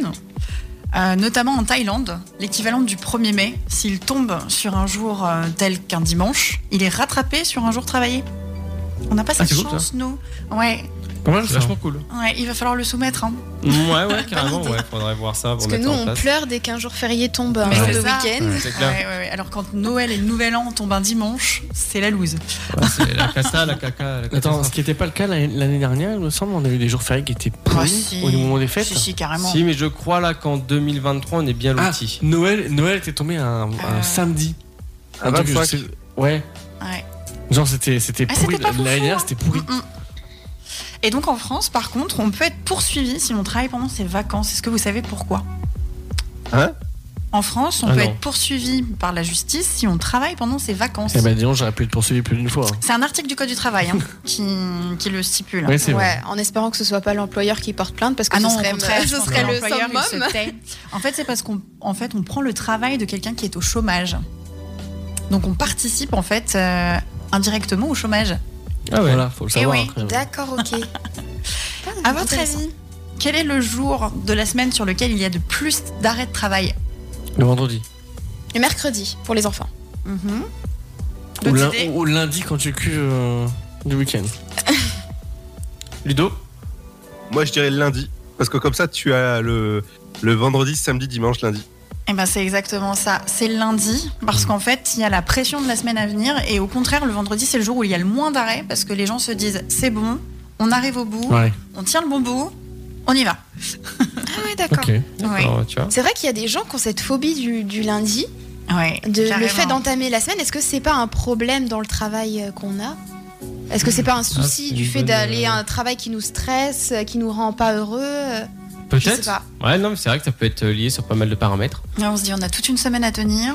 Speaker 5: Euh, notamment en Thaïlande, l'équivalent du 1er mai, s'il tombe sur un jour euh, tel qu'un dimanche, il est rattrapé sur un jour travaillé. On n'a pas cette
Speaker 2: Ah, c'est cool,
Speaker 5: chance, nous. Ouais,
Speaker 7: Pas mal,
Speaker 2: C'est
Speaker 7: ça.
Speaker 2: vachement cool.
Speaker 5: ouais, il va falloir le soumettre. hein.
Speaker 2: Ouais, ouais, carrément, ouais, faudrait voir ça.
Speaker 4: Parce que
Speaker 5: bah,
Speaker 4: nous, on pleure dès qu'un jour férié tombe un
Speaker 5: Mais
Speaker 4: jour
Speaker 5: c'est
Speaker 4: de
Speaker 5: ça.
Speaker 4: week-end.
Speaker 2: C'est clair.
Speaker 5: Ouais, ouais, ouais. Alors quand Noël et le Nouvel An tombent un dimanche, c'est la loose.
Speaker 7: Ah
Speaker 2: Ouais, c'est la cata, la caca, la
Speaker 7: Attends,
Speaker 2: catastrophe.
Speaker 7: ce qui n'était pas le cas l'année l'année dernière, il me semble, on a eu des jours fériés qui étaient
Speaker 5: Ah,
Speaker 7: pourris
Speaker 5: si.
Speaker 7: au moment des fêtes.
Speaker 5: Si, si, carrément.
Speaker 2: Si, mais je crois là qu'en 2023, on est bien
Speaker 7: Ah,
Speaker 2: lotis.
Speaker 7: Noël, Noël était tombé un, un
Speaker 5: Euh.
Speaker 7: samedi.
Speaker 9: Un
Speaker 7: truc, je
Speaker 9: 25.
Speaker 7: sais- ouais.
Speaker 5: Ouais.
Speaker 7: Genre c'était c'était
Speaker 5: Ah,
Speaker 7: pourri.
Speaker 5: c'était pas
Speaker 7: L'année dernière
Speaker 5: foufou,
Speaker 7: c'était pourri.
Speaker 5: Mm, mm. Et donc en France, par contre, on peut être poursuivi si l'on travaille pendant ses vacances. Est-ce que vous savez pourquoi
Speaker 9: Hein
Speaker 5: En France, on
Speaker 2: Ah
Speaker 5: peut
Speaker 2: non.
Speaker 5: être poursuivi par la justice si on travaille pendant ses vacances.
Speaker 7: Eh ben disons j'aurais pu le poursuivre plus d'une fois. hein.
Speaker 5: C'est un article du Code du travail hein, [LAUGHS] qui, qui le stipule.
Speaker 7: Ouais, c'est vrai.
Speaker 4: Ouais, en espérant que ce soit pas l'employeur qui porte plainte parce que
Speaker 5: Ah non,
Speaker 4: ce
Speaker 5: au
Speaker 4: serait,
Speaker 5: contraire,
Speaker 4: ce
Speaker 5: je pense que
Speaker 4: serait le
Speaker 5: l'employeur, il se
Speaker 4: summum.
Speaker 5: tait. En fait, c'est parce qu'on en fait, on prend le travail de quelqu'un qui est au chômage. Donc on participe en fait euh, indirectement au chômage.
Speaker 2: Ah ouais.
Speaker 7: Voilà, faut le savoir.
Speaker 5: Eh
Speaker 7: hein. après.
Speaker 5: oui.
Speaker 4: Eh D'accord, ok. Ah,
Speaker 5: À votre avis, quel est le jour de la semaine sur lequel il y a de plus d'arrêts de travail
Speaker 7: Le vendredi.
Speaker 4: Le mercredi pour les enfants. Mhm.
Speaker 7: Ou,
Speaker 5: D'autres
Speaker 7: lin-
Speaker 5: idées
Speaker 7: ou lundi quand tu cuves euh, du
Speaker 5: [LAUGHS]
Speaker 7: week-end. Ludo
Speaker 9: Moi, je dirais le lundi. Parce que comme ça, tu as le, le vendredi, samedi, dimanche, lundi.
Speaker 5: Eh ben c'est exactement ça. C'est le lundi
Speaker 7: Mm.
Speaker 5: parce qu'en fait il y a la pression de la semaine à venir et au contraire le vendredi c'est le jour où il y a le moins d'arrêt parce que les gens se disent c'est bon, on arrive au bout,
Speaker 7: Ouais.
Speaker 5: on tient le bon bout, on y va.
Speaker 4: Ah ouais, d'accord.
Speaker 7: Ok.
Speaker 5: Oui.
Speaker 2: Alors, tu vois.
Speaker 4: C'est vrai qu'il y a des gens qui ont cette phobie du, du lundi,
Speaker 5: Ouais,
Speaker 4: de, le
Speaker 5: carrément.
Speaker 4: fait d'entamer la semaine. Est-ce que c'est pas un problème dans le travail euh, qu'on a Est-ce que c'est pas un souci
Speaker 2: c'est
Speaker 4: du
Speaker 2: une
Speaker 4: fait
Speaker 2: bonne,
Speaker 4: d'aller
Speaker 2: euh,
Speaker 4: à un travail qui nous stresse, euh, qui nous rend pas heureux euh, Je sais
Speaker 2: Peut-être.
Speaker 4: pas.
Speaker 2: Ouais, non, mais c'est vrai que ça peut être euh, lié sur pas mal de paramètres.
Speaker 5: Ouais, Ah, on se dit on a toute une semaine à tenir.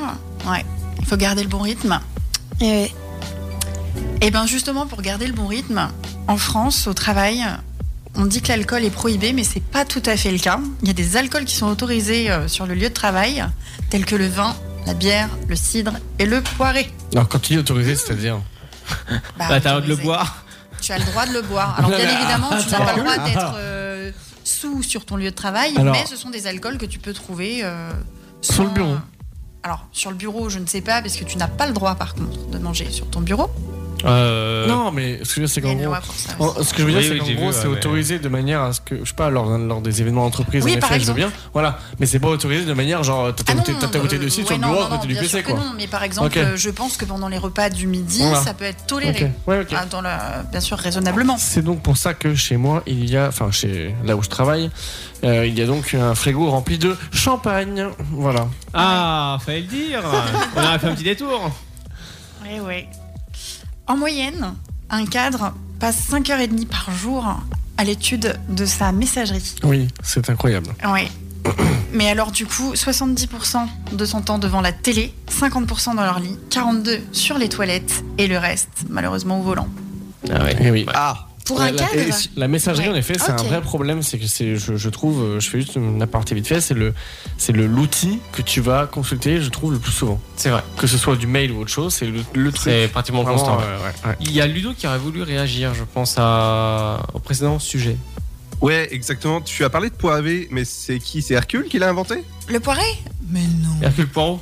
Speaker 5: Ouais, il faut garder le bon rythme.
Speaker 4: Euh,
Speaker 5: Et bien justement pour garder le bon rythme, en France, au travail, on dit que l'alcool est prohibé, mais c'est pas tout à fait le cas. Il y a des alcools qui sont autorisés euh, sur le lieu de travail, tels que le vin, la bière, le cidre et le poiré.
Speaker 7: Alors quand tu dis autorisé, c'est-à-dire
Speaker 2: Bah,
Speaker 5: Ah,
Speaker 2: t'as le droit de le
Speaker 5: autorisé.
Speaker 2: boire.
Speaker 5: Tu as le droit de le boire. Alors bien évidemment, tu n'as pas le droit d'être euh, sous sur ton lieu de travail,
Speaker 7: Alors-
Speaker 5: mais ce sont des alcools que tu peux trouver euh,
Speaker 7: Sur
Speaker 5: sans-
Speaker 7: le bureau.
Speaker 5: Alors sur le bureau, je ne sais pas, parce que tu n'as pas le droit par contre de manger sur ton bureau.
Speaker 2: Euh,
Speaker 7: Non, mais ce que je veux dire, c'est
Speaker 5: Mmh. Il y a
Speaker 7: qu'en
Speaker 5: une
Speaker 7: gros. Oh,
Speaker 5: loi pour ça. aussi.
Speaker 7: en- ce que je veux dire,
Speaker 2: Oui, oui,
Speaker 7: c'est qu'en
Speaker 2: j'ai
Speaker 7: gros,
Speaker 2: vu,
Speaker 7: c'est
Speaker 2: ouais, mais-
Speaker 7: autorisé de manière à ce que, je sais pas, lors, lors des événements d'entreprises,
Speaker 5: Oui,
Speaker 7: en
Speaker 5: par
Speaker 7: effet, je veux
Speaker 5: exemple.
Speaker 7: bien. Voilà, mais c'est pas autorisé de manière genre, t'as ta
Speaker 5: Ah non,
Speaker 7: bouteille t'as ta
Speaker 5: euh,
Speaker 7: bouteille de dessus
Speaker 5: ouais,
Speaker 7: sur le
Speaker 5: non,
Speaker 7: bureau
Speaker 5: non,
Speaker 7: à côté
Speaker 5: non,
Speaker 7: du
Speaker 5: bien sûr
Speaker 7: PC,
Speaker 5: que
Speaker 7: quoi.
Speaker 5: Non, mais par exemple,
Speaker 7: Ok.
Speaker 5: euh, je pense que pendant les repas du midi,
Speaker 7: Voilà.
Speaker 5: ça peut être
Speaker 7: Ok,
Speaker 5: toléré.
Speaker 7: ouais, ok.
Speaker 5: Ah, dans le- bien sûr, raisonnablement.
Speaker 7: C'est donc pour ça que chez moi, il y a, enfin chez là où je travaille, euh, il y a donc un frigo rempli de champagne. Voilà.
Speaker 2: Ah, fallait le
Speaker 5: [LAUGHS]
Speaker 2: dire. On a fait un petit détour.
Speaker 5: Oui, oui. En moyenne, un cadre passe 5h30 par jour à l'étude de sa messagerie.
Speaker 7: Oui, c'est incroyable.
Speaker 5: Oui. [CLEARS THROAT] Mais alors du coup, 70% de son temps devant la télé, 50% dans leur lit, 42 sur les toilettes et le reste malheureusement au volant.
Speaker 2: Ah ouais.
Speaker 7: Eh oui.
Speaker 6: Ah,
Speaker 4: pour
Speaker 7: Ouais,
Speaker 4: un
Speaker 7: la-
Speaker 4: cadre
Speaker 7: et si- La messagerie,
Speaker 4: Ouais.
Speaker 7: en effet, c'est
Speaker 4: Ok.
Speaker 7: un vrai problème. C'est que c'est, je, je trouve, euh, je fais juste une aparté vite fait, c'est le, c'est le l'outil que tu vas consulter, je trouve, le plus souvent.
Speaker 2: C'est vrai.
Speaker 7: Que ce soit du mail ou autre chose, c'est le, le truc.
Speaker 2: C'est pratiquement
Speaker 7: vraiment,
Speaker 2: constant.
Speaker 7: euh, ouais, ouais.
Speaker 2: Il y a Ludo qui aurait voulu réagir, je pense, à... au précédent sujet.
Speaker 9: Ouais, exactement. Tu as parlé de poivré, mais c'est qui C'est Hercule qui l'a inventé
Speaker 5: Le poiré Mais non.
Speaker 2: Hercule
Speaker 5: [LAUGHS]
Speaker 2: Poirot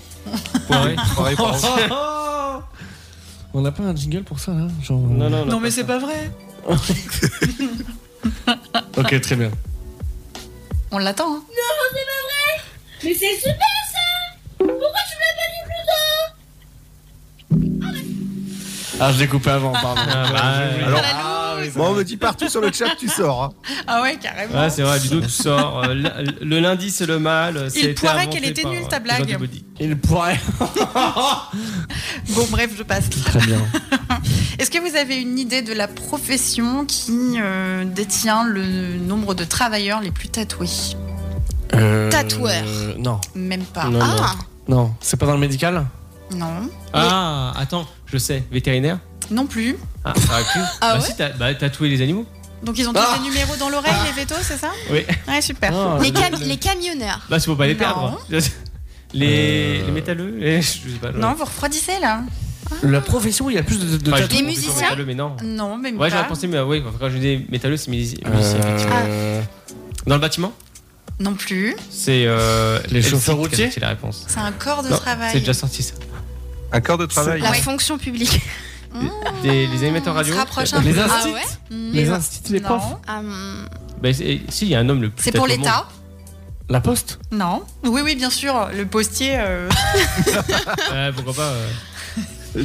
Speaker 2: Poiré [LAUGHS]
Speaker 9: Poiré, poivré.
Speaker 7: On n'a pas un jingle pour ça là, genre.
Speaker 2: Non, non, non.
Speaker 8: mais c'est pas vrai.
Speaker 7: Ok, très bien.
Speaker 5: On l'attend. hein.
Speaker 10: Mais c'est super
Speaker 7: Ah, je l'ai coupé avant, pardon.
Speaker 2: Ah, bah, ouais.
Speaker 9: Alors,
Speaker 5: Ah, la loose.
Speaker 9: moi, on me dit partout sur le chat que tu sors. hein.
Speaker 5: Ah ouais, carrément.
Speaker 2: Ouais, c'est vrai, Ludo, tu sors. euh, le, le lundi, c'est le mal. c'est été
Speaker 5: poirait
Speaker 2: inventé
Speaker 5: qu'elle était
Speaker 2: par,
Speaker 5: nulle, ta
Speaker 2: euh,
Speaker 5: blague.
Speaker 2: Jean Dibaudy.
Speaker 7: Il pourrait.
Speaker 5: Bon, bref, je passe.
Speaker 7: Très bien.
Speaker 5: Est-ce que vous avez une idée de la profession qui euh, détient le nombre de travailleurs les plus tatoués
Speaker 7: Euh,
Speaker 4: Tatoueur.
Speaker 7: Non.
Speaker 5: Même pas.
Speaker 7: Non, non.
Speaker 4: Ah,
Speaker 7: Non, c'est pas dans le médical
Speaker 5: Non.
Speaker 2: Ah, attends, je sais. Vétérinaire
Speaker 5: Non plus.
Speaker 2: Ah, ça aurait pu.
Speaker 5: Ah
Speaker 2: bah,
Speaker 5: ouais
Speaker 2: si, t'as bah, t'as tué les animaux.
Speaker 5: Donc ils ont tous des numéros dans l'oreille, les vétos, c'est ça
Speaker 2: Ah Oui.
Speaker 5: Ouais, super.
Speaker 4: les, cam- les camionneurs.
Speaker 2: Bah, c'est pour pas les
Speaker 5: Non.
Speaker 2: perdre. Les, [LAUGHS]
Speaker 7: Euh.
Speaker 2: les métalleux les- Je sais pas.
Speaker 5: Non, vous refroidissez là
Speaker 7: La profession où il y a plus de, de, de
Speaker 2: Enfin, je
Speaker 7: tatouages.
Speaker 2: dis
Speaker 4: Les
Speaker 2: plutôt
Speaker 4: musiciens
Speaker 2: métalleux, mais non.
Speaker 5: Non, même
Speaker 2: Ouais, j'aurais
Speaker 5: pas.
Speaker 2: pensé, mais euh, oui, quand je dis métalleux, c'est musicien.
Speaker 7: Euh,
Speaker 2: Dans le bâtiment
Speaker 5: Non plus.
Speaker 2: C'est euh,
Speaker 7: Les chauffeurs
Speaker 2: Elsie qui a
Speaker 7: routiers
Speaker 2: sorti la réponse.
Speaker 5: C'est un corps de
Speaker 2: Non,
Speaker 5: travail.
Speaker 2: C'est déjà sorti ça.
Speaker 9: Un corps de travail.
Speaker 4: La fonction publique.
Speaker 5: Mmh.
Speaker 2: Des, les animateurs radio.
Speaker 5: On se rapproche un
Speaker 7: Les
Speaker 5: peu.
Speaker 4: Ah
Speaker 7: instituts
Speaker 4: ouais
Speaker 7: Les instituts, les
Speaker 5: non.
Speaker 7: profs
Speaker 4: Hum,
Speaker 2: Bah, c'est- si, il y a un homme le plus.
Speaker 5: C'est pour
Speaker 2: tatoué au
Speaker 5: l'État
Speaker 7: La poste
Speaker 5: Non. Oui, oui, bien sûr. Le postier, euh,
Speaker 2: monde. Ouais, pourquoi pas. euh,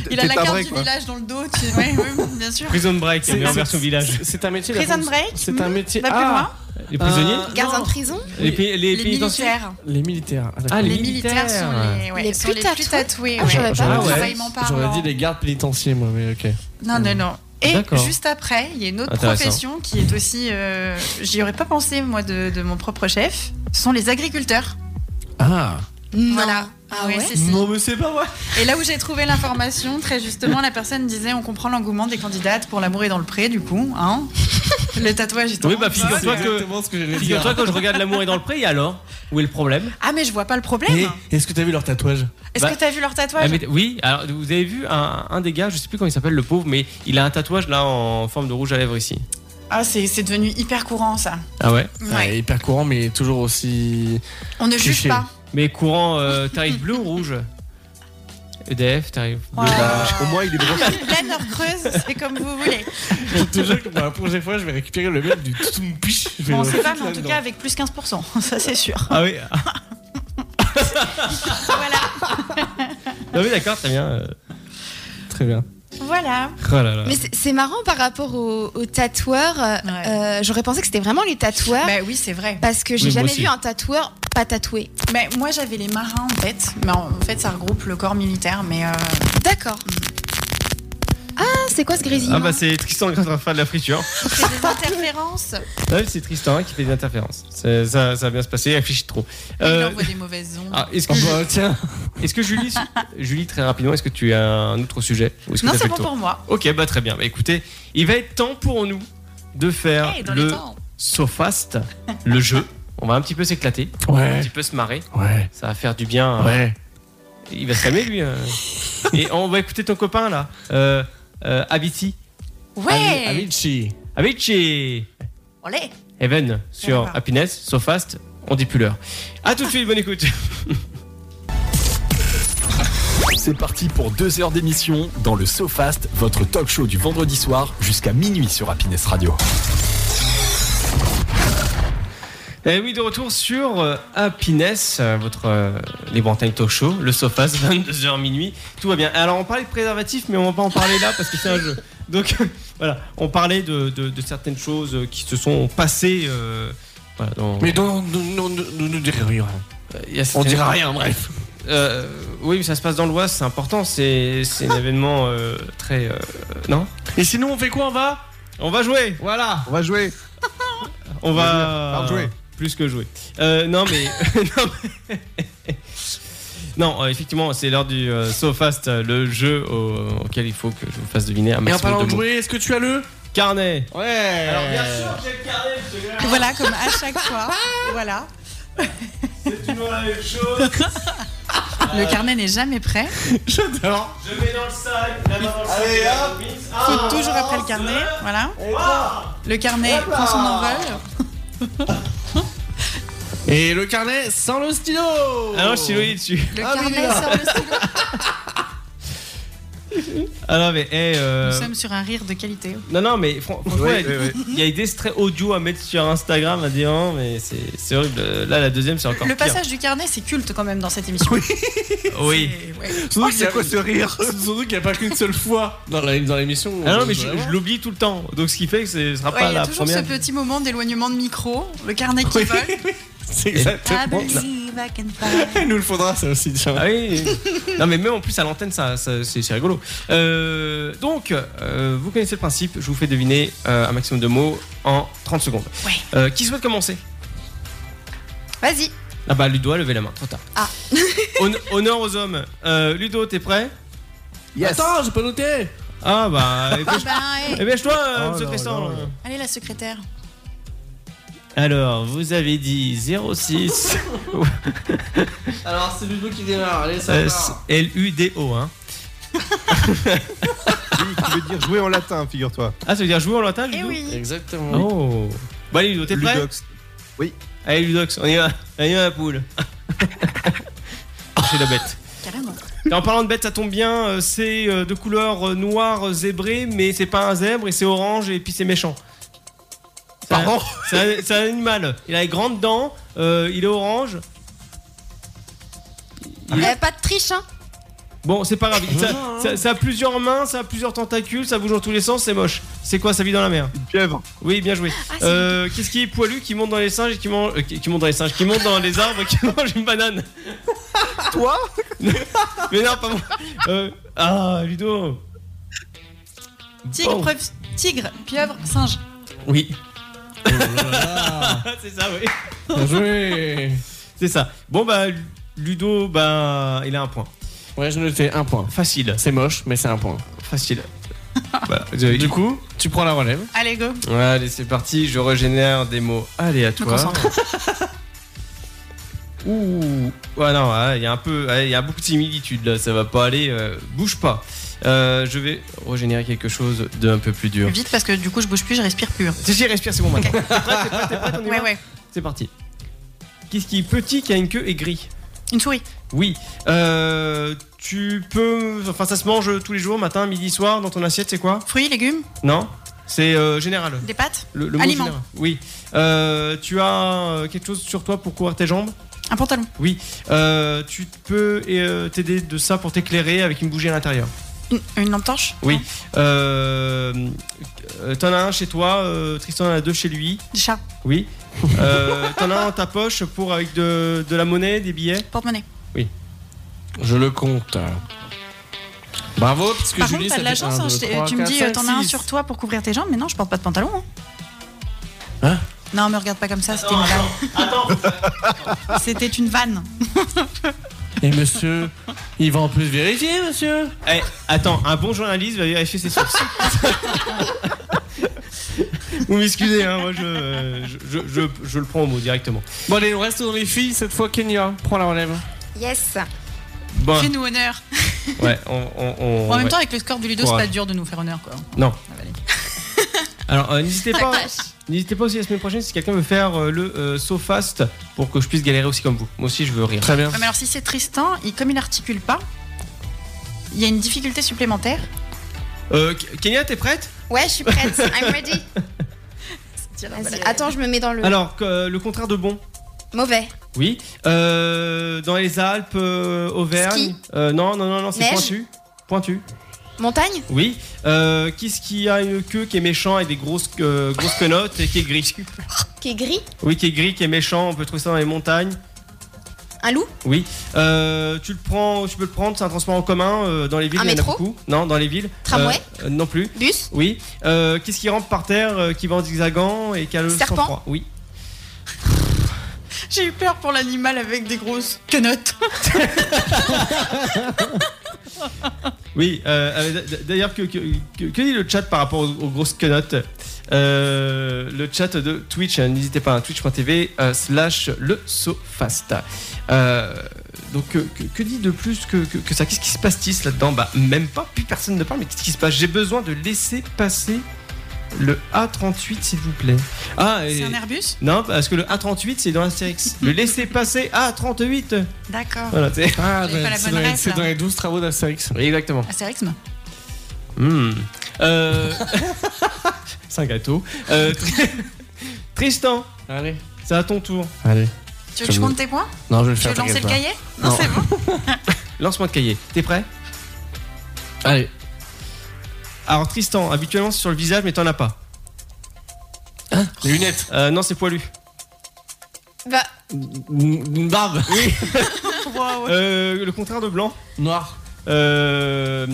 Speaker 5: il a
Speaker 9: T'es
Speaker 5: la
Speaker 9: pas
Speaker 5: carte
Speaker 9: vrai,
Speaker 5: du
Speaker 9: quoi.
Speaker 5: village dans le dos. Tu... Oui, oui, bien sûr.
Speaker 2: Prison Break,
Speaker 7: C'est-
Speaker 2: mais en
Speaker 7: c'est-
Speaker 2: version village.
Speaker 7: C'est c'est un métier. la
Speaker 5: Prison
Speaker 7: police.
Speaker 5: break
Speaker 7: C'est un métier.
Speaker 5: Va plus
Speaker 7: Ah,
Speaker 5: loin.
Speaker 2: Les prisonniers
Speaker 7: Euh,
Speaker 4: Gardien
Speaker 7: non.
Speaker 4: de prison
Speaker 2: Les, pays- les
Speaker 5: Ah, Les
Speaker 2: pénitentiaires
Speaker 5: militaires.
Speaker 7: Les militaires. Ah, d'accord.
Speaker 2: Ah, les,
Speaker 5: Les
Speaker 2: militaires.
Speaker 5: militaires sont les, ouais,
Speaker 4: Les
Speaker 5: sont
Speaker 4: plus
Speaker 5: les
Speaker 4: tatoués.
Speaker 5: plus tatoués.
Speaker 4: Ah,
Speaker 5: ouais.
Speaker 4: je savais pas.
Speaker 2: Ah ouais.
Speaker 5: Travaillement
Speaker 7: J'aurais
Speaker 5: parlant.
Speaker 7: dit les gardes pénitentiaires, moi, mais ok.
Speaker 5: Non, non, non. Et
Speaker 2: D'accord.
Speaker 5: juste après, il y a une autre
Speaker 2: Intéressant.
Speaker 5: profession qui est aussi. euh, J'y aurais pas pensé, moi, de, de mon propre chef. Ce sont les agriculteurs.
Speaker 7: Ah
Speaker 5: Voilà.
Speaker 4: Ah
Speaker 5: oui,
Speaker 4: ouais
Speaker 5: si, si.
Speaker 7: mais c'est pas vrai
Speaker 5: Et là où j'ai trouvé l'information, très justement, la personne disait on comprend l'engouement des candidates pour l'amour et dans le pré, du coup. Hein le tatouage est en
Speaker 2: Oui, bah,
Speaker 5: vogue.
Speaker 2: figure-toi que.
Speaker 7: ce que j'allais
Speaker 2: Figure-toi quand je regarde l'amour est dans le pré, et alors Où est le problème
Speaker 5: Ah, mais je vois pas le problème.
Speaker 7: Et est-ce que t'as vu leur tatouage
Speaker 5: Est-ce
Speaker 2: bah-
Speaker 5: que t'as vu leur
Speaker 2: Ah,
Speaker 5: tatouage
Speaker 2: mais t- Oui, alors vous avez vu un, un des gars, je sais plus comment il s'appelle, le pauvre, mais il a un tatouage là en forme de rouge à lèvres ici.
Speaker 5: Ah, c'est c'est devenu hyper courant, ça.
Speaker 2: Ah ouais
Speaker 5: Ouais.
Speaker 7: Ouais, Hyper courant, mais toujours aussi.
Speaker 5: On ne juge
Speaker 7: cliché.
Speaker 5: pas.
Speaker 2: Mais courant euh, tarif bleu ou rouge EDF, t'arrives.
Speaker 5: Ouais.
Speaker 9: Pour moi, il est brossé.
Speaker 5: Pleine heure creuse, c'est comme vous voulez.
Speaker 7: Je te jure que pour la prochaine fois, je vais récupérer le mail du Tsumpich. Je vais
Speaker 5: Bon, on
Speaker 7: le
Speaker 5: sait pas,
Speaker 7: foutre
Speaker 5: mais en tout
Speaker 7: là-dedans.
Speaker 5: cas avec plus 15%, [LAUGHS] ça c'est sûr.
Speaker 2: Ah oui,
Speaker 5: Voilà.
Speaker 2: ah oui d'accord, très bien. euh,
Speaker 7: Très bien.
Speaker 5: Voilà.
Speaker 2: Oh là là.
Speaker 4: Mais c'est- c'est marrant par rapport aux, aux tatoueurs. euh,
Speaker 5: Ouais.
Speaker 4: euh, J'aurais pensé que c'était vraiment les tatoueurs
Speaker 5: Bah oui, c'est vrai.
Speaker 4: parce que j'ai
Speaker 2: Oui, moi
Speaker 4: jamais
Speaker 2: aussi.
Speaker 4: vu un tatoueur pas tatoué.
Speaker 5: Mais moi j'avais les marins en tête, mais en fait ça regroupe le corps militaire, mais euh,
Speaker 4: D'accord.
Speaker 5: Mm.
Speaker 4: Ah, c'est quoi ce grésillement
Speaker 2: Ah bah c'est Tristan le grand fan de la [LAUGHS] friture.
Speaker 5: c'est des interférences.
Speaker 2: Ah oui, c'est Tristan hein, qui fait des interférences. C'est- Ça, ça va bien se passer, réfléchis trop.
Speaker 5: Il
Speaker 2: Euh,
Speaker 5: envoie des mauvaises ondes.
Speaker 2: ah, est-ce que,
Speaker 7: Oh bah, tiens.
Speaker 2: est-ce que Julie, Julie, très rapidement, est-ce que tu as un autre sujet ou est-ce que
Speaker 5: non,
Speaker 2: t'as
Speaker 5: c'est
Speaker 2: fait
Speaker 5: bon
Speaker 2: le tour
Speaker 5: pour moi.
Speaker 2: Ok, bah très bien. Bah, écoutez, il va être temps pour nous de faire
Speaker 5: Hey, Eh, dans les
Speaker 2: Ah, le
Speaker 5: temps.
Speaker 2: Sofast, le jeu. On va un petit peu s'éclater, un
Speaker 7: Ouais.
Speaker 2: petit peu se marrer.
Speaker 7: Ouais.
Speaker 2: Ça va faire du bien. hein.
Speaker 7: Ouais.
Speaker 2: Il va se calmer lui. euh. Et on va écouter ton copain là, euh, euh, Avicii. ah
Speaker 5: Ouais.
Speaker 7: Avicii.
Speaker 2: Avicii
Speaker 5: Olé.
Speaker 2: Heaven sur
Speaker 5: D'accord.
Speaker 2: Happiness, Sofast, on dit plus l'heure. A tout de suite, bonne écoute.
Speaker 1: C'est parti pour deux heures d'émission dans le SoFast, votre talk show du vendredi soir jusqu'à minuit sur Happiness Radio.
Speaker 2: Et Eh oui, de retour sur euh, Happiness, euh, votre euh, les Bretagne Talk Show, le [LAUGHS] Sofast, 22h minuit, tout va bien. Alors, on parlait de préservatifs, mais on va pas en parler là parce que c'est un jeu. Donc, [LAUGHS] voilà, on parlait de, de- de certaines choses euh, qui se sont passées. euh, voilà, dans-
Speaker 7: Mais non, nous nous- nous- nous ne dirons rien.
Speaker 2: Il y a
Speaker 7: On
Speaker 2: certaines-
Speaker 7: dira rien, bref.
Speaker 2: Euh, oui, mais ça se passe dans l'Oise, c'est important, c'est c'est
Speaker 7: [LAUGHS]
Speaker 2: un événement euh, très. euh, non
Speaker 7: Et sinon, on fait quoi On va
Speaker 2: On va jouer, voilà
Speaker 6: On va jouer.
Speaker 2: On va
Speaker 6: Par jouer.
Speaker 2: Plus que jouer. Euh, non, mais. [LAUGHS] non, mais- non, euh, effectivement, c'est l'heure du euh, SoFast, euh, le jeu au- auquel il faut que je vous fasse deviner un
Speaker 7: Et en
Speaker 2: maximum
Speaker 7: parlant
Speaker 2: de
Speaker 7: de
Speaker 2: mots.
Speaker 7: jouer, est-ce que tu as le
Speaker 2: Carnet
Speaker 7: Ouais.
Speaker 2: Alors, bien sûr, j'ai le carnet, parce que là,
Speaker 5: Voilà, comme à
Speaker 2: [LAUGHS]
Speaker 5: chaque fois. Voilà.
Speaker 2: c'est toujours la même chose.
Speaker 5: Le carnet n'est jamais prêt.
Speaker 7: J'adore.
Speaker 2: Je mets dans le sac, là-bas dans le sac.
Speaker 6: Allez,
Speaker 2: là,
Speaker 6: hop.
Speaker 2: mince.
Speaker 5: Faut
Speaker 2: Ah,
Speaker 5: toujours après le carnet. Voilà. Le carnet
Speaker 6: Hop là.
Speaker 5: prend son envol.
Speaker 7: Et le carnet sans le stylo.
Speaker 2: Ah Euh. non, je suis loin dessus.
Speaker 4: Le
Speaker 7: Ah, mais il est
Speaker 4: carnet
Speaker 7: là.
Speaker 4: sur le stylo.
Speaker 2: Ah non, mais, eh, euh,
Speaker 5: Nous sommes sur un rire de qualité.
Speaker 2: Non, non, mais fran- franchement,
Speaker 9: Oui,
Speaker 2: il y a-
Speaker 9: oui,
Speaker 2: il y a des extraits audio à mettre sur Instagram à dire, hein, mais c'est c'est horrible. Là, la deuxième, c'est encore
Speaker 5: Le
Speaker 2: pire.
Speaker 5: passage du carnet, c'est culte quand même dans cette émission.
Speaker 2: Oui.
Speaker 5: C'est- ouais.
Speaker 7: Surtout qu'il y
Speaker 6: C'est
Speaker 7: a-
Speaker 6: quoi ce rire
Speaker 7: surtout qu'il n'y a pas qu'une seule fois dans la- dans l'émission.
Speaker 2: Ah non,
Speaker 7: on
Speaker 2: mais
Speaker 7: va
Speaker 2: je,
Speaker 7: la voir.
Speaker 2: je l'oublie tout le temps. Donc, ce qui fait que ce sera
Speaker 5: Bah Ouais,
Speaker 2: Ah, pas
Speaker 5: il y a
Speaker 2: la
Speaker 5: toujours
Speaker 2: première.
Speaker 5: ce petit moment d'éloignement de micro, le carnet qui vole.
Speaker 2: [LAUGHS]
Speaker 5: Ah, ben,
Speaker 7: C'est
Speaker 6: Eh,
Speaker 5: I
Speaker 7: exactement. ça.
Speaker 5: believe I can fly.
Speaker 7: Il nous le faudra ça aussi. Tiens.
Speaker 2: Ah oui.
Speaker 5: [LAUGHS]
Speaker 2: non, mais même en plus à l'antenne, ça, ça- c'est c'est rigolo. Euh, donc, euh, vous connaissez le principe. Je vous fais deviner euh, un maximum de mots en 30 secondes.
Speaker 5: Ouais.
Speaker 2: Euh, qui souhaite commencer
Speaker 4: Vas-y.
Speaker 2: Ah bah, Ludo a levé la main. Trop tard.
Speaker 4: Ah.
Speaker 2: [LAUGHS] Hon- honneur aux hommes. Euh, Ludo, t'es prêt
Speaker 6: Yes.
Speaker 7: Attends, j'ai pas noté.
Speaker 2: Ah bah,
Speaker 5: [LAUGHS] Eh ben, eh.
Speaker 2: Eh bien, toi, euh,
Speaker 6: Oh
Speaker 2: monsieur
Speaker 6: là
Speaker 2: Tristan.
Speaker 6: là.
Speaker 2: là.
Speaker 5: Allez, la secrétaire.
Speaker 2: Alors, vous avez dit
Speaker 5: [LAUGHS]
Speaker 2: 06
Speaker 7: Alors c'est Ludo qui démarre. Allez,
Speaker 2: euh, L-U-D-O. Hein.
Speaker 9: Oui, qui veut dire jouer en latin, figure-toi.
Speaker 2: Ah, ça veut dire jouer en latin,
Speaker 5: Eh
Speaker 2: Ludo
Speaker 5: oui.
Speaker 7: Exactement.
Speaker 2: Oh. Bon, allez, Ludo, t'es prêt
Speaker 9: Ludox.
Speaker 2: Allez, Ludox, on y va. On y va, la poule. C'est la bête.
Speaker 5: Carrément.
Speaker 2: Et en parlant de bête, ça tombe bien. euh, C'est euh, de couleur euh, noire euh, zébrée, mais c'est pas un zèbre et c'est orange et puis c'est méchant. C'est un-
Speaker 9: Pardon
Speaker 2: C'est un, c'est un animal. Il a les grandes dents, euh, il est orange.
Speaker 4: Euh, pas de triche, hein.
Speaker 2: Bon, c'est pas grave. Ça, ça- ça a plusieurs mains, ça a plusieurs tentacules, ça bouge dans tous les sens, c'est moche. C'est quoi, ça vit dans la mer
Speaker 9: Une pieuvre.
Speaker 2: Oui, bien joué.
Speaker 4: Ah, c'est
Speaker 2: Euh, Qu'est-ce qui est poilu, qui monte dans les singes, et qui mange, euh, qui qui monte dans les singes, qui monte dans les arbres, et qui [LAUGHS] mange une banane
Speaker 6: Toi
Speaker 2: [LAUGHS] Mais non, pas moi. Euh, ah, Ludo.
Speaker 5: Tigre,
Speaker 2: Bon.
Speaker 5: preuve- tigre, pieuvre, singe.
Speaker 2: Oui, Oh
Speaker 7: Ah,
Speaker 2: [LAUGHS] c'est ça, oui.
Speaker 7: bien joué.
Speaker 2: C'est ça. Bon bah, Ludo, bah, il a un point.
Speaker 7: Ouais, je notais un point.
Speaker 2: Facile,
Speaker 7: C'est moche, mais c'est un point.
Speaker 2: facile. Voilà. Euh,
Speaker 7: Du coup, tu prends la relève.
Speaker 5: Allez, go.
Speaker 2: Allez, c'est parti, je régénère des mots aléatoires. [LAUGHS] Ouh, ouais, non, ouais, il y a un peu, ouais, il y a beaucoup de similitudes là, ça va pas aller, euh, bouge pas. Euh, je vais régénérer quelque chose d'un peu plus dur.
Speaker 5: Vite, parce que du coup, je bouge plus, je respire plus. hein.
Speaker 2: Si, si, respire, c'est bon maintenant. T'es prêt, t'es prêt, t'es prêt, on y va
Speaker 5: Ouais, ouais.
Speaker 2: C'est parti. Qu'est-ce qui est petit, qui a une queue et gris
Speaker 5: Une souris.
Speaker 2: Oui. Euh, tu peux. Enfin, ça se mange tous les jours, matin, midi, soir, dans ton assiette, c'est quoi
Speaker 5: Fruits, légumes,
Speaker 2: Non C'est euh, général.
Speaker 5: des pâtes,
Speaker 2: Le, le mot
Speaker 5: Aliments.
Speaker 2: général. Oui. Euh, tu as euh, quelque chose sur toi pour courir tes jambes
Speaker 5: un pantalon,
Speaker 2: Euh, Tu peux euh, t'aider de ça pour t'éclairer avec une bougie à l'intérieur.
Speaker 5: une, une lampe torche.
Speaker 2: Oui. Euh, euh, T'en as un chez toi, euh, Tristan en a deux chez lui.
Speaker 5: Des chats,
Speaker 2: Oui. Euh, T'en as un dans ta poche pour avec de, de la monnaie, des billets.
Speaker 5: porte-monnaie.
Speaker 7: Je le compte. Bravo, parce que
Speaker 5: Par
Speaker 7: Julie, ça
Speaker 5: contre, t'as de la
Speaker 7: fait
Speaker 5: chance,
Speaker 7: un,
Speaker 5: hein,
Speaker 7: deux,
Speaker 5: je t'ai-
Speaker 7: trois,
Speaker 5: tu me
Speaker 7: quatre,
Speaker 5: dis, euh,
Speaker 7: cinq,
Speaker 5: t'en as un
Speaker 7: six.
Speaker 5: sur toi pour couvrir tes jambes, mais non, je porte pas de pantalon. Hein.
Speaker 7: Hein
Speaker 5: Non, me regarde pas comme ça, c'était une vanne. [LAUGHS] C'était une vanne.
Speaker 7: Et monsieur, il va en plus vérifier, monsieur
Speaker 2: Eh, attends, un bon journaliste va vérifier ses sources. [LAUGHS] Vous m'excusez, hein, moi je, euh, je, je, je, je le prends au mot directement.
Speaker 7: Bon, allez, on reste dans les filles, cette fois Kenya. Prends la relève.
Speaker 4: Yes.
Speaker 2: Bon,
Speaker 5: Fais-nous honneur.
Speaker 2: ouais, on. on- on-
Speaker 5: en même
Speaker 2: ouais.
Speaker 5: temps, avec le score du Ludo, c'est
Speaker 2: Courage.
Speaker 5: pas dur de nous faire honneur. quoi.
Speaker 2: Non.
Speaker 5: Ah,
Speaker 4: [LAUGHS]
Speaker 5: bah, allez.
Speaker 2: Alors, euh, n'hésitez pas, n'hésitez pas aussi la semaine prochaine si quelqu'un veut faire euh, le euh, so fast pour que je puisse galérer aussi comme vous. Moi aussi, je veux rire.
Speaker 7: Très bien.
Speaker 5: Ouais, mais alors, si c'est Tristan, il, comme il articule pas, il y a une difficulté supplémentaire.
Speaker 2: Euh, K- Kenya, t'es prête
Speaker 4: Ouais, je suis
Speaker 5: [LAUGHS]
Speaker 4: prête. I'm ready. Vas-y,
Speaker 5: Ah,
Speaker 4: Attends, je me mets dans le
Speaker 2: Alors, que- euh, le contraire de bon.
Speaker 4: mauvais.
Speaker 2: Oui. Euh, dans les Alpes, euh, Auvergne.
Speaker 4: Ski.
Speaker 2: Euh, non, non, non, non, c'est
Speaker 4: Neige.
Speaker 2: pointu. Pointu.
Speaker 4: Montagne
Speaker 2: Oui. Euh, Qu'est-ce qui a une queue qui est méchant et des grosses, euh, grosses quenottes et qui est
Speaker 4: [LAUGHS]
Speaker 2: gris
Speaker 4: qui est gris.
Speaker 2: Oui, qui est gris, qui est méchant. On peut trouver ça dans les montagnes.
Speaker 4: Un loup
Speaker 2: Oui. Euh, tu le prends, tu peux le prendre. C'est un transport en commun euh, dans les villes.
Speaker 4: Un
Speaker 2: il y en a
Speaker 4: métro
Speaker 2: beaucoup. Non, dans les villes.
Speaker 4: Tramway
Speaker 2: Euh, euh, Non plus.
Speaker 4: Bus
Speaker 2: Oui. Euh, Qu'est-ce qui rampe par terre, euh, qui va en zigzagant et qui a le
Speaker 4: Serpent.
Speaker 2: sang-froid Oui.
Speaker 5: J'ai eu peur pour l'animal avec des grosses quenottes.
Speaker 2: Oui. euh, euh, d- D'ailleurs, que, que, que- que dit le chat par rapport aux, aux grosses quenottes Euh, le chat de Twitch, hein, n'hésitez pas, hein, twitch.tv euh, slash le sofast. Euh, donc, que, que- que dit de plus que, que- que ça Qu'est-ce qui se passe-t-il là-dedans Bah, même pas, plus personne ne parle, mais qu'est-ce qui se passe J'ai besoin de laisser passer le A38, s'il vous plaît. Ah, et-
Speaker 5: C'est un Airbus
Speaker 2: Non, parce que le A38, c'est dans l'Astérix. le laisser passer A38
Speaker 5: D'accord.
Speaker 2: Voilà, c'est.
Speaker 7: Ah,
Speaker 8: ben,
Speaker 5: J'avais
Speaker 7: bah,
Speaker 5: pas la
Speaker 7: c'est
Speaker 5: bonne
Speaker 7: dans les-
Speaker 5: ref,
Speaker 7: c'est
Speaker 5: là.
Speaker 7: dans, les 12 travaux d'Astérix.
Speaker 2: Oui, exactement.
Speaker 5: Astérixme
Speaker 2: Hmm. Euh, c'est un gâteau. Euh, Tr- [LAUGHS] Tristan,
Speaker 7: Allez.
Speaker 2: c'est à ton tour.
Speaker 7: Allez.
Speaker 5: Tu veux que je compte tes points
Speaker 7: Non, je vais le
Speaker 5: Tu
Speaker 7: faire.
Speaker 5: veux lancer
Speaker 7: t'inquiète
Speaker 5: le
Speaker 7: pas.
Speaker 5: cahier Non,
Speaker 7: Non.
Speaker 5: c'est bon.
Speaker 2: Lance-moi de cahier. T'es prêt
Speaker 7: Allez.
Speaker 2: Alors, Tristan, habituellement, c'est sur le visage, mais t'en as pas.
Speaker 7: Les lunettes.
Speaker 2: Euh, non, c'est poilu.
Speaker 4: Bah,
Speaker 7: Une barbe.
Speaker 2: Euh, le contraire de blanc.
Speaker 7: Noir.
Speaker 2: Euh,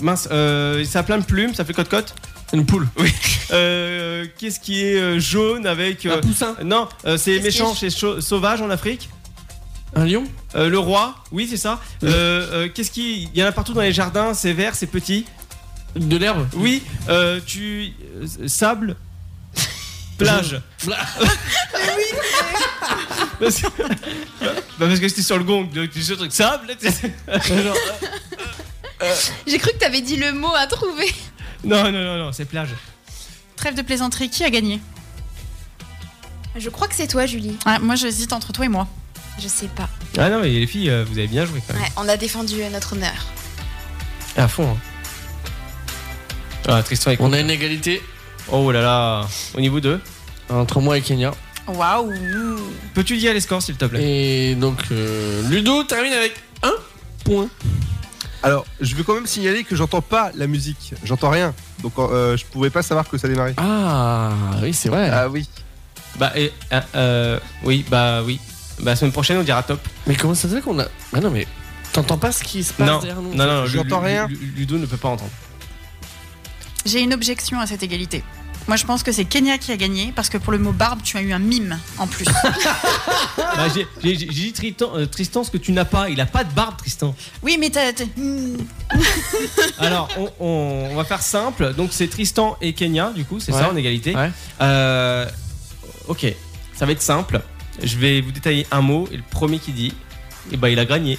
Speaker 2: mince, euh, ça a plein de plumes, ça fait cote-cote. Une poule. Oui. Euh, Qu'est-ce qui est euh, jaune avec. euh,
Speaker 7: Un poussin.
Speaker 2: Non, euh, c'est
Speaker 4: Qu'est-ce
Speaker 2: méchant,
Speaker 4: que
Speaker 2: c'est chau- sauvage en Afrique.
Speaker 7: Un lion.
Speaker 2: Euh, le roi, oui, c'est ça. Euh, euh, Qu'est-ce qui. Il y en a partout dans les jardins, c'est vert, c'est petit.
Speaker 7: De l'herbe.
Speaker 2: Oui, euh, tu. euh, [LAUGHS] sable. Plage. [LAUGHS] Parce que, bah parce que j'étais sur le gong, donc tu sais, le truc sable. tu sais. Genre,
Speaker 4: j'ai cru que t'avais dit le mot à trouver.
Speaker 2: non, non, non, non, c'est plage.
Speaker 5: Trêve de plaisanterie, qui a gagné
Speaker 4: Je crois que c'est toi, Julie.
Speaker 5: Ah, Moi, j'hésite entre toi et moi.
Speaker 4: Je sais pas.
Speaker 2: Ah non, mais les filles, euh, vous avez bien joué quand même.
Speaker 4: Ouais, on a défendu euh, notre honneur.
Speaker 2: À fond. hein. Ah, Tristan est
Speaker 7: On
Speaker 2: con.
Speaker 7: a une égalité
Speaker 2: Oh là là, au niveau 2.
Speaker 7: entre moi et Kenya.
Speaker 5: Waouh
Speaker 2: Peux-tu dire les scores, s'il te plaît
Speaker 7: Et donc, euh, Ludo termine avec un point.
Speaker 9: Alors, je veux quand même signaler que j'entends pas la musique. J'entends rien. Donc, euh, je pouvais pas savoir que ça démarrait.
Speaker 7: Ah, oui, c'est vrai.
Speaker 9: Ah oui.
Speaker 2: Bah, et, euh, euh, oui, bah oui. Bah, semaine prochaine, on dira top.
Speaker 7: Mais comment ça se fait qu'on a. Ah non, mais t'entends pas ce qui se passe
Speaker 2: Non,
Speaker 7: derrière
Speaker 2: non,
Speaker 7: nous
Speaker 2: non, non,
Speaker 9: J'entends
Speaker 2: Lu- Lu-
Speaker 9: rien.
Speaker 2: Lu- Ludo ne peut pas entendre.
Speaker 5: J'ai une objection à cette égalité. Moi, je pense que c'est Kenya qui a gagné parce que pour le mot barbe, tu as eu un mime
Speaker 4: [LAUGHS]
Speaker 5: en plus.
Speaker 2: Bah, j'ai j'ai- j'ai dit Tristan, euh, Tristan, ce que tu n'as pas, il a pas de barbe, Tristan.
Speaker 5: Oui, mais t'as. t'as- hmm.
Speaker 2: Alors, on, on- on va faire simple. Donc, c'est Tristan et Kenya, du coup, c'est
Speaker 7: Ouais.
Speaker 2: ça en égalité.
Speaker 7: Ouais.
Speaker 2: Euh, ok, ça va être simple. Je vais vous détailler un mot et le premier qui dit, eh ben, il a gagné.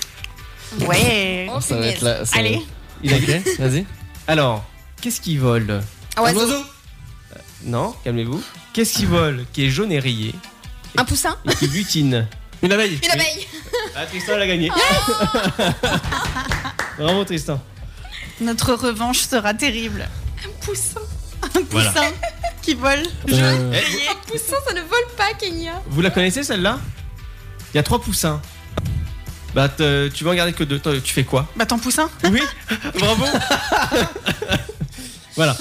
Speaker 5: Ouais
Speaker 4: Oh,
Speaker 7: Ça va être
Speaker 4: punaise.
Speaker 7: là. ça va
Speaker 5: Allez.
Speaker 7: être-
Speaker 2: Il a-
Speaker 7: Ok, vas-y.
Speaker 2: Alors, qu'est-ce qui vole Euh,
Speaker 4: Un oiseau.
Speaker 2: Non, calmez-vous. Qu'est-ce qui vole Qui est jaune et rayé
Speaker 4: Un poussin
Speaker 2: et qui butine
Speaker 7: Une abeille.
Speaker 4: Une abeille
Speaker 2: [LAUGHS] Ah, Tristan, elle a gagné. [LAUGHS] Bravo, Tristan.
Speaker 5: Notre revanche sera terrible.
Speaker 4: Un poussin.
Speaker 5: Un
Speaker 2: Voilà.
Speaker 5: poussin qui vole.
Speaker 7: Euh,
Speaker 2: Eh,
Speaker 4: [LAUGHS] Un poussin, ça ne vole pas, Kenya.
Speaker 2: vous la connaissez, celle-là Il y a trois poussins. Bah, te- tu vas en garder que deux. Toi, Tu fais quoi
Speaker 5: Bah ton poussin
Speaker 2: Oui, bravo. [LAUGHS] voilà.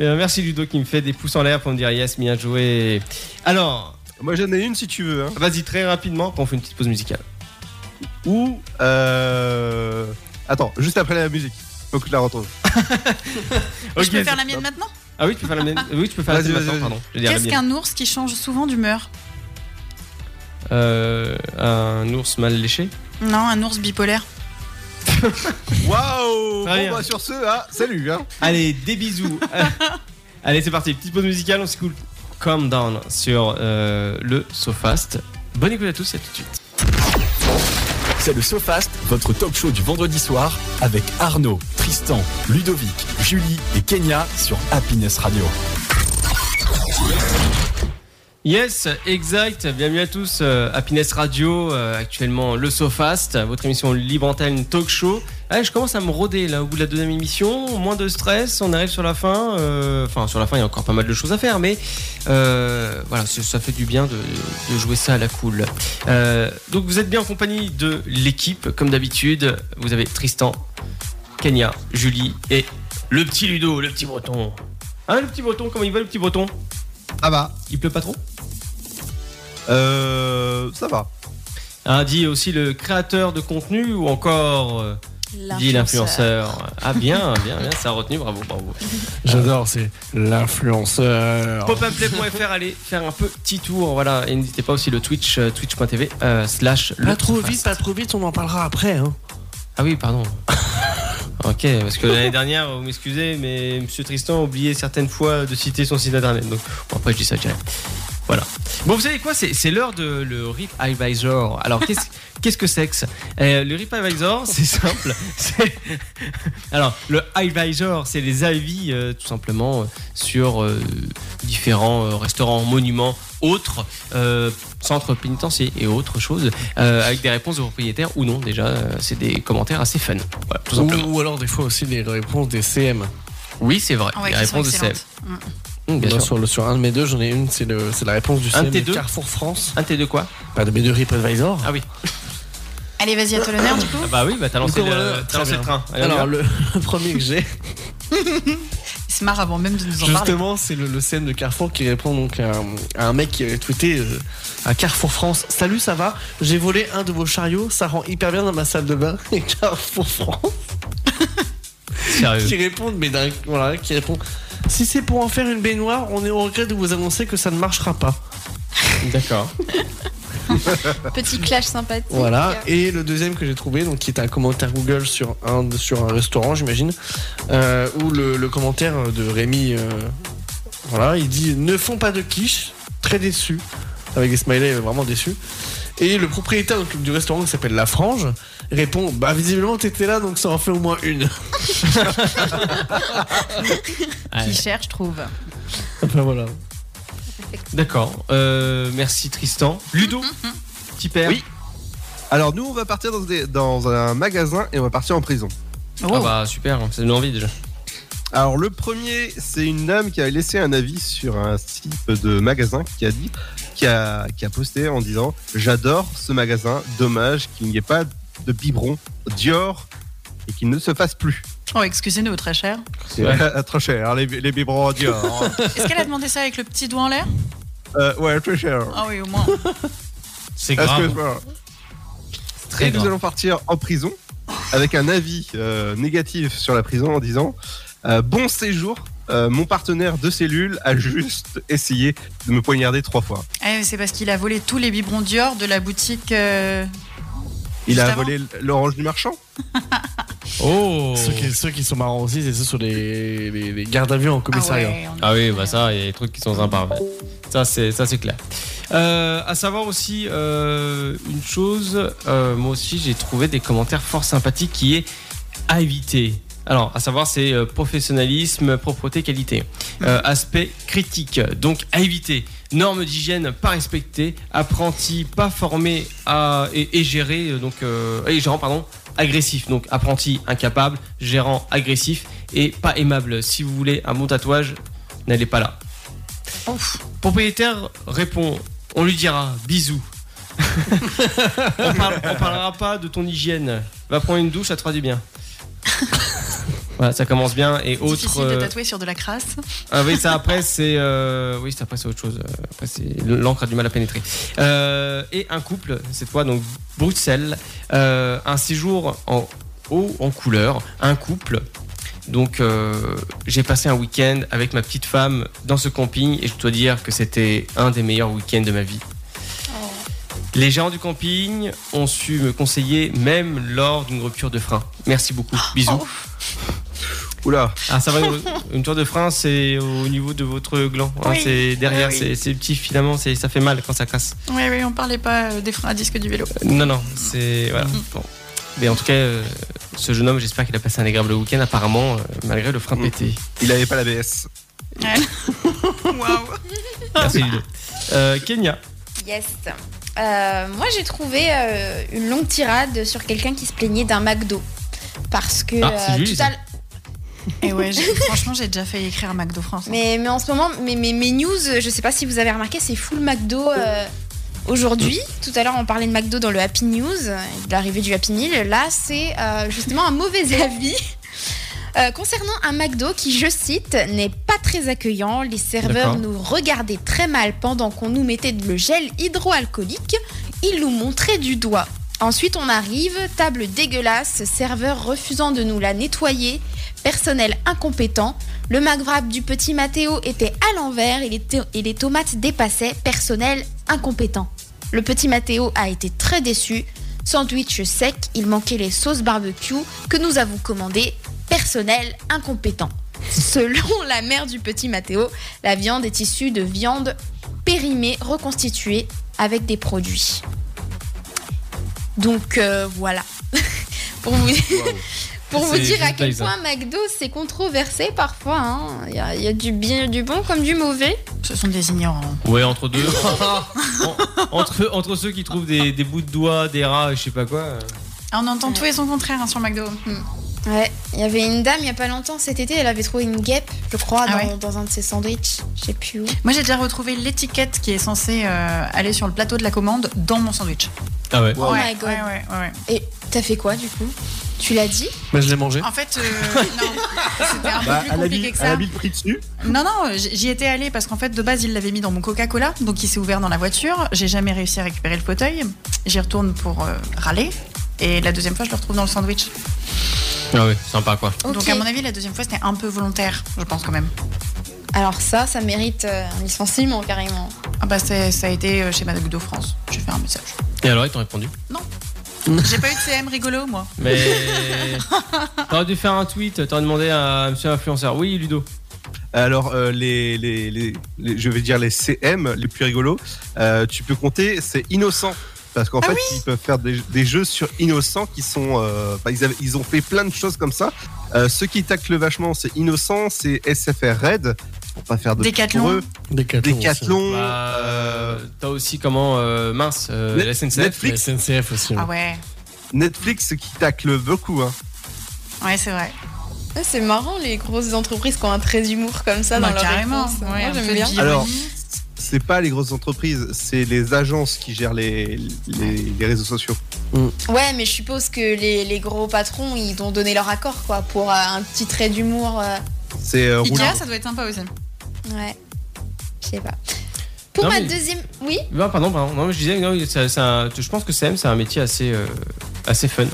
Speaker 2: Euh, merci Ludo qui me fait des pouces en l'air pour me dire yes, bien joué. Alors,
Speaker 9: Moi j'en ai une si tu veux. Hein.
Speaker 2: vas-y très rapidement qu'on fait une petite pause musicale.
Speaker 9: Ou. Euh... Attends, juste après la musique. Faut que je la retrouve.
Speaker 5: Je peux faire la mienne maintenant
Speaker 2: Ah oui, tu peux faire la
Speaker 5: [LAUGHS]
Speaker 2: mienne. Oui, tu peux faire la
Speaker 9: Vas-y,
Speaker 2: mienne.
Speaker 9: vas-y,
Speaker 2: maintenant,
Speaker 9: vas-y.
Speaker 2: Pardon. Je vais dire la
Speaker 5: Qu'est-ce
Speaker 2: mienne.
Speaker 5: qu'un ours qui change souvent d'humeur
Speaker 2: Euh, un ours mal léché.
Speaker 5: Non, un ours bipolaire.
Speaker 2: Très
Speaker 9: Waouh Bon
Speaker 2: bien.
Speaker 9: bah sur ce, ah, salut hein.
Speaker 2: Allez, des
Speaker 5: [LAUGHS]
Speaker 2: bisous. Allez, c'est parti. Petite pause musicale, on s'écoute Calm Down sur euh, le SoFast. Bonne écoute à tous et à tout de suite.
Speaker 1: C'est le SoFast, votre talk show du vendredi soir avec Arnaud, Tristan, Ludovic, Julie et Kenya sur Happiness Radio.
Speaker 2: Yes, exact. Bienvenue à tous. euh, Happiness Radio, euh, actuellement le SoFast, votre émission libre antenne talk show. Ah, je commence à me roder là au bout de la deuxième émission. Moins de stress, on arrive sur la fin. euh, Enfin, sur la fin, il y a encore pas mal de choses à faire, mais euh, voilà, ça ça fait du bien de, de jouer ça à la cool. Euh, donc, vous êtes bien en compagnie de l'équipe, comme d'habitude. Vous avez Tristan, Kenya, Julie et le petit Ludo, le petit Breton. Hein, le petit Breton, comment il va le petit Breton
Speaker 9: Ah bah.
Speaker 2: Il pleut pas trop
Speaker 9: Euh. Ça va.
Speaker 2: Ah, dit aussi le créateur de contenu ou encore euh, dit l'influenceur. Ah [LAUGHS] bien, bien, bien, ça a retenu, bravo, bravo.
Speaker 7: J'adore, c'est l'influenceur.
Speaker 2: Popamplay.fr, allez faire un petit tour, voilà, et n'hésitez pas aussi le Twitch, euh, twitch.tv euh, slash le
Speaker 7: Pas trop
Speaker 2: Truffaut.
Speaker 7: vite, pas trop vite, on en parlera après. Hein.
Speaker 2: Ah oui, pardon. ok, parce que l'année dernière, vous m'excusez, mais Monsieur Tristan a oublié certaines fois de citer son site internet. Donc, bon, après, je dis ça direct. Voilà. Bon, vous savez quoi C'est c'est l'heure de le RIP Advisor. Alors, qu'est-ce [LAUGHS] qu'est-ce que c'est que ça Euh, Le RIP Advisor, c'est simple. [LAUGHS] C'est- Alors, le Advisor, c'est les avis, euh, tout simplement, euh, sur euh, différents euh, restaurants, monuments, autres, euh, centres pénitentiaires et autres choses, euh, avec des réponses de propriétaires ou non, déjà. euh, c'est des commentaires assez fun. Voilà, tout simplement.
Speaker 7: Ou, ou alors des fois aussi les réponses des CM.
Speaker 2: Oui, c'est vrai.
Speaker 5: Ah ouais,
Speaker 2: les
Speaker 5: qui sont
Speaker 2: réponses de CM.
Speaker 5: excellentes. Mm.
Speaker 2: Mmh, bien
Speaker 7: Moi,
Speaker 2: sûr.
Speaker 7: sur, le- sur un de mes deux, j'en ai une, c'est le- c'est la réponse du
Speaker 2: Un de
Speaker 7: CM
Speaker 2: tes
Speaker 7: de
Speaker 2: deux
Speaker 7: Carrefour France.
Speaker 2: Un T de quoi
Speaker 7: Pas de mes deux TripAdvisor.
Speaker 2: Ah oui.
Speaker 5: Allez, vas-y, à toi l'honneur du coup.
Speaker 2: [LAUGHS] Ah bah oui, bah t'as lancé,
Speaker 7: Donc, voilà,
Speaker 2: le, t'as
Speaker 7: très
Speaker 2: lancé
Speaker 7: bien.
Speaker 2: le train. Allez, on y va.
Speaker 7: Alors le, [LAUGHS] le premier que j'ai,
Speaker 5: Il se marre avant même de nous en parler.
Speaker 7: justement, c'est le, le CM de Carrefour qui répond donc à, un- à un mec qui avait tweeté euh, à Carrefour France. Salut, ça va J'ai volé un de vos chariots, ça rend hyper bien dans ma salle de bain. [LAUGHS] Et Carrefour France qui Euh.
Speaker 2: sérieux.
Speaker 7: répond, mais d'un- voilà, qui répond. Si c'est pour en faire une baignoire, on est au regret de vous annoncer que ça ne marchera pas.
Speaker 2: D'accord.
Speaker 4: Petit clash sympathique.
Speaker 7: Voilà. Et le deuxième que j'ai trouvé, donc qui est un commentaire Google sur un de- sur un restaurant, j'imagine, euh, où le, le commentaire de Rémi, euh, voilà, il dit ne font pas de quiche, très déçu, avec des smileys euh, vraiment déçus. Et le propriétaire donc, du restaurant qui s'appelle La Frange répond bah visiblement t'étais là donc ça en fait au moins une.
Speaker 5: Qui cherche, trouve.
Speaker 7: Enfin, voilà.
Speaker 2: D'accord. Euh, merci Tristan.
Speaker 5: Mm,
Speaker 2: Ludo, petit père.
Speaker 9: Oui. Alors nous on va partir dans, des- dans un magasin et on va partir en prison.
Speaker 2: Ah bah super, ça donne envie déjà.
Speaker 9: Alors le premier, c'est une dame qui a laissé un avis sur un type de magasin qui a dit, qui a, qui a posté en disant j'adore ce magasin, dommage qu'il n'y ait pas de biberon Dior et qu'il ne se fasse plus.
Speaker 5: Oh, excusez-nous, très cher.
Speaker 9: C'est très cher hein, les, les biberons Dior.
Speaker 2: [LAUGHS]
Speaker 9: hein.
Speaker 5: Est-ce qu'elle a demandé ça avec le petit doigt en l'air
Speaker 9: Euh, ouais très cher.
Speaker 5: Ah oui, au moins.
Speaker 2: C'est hein.
Speaker 9: Excuse-moi.
Speaker 2: Très
Speaker 9: et
Speaker 2: grave.
Speaker 9: nous allons partir en prison avec un avis euh, négatif sur la prison en disant euh, Bon séjour, euh, mon partenaire de cellule a juste essayé de me poignarder trois fois.
Speaker 5: Ah, mais c'est parce qu'il a volé tous les biberons Dior de la boutique. euh,
Speaker 9: Il
Speaker 5: juste
Speaker 9: a
Speaker 5: avant.
Speaker 9: volé l'orange du marchand
Speaker 2: Oh
Speaker 7: [LAUGHS] Ceux, qui, ceux qui sont marrants aussi, c'est ceux sur les, les- les gardes à vue en
Speaker 5: Ah
Speaker 7: commissariat.
Speaker 5: ouais, on-
Speaker 2: Ah oui, bah ça, il y a des trucs qui sont sympas. ouais. Ça, c'est ça, c'est clair. Euh, à savoir aussi euh, une chose, euh, moi aussi j'ai trouvé des commentaires fort sympathiques qui est à éviter. Alors, à savoir, c'est euh, professionnalisme, propreté, qualité. Euh, aspect critique, donc à éviter. normes d'hygiène pas respectées, apprentis pas formés à, et, et gérés, euh, donc, euh, et gérants, pardon, agressifs. Donc apprenti incapable, gérant agressif et pas aimable. Si vous voulez un bon tatouage, n'allez pas là. Propriétaire répond, on lui dira
Speaker 5: [LAUGHS]
Speaker 2: bisous. on, parle- on parlera pas de ton hygiène. Va prendre une douche, ça te fera du
Speaker 5: [LAUGHS]
Speaker 2: bien. voilà, ça commence bien. Et autre.
Speaker 5: Difficile de
Speaker 2: euh,
Speaker 5: tatouer sur de la crasse.
Speaker 2: ah oui, ça après c'est euh, oui, ça après c'est autre chose. Euh, Après c'est l'encre a du mal à pénétrer. Euh, et un couple cette fois donc Bruxelles, euh, un séjour en haut en couleur, un couple. Donc euh, j'ai passé un week-end avec ma petite femme dans ce camping et je dois dire que c'était un des meilleurs week-ends de ma vie. Les gérants du camping ont su me conseiller même lors d'une rupture de frein. Merci beaucoup. Bisous.
Speaker 9: Oula.
Speaker 2: Ah, ça va, une, une tour de frein, c'est au niveau de votre gland. hein,
Speaker 5: Oui. Ah
Speaker 2: c'est derrière,
Speaker 5: Oui, oui.
Speaker 2: c'est- c'est petit finalement, c'est- ça fait mal quand ça casse.
Speaker 5: Oui, oui, on parlait pas euh, des freins à disque du vélo.
Speaker 2: Non, non, c'est. Voilà.
Speaker 5: Mhm.
Speaker 2: Bon. Mais en tout cas, euh, ce jeune homme, j'espère qu'il a passé un agréable week-end, apparemment, euh, malgré le frein pété.
Speaker 9: Il avait pas la BS.
Speaker 2: Merci, Ludo. Euh, Kenya.
Speaker 4: Yes. Euh, moi, j'ai trouvé euh, une longue tirade sur quelqu'un qui se plaignait d'un McDo. Parce que
Speaker 2: Ah, c'est
Speaker 4: euh,
Speaker 2: Julie,
Speaker 4: tout à
Speaker 2: ça.
Speaker 4: l-
Speaker 5: Et ouais, j'ai- franchement, j'ai déjà failli écrire à McDo France. hein.
Speaker 4: mais, mais en ce moment, mes, mes, mes news, je sais pas si vous avez remarqué, c'est full McDo euh, aujourd'hui. Tout à l'heure, on parlait de McDo dans le Happy News, euh, de l'arrivée du Happy Meal. Là, c'est euh, justement un mauvais [LAUGHS] avis. euh, concernant un McDo qui, je cite, n'est pas très accueillant, les
Speaker 2: D'accord.
Speaker 4: serveurs nous regardaient très mal pendant qu'on nous mettait le gel hydroalcoolique, ils nous montraient du doigt. Ensuite, on arrive, table dégueulasse, serveur refusant de nous la nettoyer, personnel incompétent. Le maghrab du petit Matteo était à l'envers et les, to- et les tomates dépassaient, personnel incompétent. Le petit Matteo a été très déçu. Sandwich sec, il manquait les sauces barbecue que nous avons commandées, personnel incompétent. Selon la mère du petit Matteo, la viande est issue de viande périmée, reconstituée avec des produits. Donc euh, voilà. [LAUGHS] pour vous, [LAUGHS] pour vous
Speaker 2: C'est
Speaker 4: dire à
Speaker 2: juste
Speaker 4: quel
Speaker 2: Blaze,
Speaker 4: point
Speaker 2: hein.
Speaker 4: McDo c'est controversé parfois. hein. Il y a- il y, a du bien, du bon comme du mauvais.
Speaker 5: Ce sont des ignorants.
Speaker 2: Ouais, entre deux. [LAUGHS] En- entre, entre ceux qui trouvent des, des bouts de doigts, des rats, je sais pas quoi. euh.
Speaker 5: Ah, on entend tout et son contraire hein, sur McDo. Hmm.
Speaker 4: Ouais, il y avait une dame il y a pas longtemps cet été, elle avait trouvé une guêpe, je crois,
Speaker 5: Ah
Speaker 4: dans,
Speaker 5: ouais.
Speaker 4: dans un de ses sandwichs. Je sais plus où.
Speaker 5: Moi, j'ai déjà retrouvé l'étiquette qui est censée euh, aller sur le plateau de la commande dans mon sandwich.
Speaker 2: Ah ouais.
Speaker 4: Oh
Speaker 5: ouais,
Speaker 4: my God.
Speaker 5: ouais, ouais, ouais, ouais.
Speaker 4: Et t'as fait quoi du coup Tu l'as dit
Speaker 7: Mais Bah, je l'ai mangé.
Speaker 5: En
Speaker 11: [LAUGHS]
Speaker 5: fait, euh, non, c'était un peu
Speaker 11: Bah,
Speaker 5: plus
Speaker 11: elle a
Speaker 5: compliqué
Speaker 11: mis
Speaker 5: que
Speaker 11: elle
Speaker 5: ça.
Speaker 11: a mis le prix dessus.
Speaker 5: Non, non, j- j'y étais allée parce qu'en fait, de base, il l'avait mis dans mon Coca-Cola, donc il s'est ouvert dans la voiture. J'ai jamais réussi à récupérer le fauteuil. J'y retourne pour euh, râler. Et la deuxième fois, je le retrouve dans le sandwich.
Speaker 2: Ah ouais, sympa quoi.
Speaker 5: Donc,
Speaker 4: Ok.
Speaker 5: à mon avis, la deuxième fois, c'était un peu volontaire, je pense quand même.
Speaker 4: Alors ça, ça mérite euh, un licenciement carrément.
Speaker 5: Ah, bah, c'est- ça a été euh, chez McDo France. J'ai fait un message.
Speaker 2: Et alors, ils t'ont répondu.
Speaker 5: J'ai pas eu de CM rigolo, moi.
Speaker 2: Mais. T'aurais dû faire un tweet, t'aurais demandé à monsieur influenceur. Oui, Ludo.
Speaker 9: Alors, euh, les, les, les, les- je vais dire les CM, les plus rigolos, euh, tu peux compter, c'est innocent. Parce
Speaker 5: Ah
Speaker 9: qu'en fait, ils peuvent faire des, des jeux sur innocents qui sont. euh, bah, ils, avaient- ils ont fait plein de choses comme ça. Euh, ceux qui taclent vachement, c'est innocent, c'est SFR Red, pour pas faire de.
Speaker 5: Décathlon.
Speaker 9: pour eux.
Speaker 7: Décathlon.
Speaker 9: Décathlon.
Speaker 2: Bah, euh, t'as aussi comment euh, mince euh,
Speaker 9: Net-
Speaker 2: la SNCF.
Speaker 9: Netflix.
Speaker 7: La SNCF aussi.
Speaker 5: Ah, ouais.
Speaker 9: Netflix qui tacle beaucoup. Hein.
Speaker 5: Ouais, c'est vrai.
Speaker 12: Ouais, Ah, C'est marrant les grosses entreprises qui ont un trait d'humour comme ça
Speaker 5: Bah,
Speaker 12: dans leur
Speaker 5: carrément.
Speaker 12: réponse.
Speaker 5: Ouais,
Speaker 12: Moi
Speaker 5: un peu
Speaker 12: j'aime
Speaker 5: de
Speaker 12: bien.
Speaker 5: vie.
Speaker 9: Alors, c'est pas les grosses entreprises, c'est les agences qui gèrent les, les, les réseaux sociaux.
Speaker 12: Ouais, mais je suppose que les, les gros patrons ils ont donné leur accord quoi pour euh, un petit trait d'humour. euh,
Speaker 9: C'est euh, roulant.
Speaker 5: Ikea, ça doit être sympa aussi.
Speaker 12: ouais, je sais pas. Pour
Speaker 2: Non,
Speaker 12: ma
Speaker 2: mais-
Speaker 12: deuxième, oui.
Speaker 2: Non, pardon, pardon. Non, mais je disais, non, ça- ça- je pense que CM, c'est un métier assez, euh, assez fun.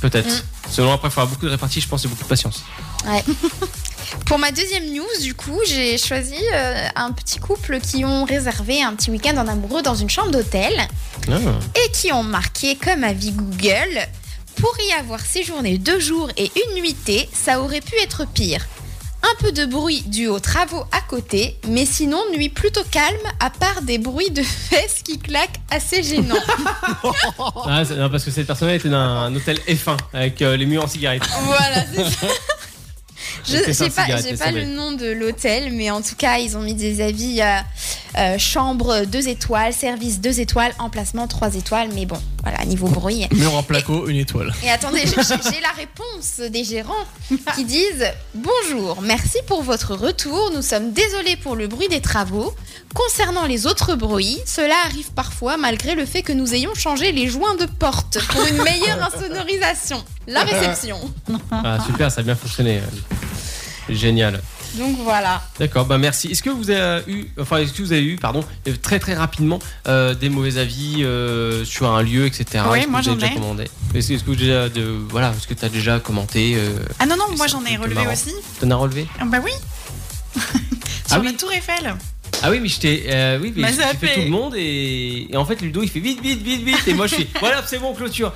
Speaker 2: Peut-être. Selon après, il faudra beaucoup de répartie, je pense, et beaucoup de patience.
Speaker 12: Pour ma deuxième news, du coup, j'ai choisi euh, un petit couple qui ont réservé un petit week-end en amoureux dans une chambre d'hôtel et qui ont marqué comme avis Google pour y avoir séjourné deux jours et une nuitée, ça aurait pu être pire. Un peu de bruit dû aux travaux à côté, mais sinon nuit plutôt calme à part des bruits de [LAUGHS] fesses qui claquent assez gênants.
Speaker 2: Ah, c'est- non, parce que cette personne était dans un hôtel F1 avec euh, les murs en cigarette.
Speaker 12: voilà, c'est ça. Je
Speaker 2: C'était
Speaker 12: j'ai
Speaker 2: sans
Speaker 12: pas,
Speaker 2: cigarette,
Speaker 12: j'ai
Speaker 2: laisse
Speaker 12: pas
Speaker 2: tomber.
Speaker 12: le nom de l'hôtel, mais en tout cas, ils ont mis des avis euh,
Speaker 10: euh, chambre 2 étoiles, service 2 étoiles, emplacement 3 étoiles. Mais bon, voilà, niveau bruit.
Speaker 7: Mur en placo, une étoile.
Speaker 10: Et attendez, j'ai- j'ai j'ai la réponse des gérants qui disent Bonjour, merci pour votre retour. Nous sommes désolés pour le bruit des travaux. Concernant les autres bruits, cela arrive parfois malgré le fait que nous ayons changé les joints de porte pour une meilleure insonorisation. La réception.
Speaker 2: Ah, super, ça a bien fonctionné. euh. Génial.
Speaker 10: Donc voilà.
Speaker 2: D'accord, bah merci. Est-ce que vous avez eu, enfin, est-ce que vous avez eu, pardon, euh, très très rapidement, euh, des mauvais avis euh, sur un lieu, etc.
Speaker 5: Oui,
Speaker 2: Est-ce que
Speaker 5: moi,
Speaker 2: vous avez
Speaker 5: j'en
Speaker 2: déjà
Speaker 5: ai.
Speaker 2: commandé Est-ce que- est-ce que vous déjà, de, voilà, est-ce que t'as déjà commenté euh,
Speaker 5: Ah non, non, moi
Speaker 2: C'est un
Speaker 5: j'en ai
Speaker 2: truc
Speaker 5: relevé
Speaker 2: marrant.
Speaker 5: aussi.
Speaker 2: T'en as relevé
Speaker 5: Ah bah
Speaker 2: [LAUGHS]
Speaker 5: oui
Speaker 2: Ah
Speaker 5: Sur la
Speaker 2: oui.
Speaker 5: Tour Eiffel
Speaker 2: Ah oui, mais je t'ai, euh, oui, mais
Speaker 5: Bah,
Speaker 2: je
Speaker 5: ça
Speaker 2: t'ai fait
Speaker 5: fait-
Speaker 2: tout le monde et, et en fait Ludo il fait vite, vite, vite, vite et moi
Speaker 5: [LAUGHS]
Speaker 2: je fais voilà, c'est bon, clôture.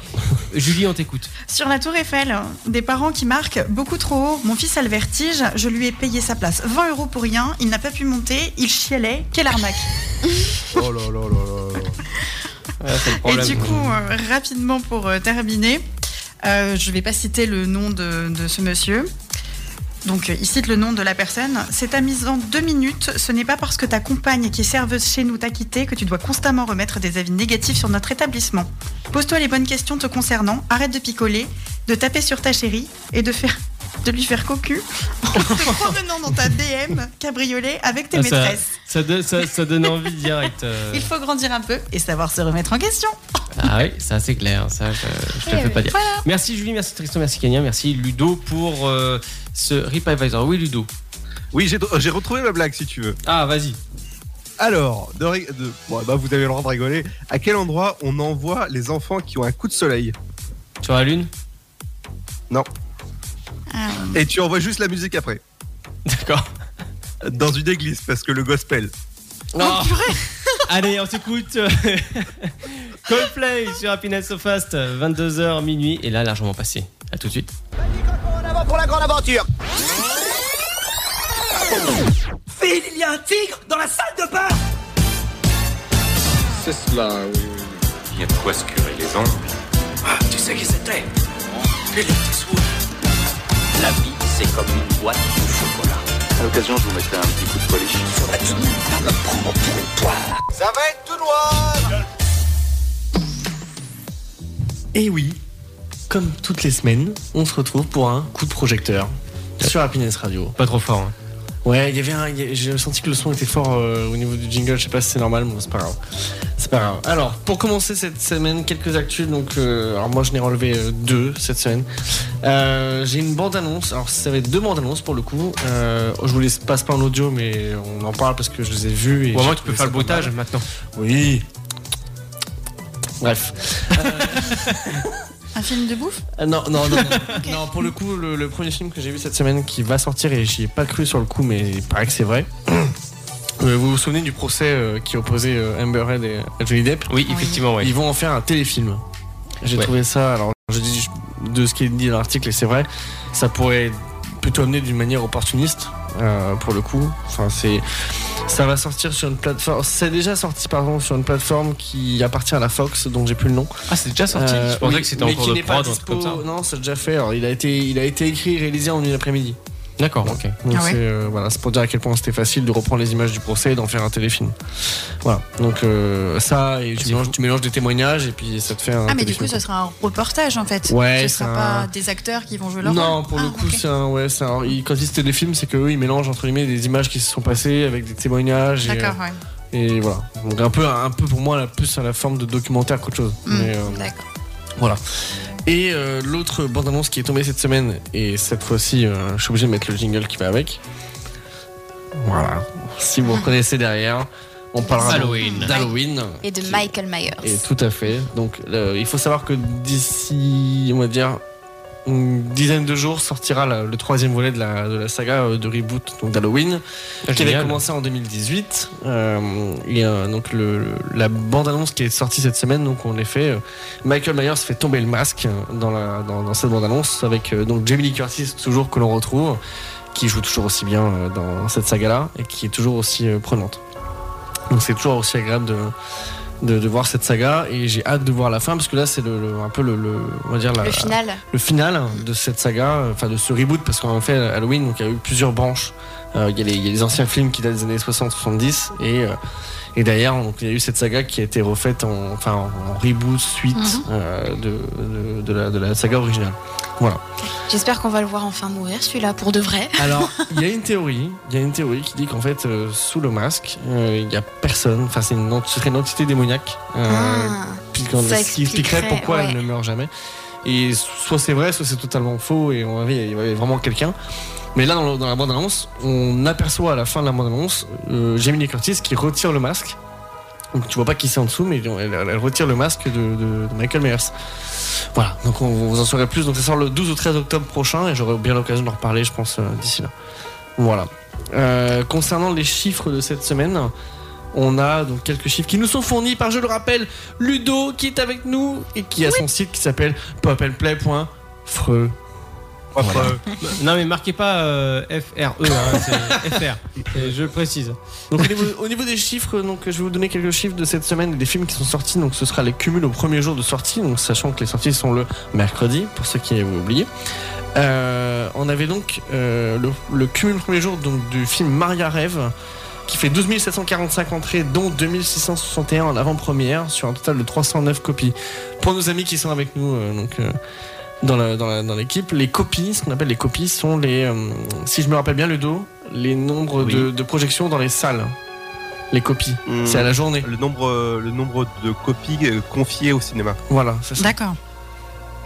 Speaker 2: Julie, on t'écoute.
Speaker 5: Sur la Tour Eiffel, des parents qui marquent beaucoup trop haut. Mon fils a le vertige, je lui ai payé sa place. 20 euros pour rien, il n'a pas pu monter, il chialait. Quelle arnaque
Speaker 9: Oh là là là là là.
Speaker 2: Voilà, c'est le
Speaker 5: Et
Speaker 2: problème.
Speaker 5: du coup, euh, rapidement pour euh, terminer, euh, je vais pas citer le nom de, de ce monsieur. Donc, euh, il cite le nom de la personne. C'est amusant deux minutes. Ce n'est pas parce que ta compagne qui est serveuse chez nous t'a quitté que tu dois constamment remettre des avis négatifs sur notre établissement. Pose-toi les bonnes questions te concernant. Arrête de picoler, de taper sur ta chérie et de faire de lui faire cocu [LAUGHS] en te promenant dans ta DM cabriolet avec tes
Speaker 2: Ah, ça-
Speaker 5: maîtresses.
Speaker 2: ça, donne- ça- ça donne envie direct. euh.
Speaker 5: [LAUGHS] Il faut grandir un peu et savoir se remettre en question.
Speaker 2: Ah oui, ça c'est clair, ça je, je te le fais pas dire. Merci Julie, merci Tristan, merci Kenya, merci Ludo pour euh, ce Rip Advisor. Oui Ludo.
Speaker 9: Oui, j'ai j'ai retrouvé ma blague si tu veux.
Speaker 2: Ah vas-y.
Speaker 9: Alors, de rig- de- bon, bah, vous avez le droit de rigoler. À quel endroit on envoie les enfants qui ont un coup de soleil
Speaker 2: Sur la lune [LAUGHS]
Speaker 5: Ah,
Speaker 9: Et tu envoies juste la musique après
Speaker 2: D'accord.
Speaker 9: Dans une église, parce que le gospel.
Speaker 2: Oh. [LAUGHS] Allez, on s'écoute. [LAUGHS] Coldplay sur Happiness So Fast, 22h minuit, et là largement passé. À tout de suite.
Speaker 6: En avant pour la grande aventure
Speaker 13: Phil, il y a un tigre dans la salle de bain
Speaker 14: C'est cela, oui. Il y a de quoi se curer les ongles.
Speaker 13: Ah, tu sais qui c'était Il était saoul. La vie, c'est comme une boîte de chocolat.
Speaker 14: À l'occasion, je vous mettrai un petit coup de polish.
Speaker 13: Il faudrait tout de même pas me prendre pour une poire.
Speaker 6: Ça va être tout noir
Speaker 7: Et oui, comme toutes les semaines, on se retrouve pour un coup de projecteur sur Happiness Radio.
Speaker 2: Pas trop fort. hein.
Speaker 7: Ouais, il y avait un. il y a- J'ai senti que le son était fort euh, au niveau du jingle. Je sais pas si c'est normal, mais bon, c'est pas grave. C'est pas grave. Alors, pour commencer cette semaine, quelques actus. Donc, euh, alors moi, je n'ai relevé euh, deux cette semaine. Euh, J'ai une bande annonce. Alors, ça va être deux bandes annonces pour le coup. Euh, je vous les passe pas en audio, mais on en parle parce que je les ai vues. Et
Speaker 2: Ou au
Speaker 7: j'ai
Speaker 2: moins, tu peux
Speaker 7: trouvé
Speaker 2: faire le
Speaker 7: ça pas mal.
Speaker 2: bruitage maintenant.
Speaker 7: Oui. Bref.
Speaker 5: un film de bouffe
Speaker 7: Euh, Non, non, non. non. Non, pour le coup, le, le premier film que j'ai vu cette semaine qui va sortir et j'y ai pas cru sur le coup, mais il paraît que c'est vrai. Euh, Vous vous souvenez du procès euh, qui opposait euh, Amber Heard et euh, Johnny Depp
Speaker 2: Oui, effectivement, oui.
Speaker 7: Ils vont en faire un téléfilm. J'ai
Speaker 2: Ouais.
Speaker 7: trouvé ça, alors je dis de ce qui est dit dans l'article, et c'est vrai, ça pourrait plutôt amener d'une manière opportuniste, euh, pour le coup. Enfin, c'est. Ça va sortir sur une plateforme. C'est déjà sorti, pardon, sur une plateforme qui appartient à la Fox, dont j'ai plus le nom.
Speaker 2: Ah, c'est déjà sorti.
Speaker 7: Euh,
Speaker 2: je pensais
Speaker 7: oui,
Speaker 2: que c'était
Speaker 7: mais
Speaker 2: en cours
Speaker 7: qui
Speaker 2: de
Speaker 7: n'est pas
Speaker 2: prod, un truc
Speaker 7: dispo-
Speaker 2: comme ça.
Speaker 7: Non, c'est déjà fait. Alors, il, a été, il a été écrit et réalisé en une après-midi.
Speaker 2: D'accord, ok.
Speaker 7: Donc,
Speaker 5: Ah ouais.
Speaker 7: c'est euh, voilà, c'est pour dire à quel point c'était facile de reprendre les images du procès et d'en faire un téléfilm. Voilà. Donc, euh, ça, et tu, mélanges, tu mélanges des témoignages et puis ça te fait un.
Speaker 5: Ah, mais du coup,
Speaker 7: téléfilm.
Speaker 5: ce sera un reportage en fait.
Speaker 7: Ouais,
Speaker 5: ce
Speaker 7: c'est
Speaker 5: sera
Speaker 7: un-
Speaker 5: pas des acteurs qui vont jouer leur
Speaker 7: Non,
Speaker 5: rôle.
Speaker 7: pour
Speaker 5: Ah,
Speaker 7: le coup,
Speaker 5: ok.
Speaker 7: c'est un. Ouais, c'est un- ils- quand ils disent téléfilm, c'est qu'eux, ils mélangent entre guillemets des images qui se sont passées avec des témoignages. et,
Speaker 5: D'accord, ouais.
Speaker 7: Et voilà. Donc, un peu, un peu pour moi, la plus à la forme de documentaire qu'autre chose.
Speaker 5: Hmm,
Speaker 7: Mais, euh,
Speaker 5: D'accord.
Speaker 7: Voilà. Et euh, l'autre bande-annonce qui est tombée cette semaine, et cette fois-ci, euh, je suis obligé de mettre le jingle qui va avec. Voilà. Si
Speaker 5: Hmm.
Speaker 7: vous reconnaissez derrière, on parlera
Speaker 2: Halloween.
Speaker 7: d'Halloween.
Speaker 10: Et de
Speaker 7: qui-
Speaker 10: Michael Myers.
Speaker 7: Et tout à fait. Donc, le- il faut savoir que d'ici, on va dire, une dizaine de jours, sortira la- le troisième volet de la, de la saga euh, de reboot donc d'Halloween qui avait
Speaker 2: Génial.
Speaker 7: commencé en 2018. Euh, et, euh, donc le, le- la bande-annonce qui est sortie cette semaine, donc en effet, euh, Michael Myers fait tomber le masque euh, dans, la, dans, dans cette bande-annonce avec euh, donc Jamie Lee Curtis toujours que l'on retrouve, qui joue toujours aussi bien euh, dans cette saga-là et qui est toujours aussi euh, prenante. Donc c'est toujours aussi agréable de, de, de voir cette saga et j'ai hâte de voir la fin parce que là c'est le, le- un peu le, le- on va dire la-
Speaker 10: Le final.
Speaker 7: le final de cette saga, euh, enfin de ce reboot, parce qu'en fait, Halloween, donc, il y a eu plusieurs branches Euh, Il y, a les- il y a les anciens films qui datent des années 60-70 et, euh, et derrière, donc, il y a eu cette saga qui a été refaite en, enfin, en en reboot, suite
Speaker 4: Mhm.
Speaker 7: euh, de, de- de la, de la saga originale. Voilà.
Speaker 4: J'espère qu'on va le voir enfin mourir celui-là pour de vrai.
Speaker 7: Alors, il y a une théorie, il y a une théorie qui dit qu'en fait, euh, sous le masque, euh, il n'y a personne. Enfin, c'est une, ent- ce serait une entité démoniaque. euh,
Speaker 4: Ah,
Speaker 7: puis qu'on-
Speaker 4: ça
Speaker 7: ce qui expliquerait
Speaker 4: expliquerait,
Speaker 7: pourquoi
Speaker 4: ouais.
Speaker 7: elle ne meurt jamais. Et soit c'est vrai, soit c'est totalement faux. Et on avait, il y avait vraiment quelqu'un. Mais là, dans, dans la bande-annonce, on aperçoit à la fin de la bande-annonce euh, Jamie Curtis qui retire le masque. Donc tu vois pas qui c'est en dessous, mais elle, elle retire le masque de, de- de Michael Myers. Voilà, donc on, vous en saurez plus. Donc ça sort le 12 ou 13 octobre prochain et j'aurai bien l'occasion d'en reparler, je pense, euh, d'ici là. Voilà. Euh, concernant les chiffres de cette semaine, on a donc quelques chiffres qui nous sont fournis par, je le rappelle, Ludo qui est avec nous et qui a son site qui s'appelle popandplay.freux. Voilà.
Speaker 2: Non mais marquez pas euh, FRE, hein, [LAUGHS] c'est FR, Et je le précise.
Speaker 7: Donc, au, niveau, au niveau des chiffres, donc, je vais vous donner quelques chiffres de cette semaine et des films qui sont sortis. Donc, ce sera les cumuls au premier jour de sortie, donc, sachant que les sorties sont le mercredi, pour ceux qui avaient oublié. Euh, on avait donc euh, le, le cumul au premier jour donc, du film Maria Rêve, qui fait 12 745 entrées, dont 2661 en avant-première, sur un total de 309 copies. Pour nos amis qui sont avec nous, euh, donc. euh, dans la- dans la- dans l'équipe, les copies, ce qu'on appelle les copies, sont les, euh, si je me rappelle bien, le dos, les nombres
Speaker 9: Oui. Hmm.
Speaker 7: de, de projections dans les salles. Les copies,
Speaker 9: euh, Mm.
Speaker 7: c'est à la journée.
Speaker 9: Le nombre, euh, le nombre de copies euh, confiées au cinéma.
Speaker 7: Voilà, c'est ça.
Speaker 5: D'accord.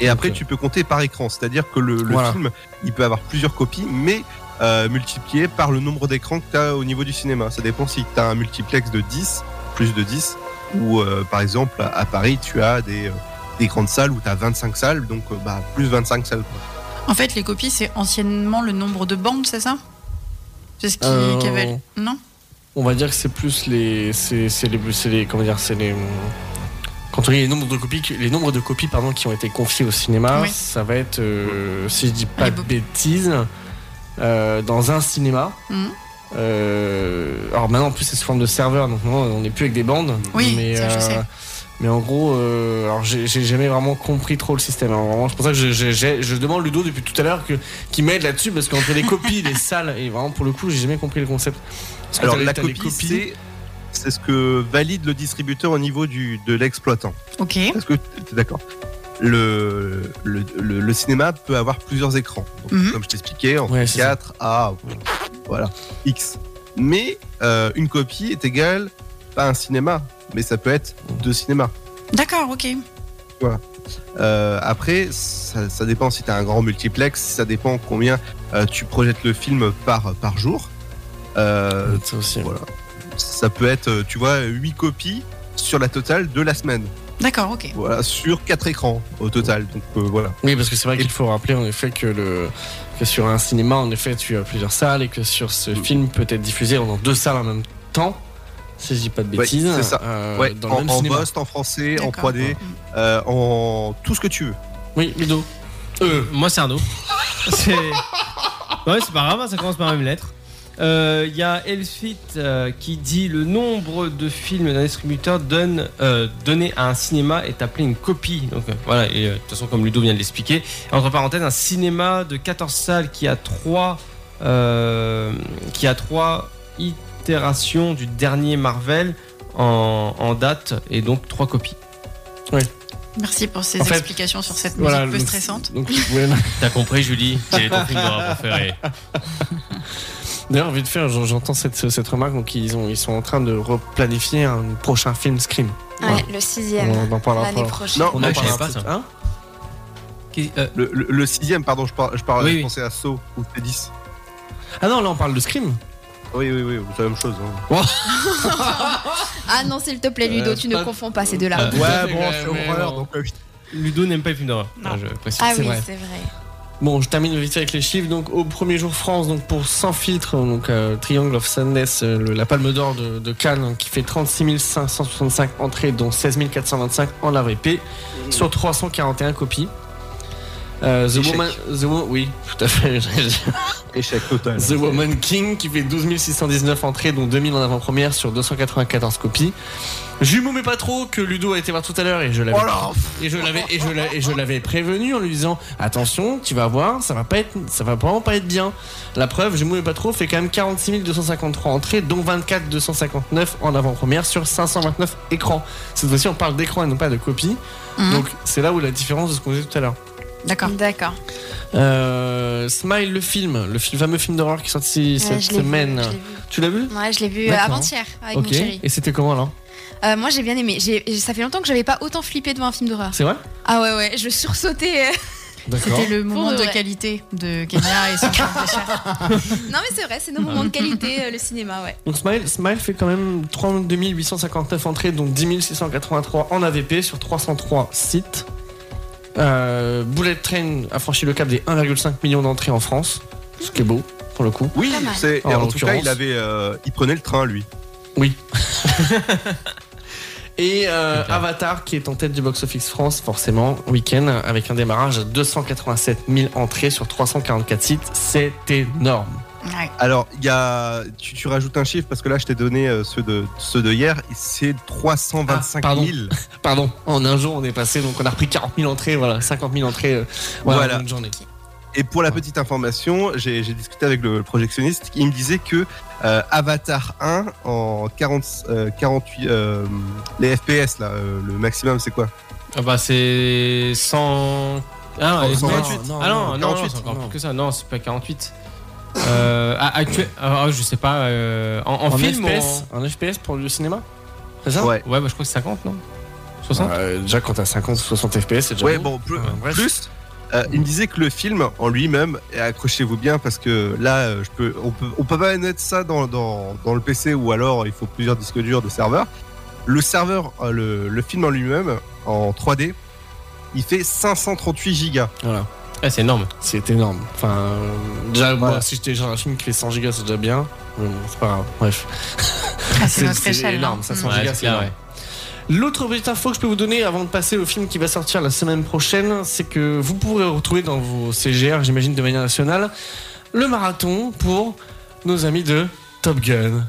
Speaker 9: Et après,
Speaker 7: Ok.
Speaker 9: tu peux compter par écran. C'est-à-dire que le, le
Speaker 7: Voilà.
Speaker 9: film, il peut avoir plusieurs copies, mais euh, multiplié par le nombre d'écrans que tu as au niveau du cinéma. Ça dépend si tu as un multiplex de 10, plus de 10, ou euh, par exemple, à- à Paris, tu as des, euh, des grandes salles où tu as 25 salles, donc euh, bah, plus 25 salles. quoi.
Speaker 5: En fait, les copies, c'est anciennement le nombre de bandes, c'est ça C'est ce qui,
Speaker 7: Euh,
Speaker 5: qui avait- Non
Speaker 7: On va dire que c'est plus les, c'est c'est les, c'est les, comment dire, c'est les. hum, Quand on dit les nombres de copies, qui- les nombres de copies pardon qui ont été confiées au cinéma,
Speaker 5: Oui. Ah,
Speaker 7: ça va être, euh, si je dis pas de bêtises, euh, dans un cinéma.
Speaker 5: Mhm.
Speaker 7: Euh, alors maintenant, en plus, c'est sous forme de serveur, donc maintenant, on n'est plus avec des bandes.
Speaker 5: Oui,
Speaker 7: mais, euh,
Speaker 5: ça, je sais.
Speaker 7: mais en gros, euh, alors j'ai j'ai jamais vraiment compris trop le système. hein. Vraiment, c'est pour ça que je, je- j'ai- je demande Ludo depuis tout à l'heure que qui m'aide là-dessus parce qu'entre les copies, les salles, et vraiment pour le coup, j'ai jamais compris le concept. Parce que
Speaker 9: Alors,
Speaker 7: t'as-
Speaker 9: la
Speaker 7: t'as les
Speaker 9: copie, c'est- c'est ce que valide le distributeur au niveau du, de l'exploitant.
Speaker 5: Ok.
Speaker 9: Est-ce que tu es d'accord le, le, le- le cinéma peut avoir plusieurs écrans. Donc,
Speaker 5: Mhm.
Speaker 9: Comme je t'expliquais, entre
Speaker 7: Ouais, c'est
Speaker 9: 4 à voilà, X. Mais euh, une copie est égale, pas un cinéma, mais ça peut être deux cinémas.
Speaker 5: D'accord, ok.
Speaker 9: Voilà. Euh, après, ça, ça dépend si tu as un grand multiplex, ça dépend combien euh, tu projettes le film par, par jour. Euh,
Speaker 7: Ça aussi.
Speaker 9: voilà. Ça peut être, euh, tu vois, 8 copies sur la totale de la semaine.
Speaker 5: D'accord, ok.
Speaker 9: Voilà, sur 4 écrans au total. Donc euh, voilà.
Speaker 7: Oui, parce que c'est vrai qu'il faut rappeler en effet que, le, que sur un cinéma, en effet, tu as plusieurs salles et que sur ce film peut être diffusé dans deux salles en même temps, si je dis pas de
Speaker 9: Ouais,
Speaker 7: bêtises.
Speaker 9: c'est ça.
Speaker 7: euh,
Speaker 9: Ouais,
Speaker 7: dans le
Speaker 9: en,
Speaker 7: même
Speaker 9: en
Speaker 7: cinéma.
Speaker 9: Bust, en français, en
Speaker 5: D'accord.
Speaker 9: 3D, euh, en tout ce que tu veux.
Speaker 7: Oui, Ludo.
Speaker 2: Euh, moi c'est [LAUGHS] Arnaud. C'est... Ouais, c'est pas grave, hein, ça commence par la même lettre. Euh, Il y a Elfit euh, qui dit le nombre de films d'un distributeur donne, euh, donné à un cinéma est appelé une copie. Donc euh, voilà, et euh, de toute façon, comme Ludo vient de l'expliquer, entre parenthèses, un cinéma de 14 salles qui a 3, qui a trois itérations du dernier Marvel en, en date et donc 3 copies.
Speaker 5: Merci pour ces
Speaker 7: En fait,
Speaker 5: explications sur cette
Speaker 7: voilà,
Speaker 5: musique peu
Speaker 7: donc-
Speaker 5: stressante.
Speaker 7: Donc, ouais, non.
Speaker 2: T'as compris,
Speaker 7: [LAUGHS]
Speaker 2: Julie Quel est ton film d'horreur préféré
Speaker 7: D'ailleurs, vite fait, j'en- j'entends cette, cette remarque. Donc, ils, ont, ils sont en train de replanifier un prochain film Scream.
Speaker 4: Ouais,
Speaker 7: Voilà.
Speaker 4: le sixième
Speaker 7: On en parlera
Speaker 4: l'année
Speaker 7: pas.
Speaker 4: prochaine.
Speaker 9: Non,
Speaker 7: On
Speaker 2: Ah,
Speaker 7: en
Speaker 2: je savais
Speaker 7: parlera
Speaker 2: pas,
Speaker 7: peut-être.
Speaker 2: ça.
Speaker 7: Hein
Speaker 2: Qui- euh,
Speaker 9: Le, le- le sixième, pardon, je, par- je, parle,
Speaker 2: Oui,
Speaker 9: je
Speaker 2: oui.
Speaker 9: pensais à Saw ou T10.
Speaker 7: ah non, là, on parle de Scream.
Speaker 9: Oui, oui, oui, c'est la même chose. hein.
Speaker 4: Ah non, s'il te plaît, Ludo,
Speaker 7: Euh,
Speaker 4: tu ne
Speaker 7: pas-
Speaker 4: confonds pas ces deux-là.
Speaker 2: Euh,
Speaker 9: Ouais, bon,
Speaker 7: ouais,
Speaker 9: c'est
Speaker 7: ouais,
Speaker 9: horreur.
Speaker 7: non.
Speaker 9: donc, euh,
Speaker 2: Ludo n'aime pas les films d'horreur.
Speaker 5: Non.
Speaker 2: Ah, Je précise.
Speaker 4: Ah
Speaker 7: c'est
Speaker 4: oui,
Speaker 7: vrai.
Speaker 4: c'est vrai.
Speaker 7: Bon, je termine vite fait avec les chiffres. Donc, au premier jour France, donc pour sans filtre, donc euh, Triangle of Sadness, euh, le- la Palme d'Or de, de Cannes, hein, qui fait 36 565 entrées, dont 16 425 en AVP, sur 341 copies. Euh, The Woman. The Wo- oui, tout à fait. [LAUGHS]
Speaker 9: Échec total.
Speaker 6: [LAUGHS]
Speaker 7: The Woman King qui fait 12 619 entrées, dont 2000 en avant-première sur 294 copies. Jumeau mais pas trop que Ludo a été voir tout à l'heure et je l'avais
Speaker 6: Oh là
Speaker 7: et je l'avais et je l'avais et je l'avais prévenu en lui disant attention tu vas voir ça va pas être ça va vraiment pas être bien la preuve Jumeau mais pas trop fait quand même 46 253 entrées dont 24 259 en avant-première sur 529 écrans cette fois-ci on parle d'écran et non pas de copie
Speaker 5: Mhm.
Speaker 7: donc c'est là où la différence de ce qu'on disait tout à l'heure
Speaker 5: D'accord. D'accord.
Speaker 7: euh, Smile, le film, le film- fameux film d'horreur qui est sorti cette
Speaker 4: je l'ai vu,
Speaker 7: semaine.
Speaker 4: je l'ai vu.
Speaker 7: tu l'as vu
Speaker 4: Ouais, je l'ai vu euh,
Speaker 7: D'accord.
Speaker 4: avant-hier avec
Speaker 7: Ok.
Speaker 4: mon chéri.
Speaker 7: Et c'était comment alors
Speaker 4: Euh, moi, j'ai bien aimé. J'ai- Ça fait longtemps que j'avais pas autant flippé devant un film d'horreur.
Speaker 7: C'est vrai
Speaker 4: Ah ouais, ouais, je
Speaker 7: [LAUGHS]
Speaker 4: sursautais. euh.
Speaker 5: C'était le moment
Speaker 4: Pour de
Speaker 5: de,
Speaker 4: vrai.
Speaker 5: qualité de Kenya et [LAUGHS] son film de chair.
Speaker 4: non, mais c'est vrai, c'est
Speaker 7: Ah.
Speaker 4: nos moments de qualité, euh, le cinéma, ouais.
Speaker 7: Donc Smile, Smile fait quand même 32 859 entrées, dont 10 683 en AVP sur 303 sites. Euh, Bullet Train a franchi le cap des 1,5 million d'entrées en France, ce qui est beau pour le coup.
Speaker 9: Oui, c'est,
Speaker 7: En
Speaker 9: en, tout cas,
Speaker 7: l'occurrence.
Speaker 9: il, avait, euh, il prenait le train, lui.
Speaker 7: Oui. Et euh, Avatar qui est en tête du box-office France, forcément, week-end, avec un démarrage à 287 000 entrées sur 344 sites. C'est énorme.
Speaker 9: Alors, il y a, tu, tu rajoutes un chiffre parce que là, je t'ai donné euh, ceux de, ceux de hier. et C'est 325
Speaker 7: Ah, pardon.
Speaker 9: 000.
Speaker 7: Pardon, en un jour on est passé, donc on a repris 40 000 entrées, voilà, 50 000 entrées. euh, voilà,
Speaker 9: Voilà.
Speaker 7: en une journée.
Speaker 9: Et pour la petite information, j'ai j'ai discuté avec le projectionniste. Il me disait que euh, Avatar 1 en 40, euh, 48 euh, les FPS là, euh, le maximum c'est quoi
Speaker 2: Ah bah c'est 100. Ah,
Speaker 9: Oh,
Speaker 2: non,
Speaker 9: 128.
Speaker 2: Ah non, non, non,
Speaker 9: 48,
Speaker 2: c'est encore
Speaker 9: non.
Speaker 2: plus que ça. Non, c'est pas 48. Euh, ah, actu- ah, ah, je sais pas. euh, en, en
Speaker 7: En
Speaker 2: film
Speaker 7: FPS,
Speaker 2: en...
Speaker 7: FPS pour le cinéma C'est ça
Speaker 9: Ouais.
Speaker 2: Ouais, bah je crois que c'est 50, non 60
Speaker 7: Euh, déjà quand t'as 50 ou 60 FPS, c'est déjà.
Speaker 9: Ouais,
Speaker 7: bon.
Speaker 9: bon, plus.
Speaker 7: Euh, bref.
Speaker 9: plus, euh, il me disait que le film en lui-même, et accrochez-vous bien parce que là, euh, je peux, on, peut, on peut pas mettre ça dans, dans, dans le PC ou alors il faut plusieurs disques durs de serveur. Le serveur, euh, le, le film en lui-même, en 3D, il fait 538 gigas.
Speaker 7: Voilà.
Speaker 2: Ah, c'est énorme.
Speaker 7: C'est énorme. Enfin, euh, déjà,
Speaker 9: Voilà.
Speaker 7: moi, si j'étais genre un film qui fait 100 gigas, c'est déjà bien. Mais bon, c'est pas grave. Bref.
Speaker 5: Ah, c'est notre échelle,
Speaker 7: énorme, ça
Speaker 5: hein. Mm.
Speaker 7: 100
Speaker 2: Ouais,
Speaker 7: gigas,
Speaker 2: c'est
Speaker 7: c'est
Speaker 2: clair,
Speaker 7: énorme.
Speaker 2: ouais.
Speaker 7: L'autre petite info que je peux vous donner avant de passer au film qui va sortir la semaine prochaine, c'est que vous pourrez retrouver dans vos CGR, j'imagine de manière nationale, le marathon pour nos amis de Top Gun.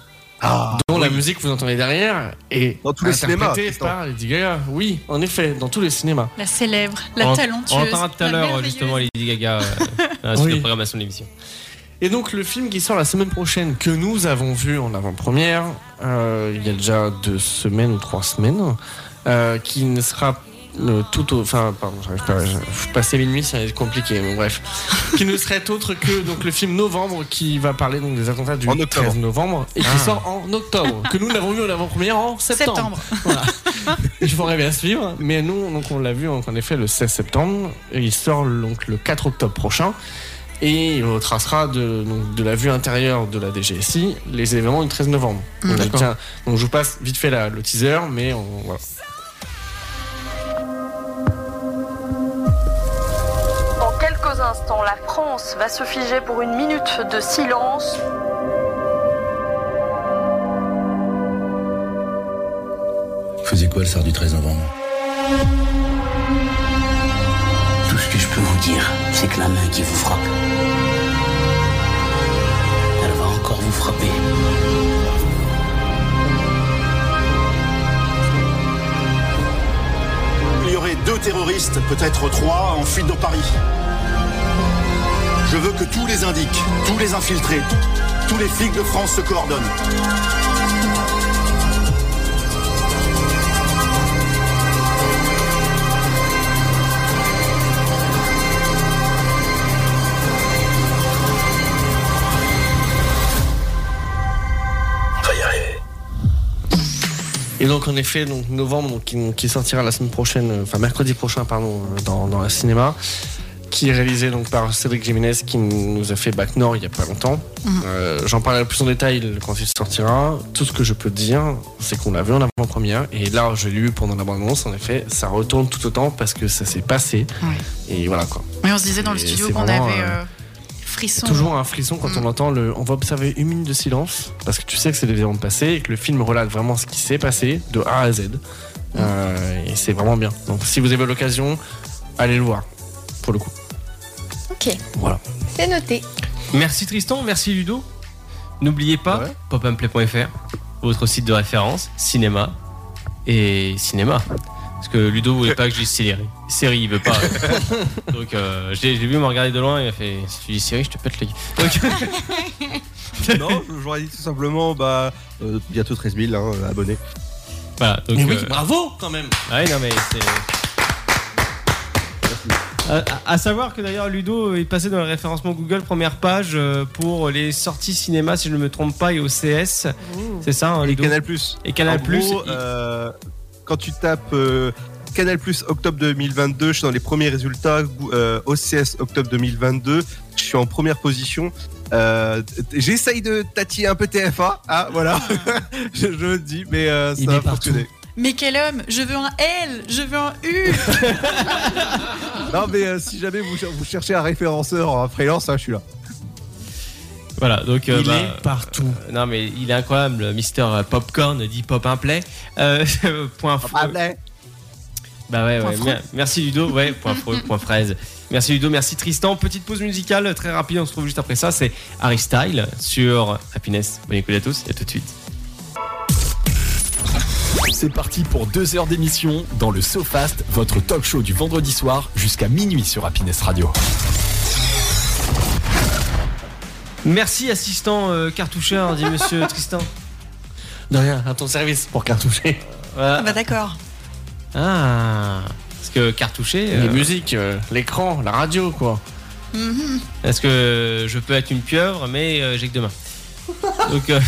Speaker 7: dont la musique que vous entendez derrière est
Speaker 9: Ah, Dans tous les cinémas,
Speaker 7: interprétée
Speaker 9: Tristan.
Speaker 7: par Lady Gaga. Oui, en effet, dans tous les cinémas.
Speaker 5: La célèbre, la
Speaker 2: on,
Speaker 5: talentueuse.
Speaker 2: On en parlera tout à
Speaker 5: la
Speaker 2: l'heure,
Speaker 5: merveilleuse.
Speaker 2: justement, Lady Gaga,
Speaker 5: [LAUGHS]
Speaker 2: euh, dans la suite
Speaker 7: Oui.
Speaker 2: de programmation de l'émission.
Speaker 7: Et donc le film qui sort la semaine prochaine, que nous avons vu en avant-première, euh, il y a déjà deux semaines ou trois semaines, euh, qui ne sera le tout au- enfin pardon j'arrive pas je- passer minuit c'est compliqué mais
Speaker 9: [LAUGHS]
Speaker 7: bref qui ne serait autre que donc le film Novembre qui va parler donc des attentats du
Speaker 9: En octobre.
Speaker 7: 13 novembre et qui
Speaker 2: Ah.
Speaker 7: sort en octobre que nous l'avons vu en avant-première en septembre
Speaker 5: Septembre.
Speaker 7: [LAUGHS] je vous bien suivre. Mais nous, donc, on l'a vu donc, en effet le 16 septembre. Et il sort donc le 4 octobre prochain. Et il retracera de, donc, de la vue intérieure de la DGSI les événements du 13 novembre. Donc,
Speaker 2: D'accord.
Speaker 7: tiens, donc, je vous passe vite fait la- le teaser, mais on, voilà.
Speaker 15: En quelques instants, la France va se figer pour une minute de silence.
Speaker 13: Faisais quoi le soir du 13 novembre Tout ce que je peux vous dire, c'est que la main qui vous frappe, elle va encore vous frapper.
Speaker 16: Il y aurait deux terroristes, peut-être trois, en fuite dans Paris. Je veux que tous les indiques, tous les infiltrés, tous les flics de France se coordonnent.
Speaker 7: Et donc en effet, donc novembre, donc, qui, qui sortira la semaine prochaine, euh, enfin mercredi prochain, pardon, euh, dans, dans la cinéma, qui est réalisé donc par Cédric Jiménez, qui nous a fait Bac Nord il y a pas longtemps.
Speaker 5: Mhm.
Speaker 7: Euh, J'en parlerai plus en détail quand il sortira. Tout ce que je peux dire, c'est qu'on l'a vu en avant-première, et là je l'ai lu pendant la bande-annonce. En effet, ça retourne tout autant parce que ça s'est passé.
Speaker 5: Ouais.
Speaker 7: Et voilà quoi.
Speaker 5: Mais on se disait dans le
Speaker 7: Et
Speaker 5: studio
Speaker 7: c'est
Speaker 5: qu'on
Speaker 7: vraiment,
Speaker 5: avait
Speaker 7: euh,
Speaker 5: euh, frisson.
Speaker 7: Toujours un frisson quand on
Speaker 5: Mm.
Speaker 7: entend le. On va observer une minute de silence parce que tu sais que c'est des événements passés et que le film relate vraiment ce qui s'est passé de A à Z.
Speaker 5: Mm.
Speaker 7: Euh, et c'est vraiment bien. Donc si vous avez l'occasion, allez le voir pour le coup.
Speaker 4: Ok.
Speaker 7: Voilà.
Speaker 4: C'est noté.
Speaker 2: Merci Tristan, merci Ludo. N'oubliez pas popamplay.fr, votre site de référence, cinéma et cinéma. Parce que Ludo voulait pas que je dise série. Série, il veut
Speaker 7: [LAUGHS]
Speaker 2: pas. euh. Donc euh, j'ai vu me regarder de loin et il a fait si tu dis série, je te pète les
Speaker 9: gueules. [LAUGHS] non, j'aurais dit tout simplement bah euh, bientôt 13 000 hein, abonnés.
Speaker 2: [LAUGHS] Voilà, donc,
Speaker 7: Mais oui,
Speaker 2: euh,
Speaker 7: bravo quand même.
Speaker 2: Ouais, non, mais c'est. À, à savoir que d'ailleurs Ludo est passé dans le référencement Google première page euh, pour les sorties cinéma si je ne me trompe pas et au CS. C'est ça, hein,
Speaker 9: Et
Speaker 2: Ludo
Speaker 9: Canal
Speaker 2: Et Canal
Speaker 9: En
Speaker 2: Plus.
Speaker 9: gros, euh, quand tu tapes euh, Canal Plus octobre 2022, je suis dans les premiers résultats. Gou- euh, OCS octobre 2022, je suis en première position. Euh, t- J'essaye de tatiller un peu TFA. Ah, voilà. [LAUGHS] je, je me dis, mais euh, ça va fonctionner.
Speaker 5: Mais quel homme Je veux un L, je veux un
Speaker 2: [LAUGHS]
Speaker 5: U.
Speaker 9: Non, mais euh, si jamais vous, vous cherchez un référenceur en freelance, hein, je suis là.
Speaker 2: Voilà, donc. euh,
Speaker 9: Il
Speaker 2: bah,
Speaker 9: est
Speaker 7: partout.
Speaker 2: euh, non, mais il est incroyable, le Mister euh, Popcorn dit Pop Implay. Euh, [LAUGHS] point fr- Bah ouais,
Speaker 7: Point
Speaker 2: ouais.
Speaker 7: fr-
Speaker 2: mer- Merci Ludo, ouais, point fr- point fraise. Merci Ludo, merci Tristan. Petite pause musicale très rapide, on se retrouve juste après ça. C'est Harry Style sur Happiness. Bonne écoute à tous et à tout de suite.
Speaker 1: C'est parti pour deux heures d'émission dans le SoFast, votre talk show du vendredi soir jusqu'à minuit sur Happiness Radio.
Speaker 2: Merci assistant euh, cartoucheur, dit
Speaker 5: [LAUGHS]
Speaker 2: monsieur Tristan.
Speaker 7: De rien, à ton service pour cartoucher.
Speaker 5: Ah bah d'accord.
Speaker 2: Ah, parce que cartoucher.
Speaker 7: Les musiques, euh, l'écran, la radio, quoi.
Speaker 5: Mhm.
Speaker 2: Parce que je peux être une pieuvre, mais euh, j'ai que deux
Speaker 5: [LAUGHS]
Speaker 2: mains. Donc, euh,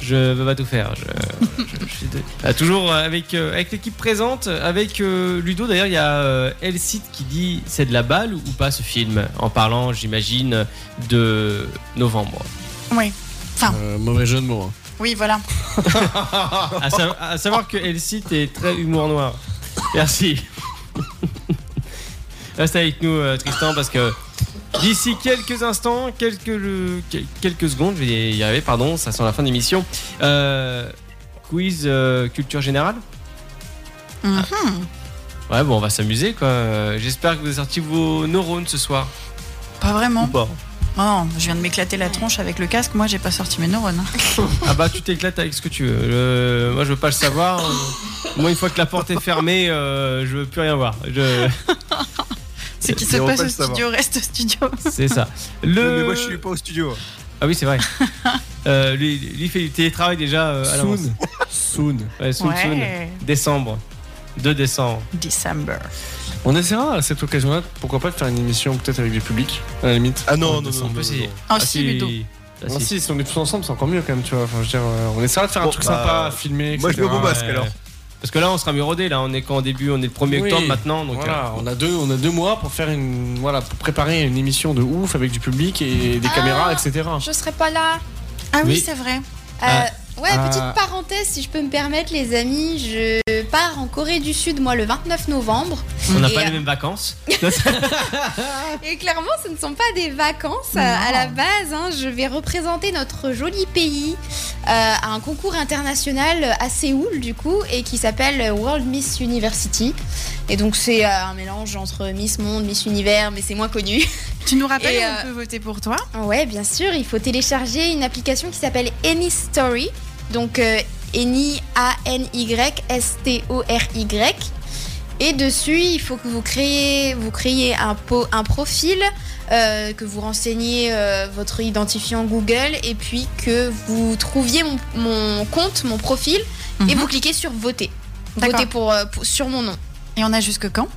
Speaker 2: je ne peux pas tout faire. Je- je- je suis dé- Ah, toujours avec, euh, avec l'équipe présente, avec euh, Ludo. D'ailleurs, il y a euh, Elsite qui dit c'est de la balle ou pas ce film En parlant, j'imagine, de novembre.
Speaker 5: Oui. Enfin,
Speaker 7: Euh, mauvais jeu de mots. hein.
Speaker 5: oui, voilà.
Speaker 2: à, sa- à savoir que Elsite est très humour noir. Merci. Reste avec nous, euh, Tristan, parce que d'ici quelques instants, quelques, le- quel- quelques secondes, je vais y arriver, pardon, ça sent la fin de l'émission. Euh, quiz euh, culture générale
Speaker 5: Mhm.
Speaker 2: Ouais, bon, on va s'amuser, quoi. Euh, J'espère que vous avez sorti vos neurones ce soir.
Speaker 5: Pas
Speaker 2: Ou
Speaker 5: vraiment.
Speaker 2: pas
Speaker 5: Oh non, je viens de m'éclater la tronche avec le casque. Moi, j'ai pas sorti mes neurones. hein.
Speaker 2: [LAUGHS] Ah bah, tu t'éclates avec ce que tu veux. Je- Moi, je veux pas le savoir. Moi, une fois que la porte est fermée, euh, je veux plus rien voir. Je...
Speaker 5: Ce qui se passe au studio reste
Speaker 2: [LAUGHS]
Speaker 5: au studio.
Speaker 2: C'est ça. Le...
Speaker 9: Mais moi, je suis pas au studio.
Speaker 2: Ah oui, c'est vrai. Euh, lui, lui, il fait du télétravail déjà euh, à l'avance.
Speaker 7: Soon. Soon.
Speaker 2: Ouais, soon, soon.
Speaker 5: Ouais.
Speaker 2: Décembre. 2 décembre.
Speaker 5: December.
Speaker 7: On essaiera à cette occasion-là, pourquoi pas, de faire une émission peut-être avec du public, à la limite.
Speaker 9: Ah non,
Speaker 7: Ouais,
Speaker 9: non,
Speaker 7: décembre.
Speaker 9: non, non, non, non.
Speaker 5: Ah, si, Ludo.
Speaker 7: Ah si, si on est tous ensemble, c'est encore mieux quand même, tu vois. Enfin, je veux dire, euh, on essaiera de faire un
Speaker 2: Bon,
Speaker 7: truc
Speaker 2: bah,
Speaker 7: sympa, à filmer.
Speaker 2: moi, je
Speaker 7: etc.
Speaker 2: vais au beau basque, alors. Parce que là, on sera mieux rodé. Là, on est qu'en début, on est le 1er
Speaker 7: Oui,
Speaker 2: octobre maintenant. Donc,
Speaker 7: voilà,
Speaker 2: euh,
Speaker 7: on a deux, on a deux mois pour faire une, voilà, pour préparer une émission de ouf avec du public et des
Speaker 4: Ah,
Speaker 7: caméras, etc.
Speaker 4: Je serai pas là.
Speaker 5: Ah
Speaker 7: oui, Oui. c'est
Speaker 5: vrai.
Speaker 7: Ah.
Speaker 4: Euh, ouais,
Speaker 7: Ah.
Speaker 4: petite parenthèse, si je peux me permettre, les amis, je pars en Corée du Sud, moi, le 29 novembre.
Speaker 2: on n'a
Speaker 4: Et,
Speaker 2: pas
Speaker 4: euh,
Speaker 2: les mêmes vacances.
Speaker 4: Et clairement, ce ne sont pas des vacances euh, à la base. hein. Je vais représenter notre joli pays euh, à un concours international à Séoul, du coup, et qui s'appelle World Miss University. Et donc, c'est euh, un mélange entre Miss Monde, Miss Univers, mais c'est moins connu.
Speaker 5: Tu nous rappelles
Speaker 4: Et,
Speaker 5: où
Speaker 4: euh,
Speaker 5: on peut voter pour toi
Speaker 4: Ouais, bien sûr, il faut télécharger une application qui s'appelle Any Story. Donc euh, Any A N Y S T O R Y. Et dessus, il faut que vous créez, vous créez un, po- un profil, euh, que vous renseignez euh, votre identifiant Google et puis que vous trouviez mon, mon compte, mon profil, et
Speaker 5: Mhm.
Speaker 4: vous cliquez sur voter.
Speaker 5: D'accord.
Speaker 4: Voter pour, euh, pour- sur mon nom.
Speaker 5: Et on a jusque quand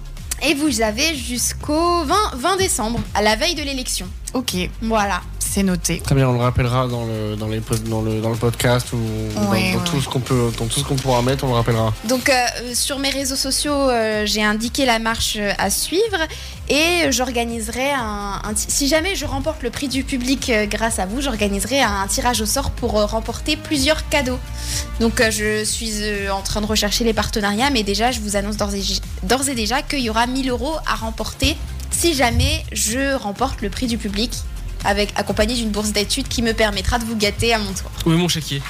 Speaker 4: Et vous avez jusqu'au 20, 20 décembre, à la veille de l'élection.
Speaker 5: Ok,
Speaker 4: Voilà.
Speaker 5: c'est noté.
Speaker 7: Très bien, on le rappellera dans le, dans les, pod- dans le, dans le podcast ou dans,
Speaker 4: Ouais,
Speaker 7: dans
Speaker 4: ouais.
Speaker 7: tout ce qu'on peut, dans tout ce qu'on pourra mettre, on le rappellera.
Speaker 4: Donc euh, euh, sur mes réseaux sociaux, euh, j'ai indiqué la marche euh, à suivre et j'organiserai un, un ti- Si jamais je remporte le prix du public euh, grâce à vous, j'organiserai un, tirage au sort pour euh, remporter plusieurs cadeaux. Donc euh, je suis euh, en train de rechercher les partenariats, mais déjà je vous annonce d'ores et, d'ores et déjà qu'il y aura 1000 euros à remporter si jamais je remporte le prix du public
Speaker 10: avec accompagné d'une bourse d'études qui me permettra de vous gâter à mon tour.
Speaker 2: Où est mon chéquier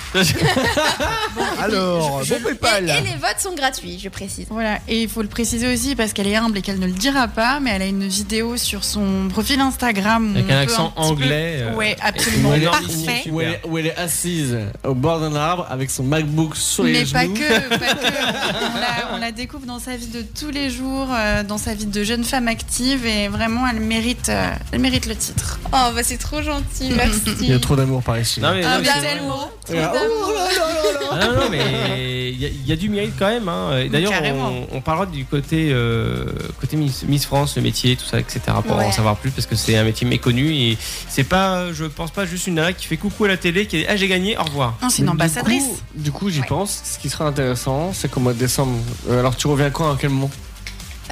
Speaker 6: Alors,
Speaker 10: Je-
Speaker 6: bon PayPal.
Speaker 10: et, et les votes sont gratuits, je précise.
Speaker 5: Voilà, et il faut le préciser aussi parce qu'elle est humble et qu'elle ne le dira pas, mais elle a une vidéo sur son profil Instagram.
Speaker 2: Avec
Speaker 5: où on
Speaker 2: un
Speaker 5: peut
Speaker 2: accent
Speaker 5: petit peu-
Speaker 2: anglais, euh,
Speaker 5: Ouais, absolument.
Speaker 2: et-
Speaker 5: Parfait.
Speaker 2: Super.
Speaker 7: Où elle, est- où elle est assise au bord d'un arbre avec son MacBook sur les
Speaker 5: Mais pas
Speaker 7: genoux.
Speaker 5: que, pas que. On la, on la découvre dans sa vie de tous les jours, euh, dans sa vie de jeune femme active, et vraiment, elle mérite, euh, elle mérite le titre.
Speaker 10: Oh, bah c'est trop gentil, merci.
Speaker 7: Il y a trop d'amour par ici.
Speaker 2: Non, mais-
Speaker 5: Ah,
Speaker 2: non, mais
Speaker 5: bah,
Speaker 2: c'est-
Speaker 5: tellement.
Speaker 7: Et là, oh là là là là.
Speaker 2: Ah non, non, mais il y, a- il y a du mérite quand même. hein. Et D'ailleurs,
Speaker 5: Carrément.
Speaker 2: on, on parlera du côté, euh, côté Miss, Miss France, le métier, tout ça, etc. pour
Speaker 10: Ouais.
Speaker 2: en savoir plus parce que c'est un métier méconnu et c'est pas, je pense pas, juste une nana qui fait coucou à la télé qui est Ah, j'ai gagné, au revoir.
Speaker 5: Non, c'est une
Speaker 7: Du
Speaker 5: ambassadrice.
Speaker 7: coup- Du coup, j'y
Speaker 10: Ouais.
Speaker 7: pense. Ce qui sera intéressant, c'est qu'au mois de décembre. euh, alors, tu reviens quand À quel moment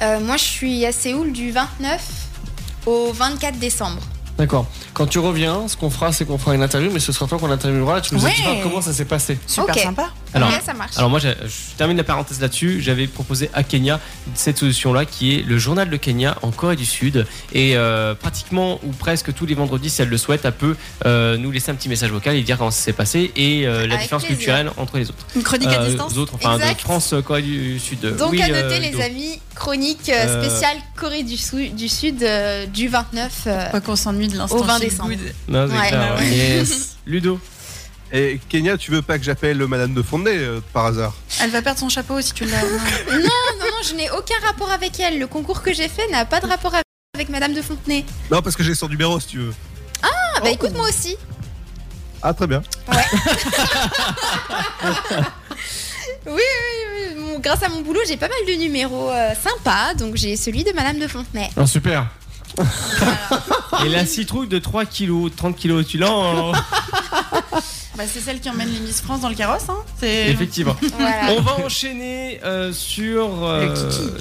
Speaker 10: Euh, moi, je suis à Séoul du 29 au 24 décembre.
Speaker 7: D'accord. Quand tu reviens, ce qu'on fera, c'est qu'on fera une interview, mais ce sera toi qu'on interviewera. Tu nous
Speaker 5: Ouais.
Speaker 7: expliqueras comment ça s'est passé.
Speaker 5: Super
Speaker 10: Ok.
Speaker 5: sympa.
Speaker 2: Alors,
Speaker 10: Ouais, ça marche.
Speaker 2: alors moi, j'ai- je termine la parenthèse là-dessus. J'avais proposé à Kenya cette solution-là, qui est le journal de Kenya en Corée du Sud. Et euh, pratiquement ou presque tous les vendredis, si elle le souhaite, elle peut euh, nous laisser un petit message vocal et dire comment ça s'est passé et euh, la
Speaker 10: Avec
Speaker 2: différence
Speaker 10: plaisir.
Speaker 2: culturelle entre les autres.
Speaker 5: Une chronique à
Speaker 2: Euh,
Speaker 5: distance.
Speaker 2: aux autres, enfin
Speaker 10: Exact.
Speaker 2: de France, euh, Corée du Sud.
Speaker 10: Donc
Speaker 2: Oui,
Speaker 10: à noter
Speaker 2: euh,
Speaker 10: les
Speaker 2: donc,
Speaker 10: amis, chronique euh,
Speaker 2: Euh,
Speaker 10: spéciale Corée du, Sou- du Sud euh, du 29. euh,
Speaker 5: Pas qu'on s'ennuie de l'instant.
Speaker 10: Au 20
Speaker 5: feel
Speaker 10: décembre.
Speaker 5: good.
Speaker 2: non, c'est
Speaker 10: Ouais. [LAUGHS]
Speaker 2: clair, ouais.
Speaker 7: Yes.
Speaker 2: Ludo.
Speaker 9: Et Kenya, tu veux pas que j'appelle Madame de Fondé euh, par hasard
Speaker 5: Elle va perdre son chapeau si tu l'as.
Speaker 10: non, non, je n'ai aucun rapport avec elle. Le concours que j'ai fait n'a pas de rapport avec- avec Madame de Fontenay.
Speaker 9: Non, parce que j'ai son numéro si tu veux.
Speaker 10: Ah bah écoute moi aussi.
Speaker 9: Ah, très bien.
Speaker 10: Oui, oui, mon- grâce à mon boulot, j'ai pas mal de numéros euh, sympas. Donc j'ai celui de Madame de
Speaker 2: [LAUGHS]
Speaker 10: Fontenay.
Speaker 7: Ah, super.
Speaker 2: Et la citrouille de 3 kilos, 30 kilos, tu l'as en-
Speaker 5: Bah, c'est celle qui emmène les Miss France dans le carrosse. Hein.
Speaker 2: [LAUGHS]
Speaker 5: C'est
Speaker 2: Effectivement.
Speaker 10: Voilà.
Speaker 2: On va enchaîner euh, sur euh,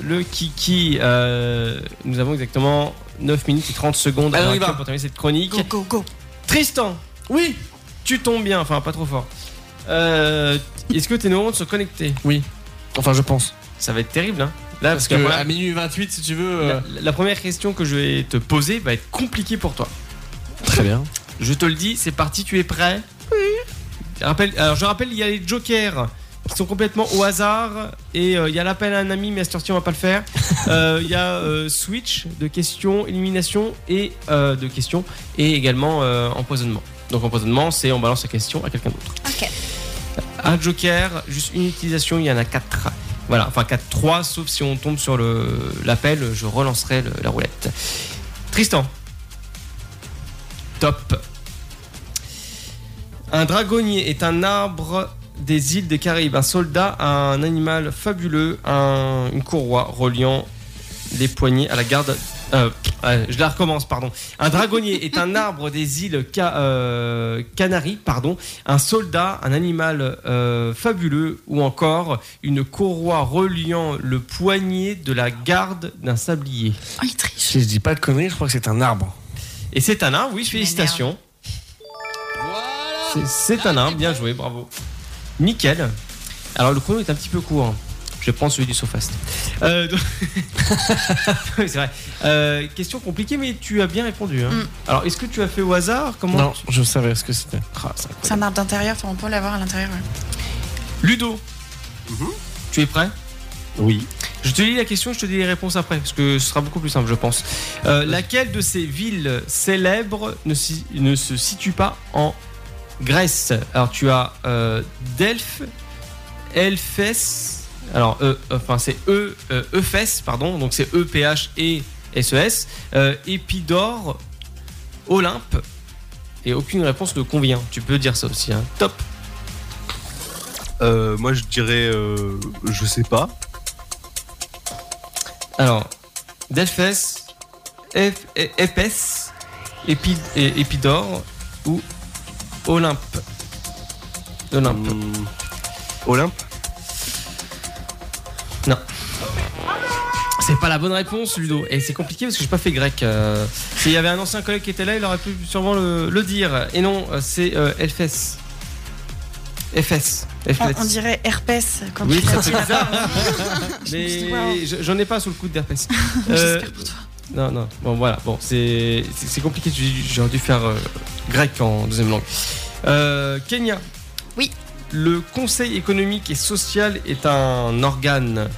Speaker 2: le Kiki. Euh, nous avons exactement 9 minutes et 30 secondes à
Speaker 7: Allez, on
Speaker 2: l'heure
Speaker 7: y va.
Speaker 2: actuelle pour terminer cette chronique.
Speaker 5: go go go.
Speaker 2: Tristan,
Speaker 7: Oui.
Speaker 2: tu tombes bien, enfin pas trop fort. Euh, Est-ce que tes neurones sont connectés
Speaker 7: Enfin, je pense.
Speaker 2: Ça va être terrible, hein Là,
Speaker 7: Parce que
Speaker 2: la première-
Speaker 7: à minuit 28, si tu veux. euh,
Speaker 2: la, la première question que je vais te poser va être compliquée pour toi.
Speaker 7: Très bien.
Speaker 2: Je te le dis, c'est parti, tu es prêt Oui. alors je rappelle, il y a les jokers qui sont complètement au hasard et euh, il y a l'appel à un ami, mais à cette heure-ci, on va pas le faire. Euh, Il y a euh, switch de questions, élimination et euh, de questions et également euh, empoisonnement. Donc empoisonnement, c'est on balance la question à quelqu'un d'autre.
Speaker 10: Ok.
Speaker 2: Un joker, juste une utilisation, il y en a quatre. Voilà, enfin 4 3 sauf si on tombe sur le l'appel, je relancerai le- la roulette. Tristan. Top. Un dragonnier est un arbre des îles des Caraïbes, un soldat, un animal fabuleux, un- une courroie reliant les poignets à la garde. euh, euh, je la recommence, pardon. Un dragonnier est un arbre des îles Ca- euh, Canaries, pardon. Un soldat, un animal euh, fabuleux, ou encore une courroie reliant le poignet de la garde d'un sablier.
Speaker 5: Oh, il triche.
Speaker 7: Si je dis pas de conneries, je crois que c'est un arbre.
Speaker 2: Et c'est un nain, oui,
Speaker 5: Tu
Speaker 2: félicitations. C'est- C'est un nain, bien joué, bravo. Nickel. Alors le chrono est un petit peu court. Je vais prendre celui du Sofast. Euh, [LAUGHS] donc- Oui, c'est vrai. Euh, question compliquée, mais tu as bien répondu. hein.
Speaker 5: Mm.
Speaker 2: Alors, est-ce que tu as fait au hasard Comment
Speaker 7: Non, je savais ce que c'était.
Speaker 2: Ah, c'est incroyable.
Speaker 5: C'est un arbre d'intérieur, enfin, on peut l'avoir à l'intérieur. ouais.
Speaker 2: Ludo, tu es prêt
Speaker 9: Oui.
Speaker 2: Je te lis la question, je te dis les réponses après, parce que ce sera beaucoup plus simple, je pense. Euh, laquelle de ces villes célèbres ne, si- ne se situe pas en Grèce Alors, tu as euh, Delphes, Elfes, alors, E- enfin, c'est E, euh, Ephès, pardon, donc c'est E-P-H et S-E-S, euh, Épidore, Olympe, et aucune réponse ne convient. Tu peux dire ça aussi, hein. Top
Speaker 9: Euh, moi, je dirais. euh, je sais pas.
Speaker 2: Alors, Delphès, Ephes, Épès, Épi- é- Épidore ou Olympe. Olympe.
Speaker 9: Hmm. Olympe
Speaker 2: C'est pas la bonne réponse, Ludo. Et c'est compliqué parce que j'ai pas fait grec. euh. S'il y avait un ancien collègue qui était là, il aurait pu sûrement le, le dire. Et non, euh, c'est euh, Elfès. Efès.
Speaker 5: On, on dirait herpès quand
Speaker 2: Oui,
Speaker 5: tu
Speaker 2: ça
Speaker 5: l'as dit [LAUGHS]
Speaker 2: fait
Speaker 5: là-bas.
Speaker 2: bizarre.
Speaker 5: Je me suis dit,
Speaker 2: Mais
Speaker 5: waouh. [LAUGHS]
Speaker 2: je- j'en ai pas sous le coup d'herpès. Euh,
Speaker 5: J'espère pour toi.
Speaker 2: Non, non. Bon, voilà. Bon, c'est c'est- c'est compliqué. J'ai- J'aurais dû faire euh, grec en deuxième langue. Euh, Kenya.
Speaker 4: Oui.
Speaker 2: Le Conseil économique et social est un organe.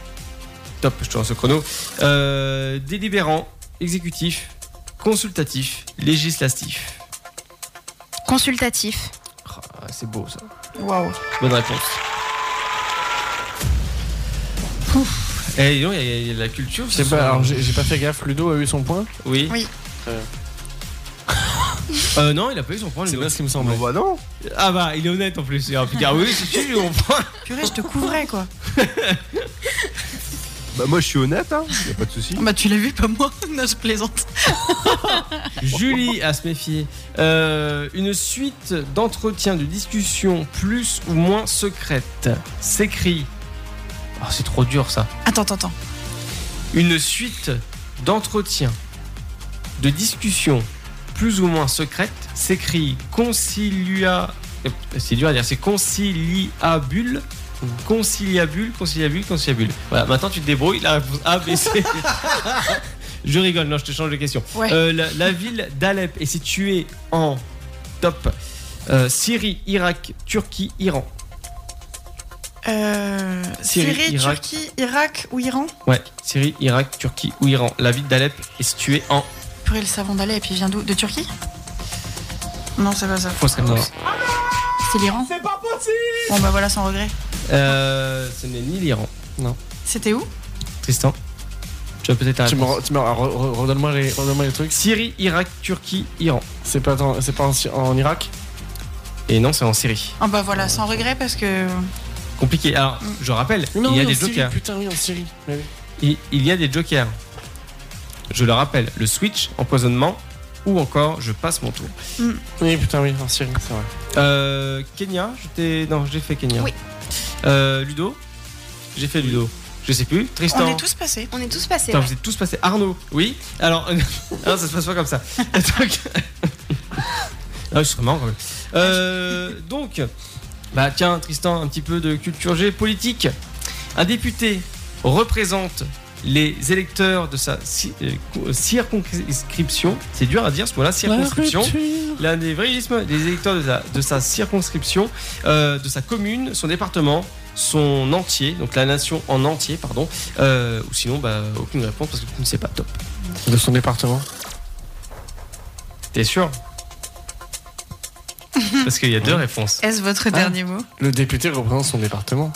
Speaker 2: Top, je te lance le chrono. Euh, délibérant, exécutif, consultatif, législatif.
Speaker 4: Consultatif.
Speaker 2: Ah, c'est beau ça.
Speaker 5: Waouh.
Speaker 2: Bonne réponse. Eh, dis donc, il y a- il y, a la culture.
Speaker 7: C'est pas- alors, j'ai- j'ai
Speaker 2: pas fait gaffe, Ludo a eu son point Oui.
Speaker 5: Oui.
Speaker 2: Euh, non, il a pas eu son point. C'est bien ce qui me semble. Bah non. Ah bah, il est honnête en plus. Ah, putain, oui, si tu lui, on [LAUGHS] prend.
Speaker 5: Purée, je te couvrais quoi.
Speaker 9: Bah moi je suis honnête, hein. y a pas de souci.
Speaker 5: Bah tu l'as vu, pas moi. [LAUGHS] Non, je plaisante.
Speaker 2: Julie à se méfier. Euh, une suite d'entretiens, de discussions plus ou moins secrètes s'écrit. Oh, c'est trop dur ça.
Speaker 5: Attends, attends, attends.
Speaker 2: Une suite d'entretiens, de discussions plus ou moins secrètes s'écrit concilia. euh, C'est dur à dire, c'est conciliabule. Conciliabule, conciliabule, conciliabule. Voilà, maintenant tu te débrouilles, la réponse A, B, C. Je rigole, non, je te change de question.
Speaker 5: Ouais.
Speaker 2: Euh, la, la ville d'Alep est située en top euh, Syrie, Irak, Turquie, Iran.
Speaker 5: Euh,
Speaker 2: Syrie,
Speaker 5: Syrie,
Speaker 2: Irak.
Speaker 5: Turquie, Irak ou Iran
Speaker 2: Ouais, Syrie, Irak, Turquie ou Iran. La ville d'Alep est située en.
Speaker 5: Purée, le savon d'Alep, il vient d'où De Turquie Non, c'est pas ça.
Speaker 2: Fausse réponse.
Speaker 5: C'est l'Iran C'est pas possible Bon, bah voilà, sans regret.
Speaker 2: Euh, ce n'est ni l'Iran. Non.
Speaker 5: C'était où
Speaker 2: Tristan, tu as peut-être.
Speaker 7: Tu me re- tu me re- re- redonne-moi les, redonne-moi les trucs.
Speaker 2: Syrie, Irak, Turquie, Iran.
Speaker 7: C'est pas, dans- c'est pas en, Sy- en Irak
Speaker 2: Et non, c'est en Syrie.
Speaker 5: Ah, bah voilà, sans regret parce que.
Speaker 2: Compliqué. Alors, je rappelle,
Speaker 7: Non,
Speaker 2: il y a
Speaker 7: oui, en
Speaker 2: des
Speaker 7: Syrie,
Speaker 2: jokers.
Speaker 7: Putain, oui, en Syrie. Mais oui.
Speaker 2: Il, il y a des jokers. Je le rappelle, le switch, empoisonnement, ou encore je passe mon tour.
Speaker 7: Oui, putain, oui, en Syrie, c'est vrai.
Speaker 2: Euh, Kenya, je t'ai. Non, j'ai fait Kenya.
Speaker 4: Oui.
Speaker 2: Euh, Ludo J'ai fait Ludo. Je sais plus. Tristan
Speaker 5: On est tous passés.
Speaker 4: On est tous passés.
Speaker 2: Putain,
Speaker 10: hein.
Speaker 4: ouais.
Speaker 2: vous êtes tous passés. Arnaud Oui Alors, [LAUGHS] euh, non, ça se passe pas comme ça. donc, ah, je serais marrant quand même. Euh, donc, bah tiens, Tristan, un petit peu de culture G politique. Un député représente les électeurs de sa ci- euh, co- circonscription. C'est dur à dire ce mot-là, circonscription. L'anévrisme des électeurs de sa, de sa circonscription, euh, de sa commune, son département, son entier, donc la nation en entier, pardon. Euh, ou sinon, bah, aucune réponse parce que tu ne sais pas. Top.
Speaker 7: De son département.
Speaker 2: T'es [LAUGHS] sûr Parce qu'il y a deux réponses.
Speaker 5: Est-ce votre dernier mot
Speaker 7: Le député représente son département.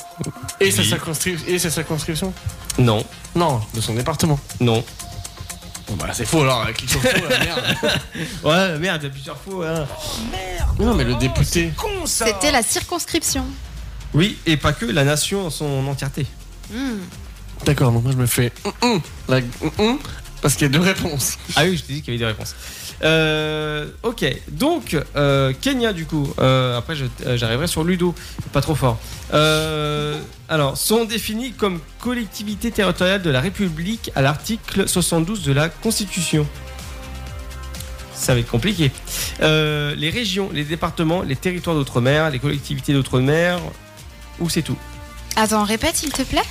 Speaker 7: Et, sa,
Speaker 2: Oui.
Speaker 7: circonscri- et sa circonscription
Speaker 2: Non,
Speaker 7: Non, de son département.
Speaker 2: non.
Speaker 7: Bon, bah là, c'est faux alors, clique sur faux, là, merde.
Speaker 2: Ouais, merde, il y a plusieurs fois. hein.
Speaker 7: Non, [LAUGHS] mais le député.
Speaker 4: C'était la circonscription.
Speaker 2: Oui, et pas que la nation en son entièreté.
Speaker 4: Hmm.
Speaker 7: D'accord, donc moi je me fais. hum, hum, la- hum, hum, parce qu'il y a deux réponses.
Speaker 2: [LAUGHS] Ah oui, je t'ai dit qu'il y avait des réponses. Euh, ok, donc euh, Kenya du coup. Euh, après, je- euh, j'arriverai sur Ludo, pas trop fort. Euh, alors, sont définis comme collectivité territoriale de la République à l'article 72 de la Constitution. Ça va être compliqué. Euh, les régions, les départements, les territoires d'outre-mer, les collectivités d'outre-mer, ou c'est tout
Speaker 4: Attends, répète s'il te plaît.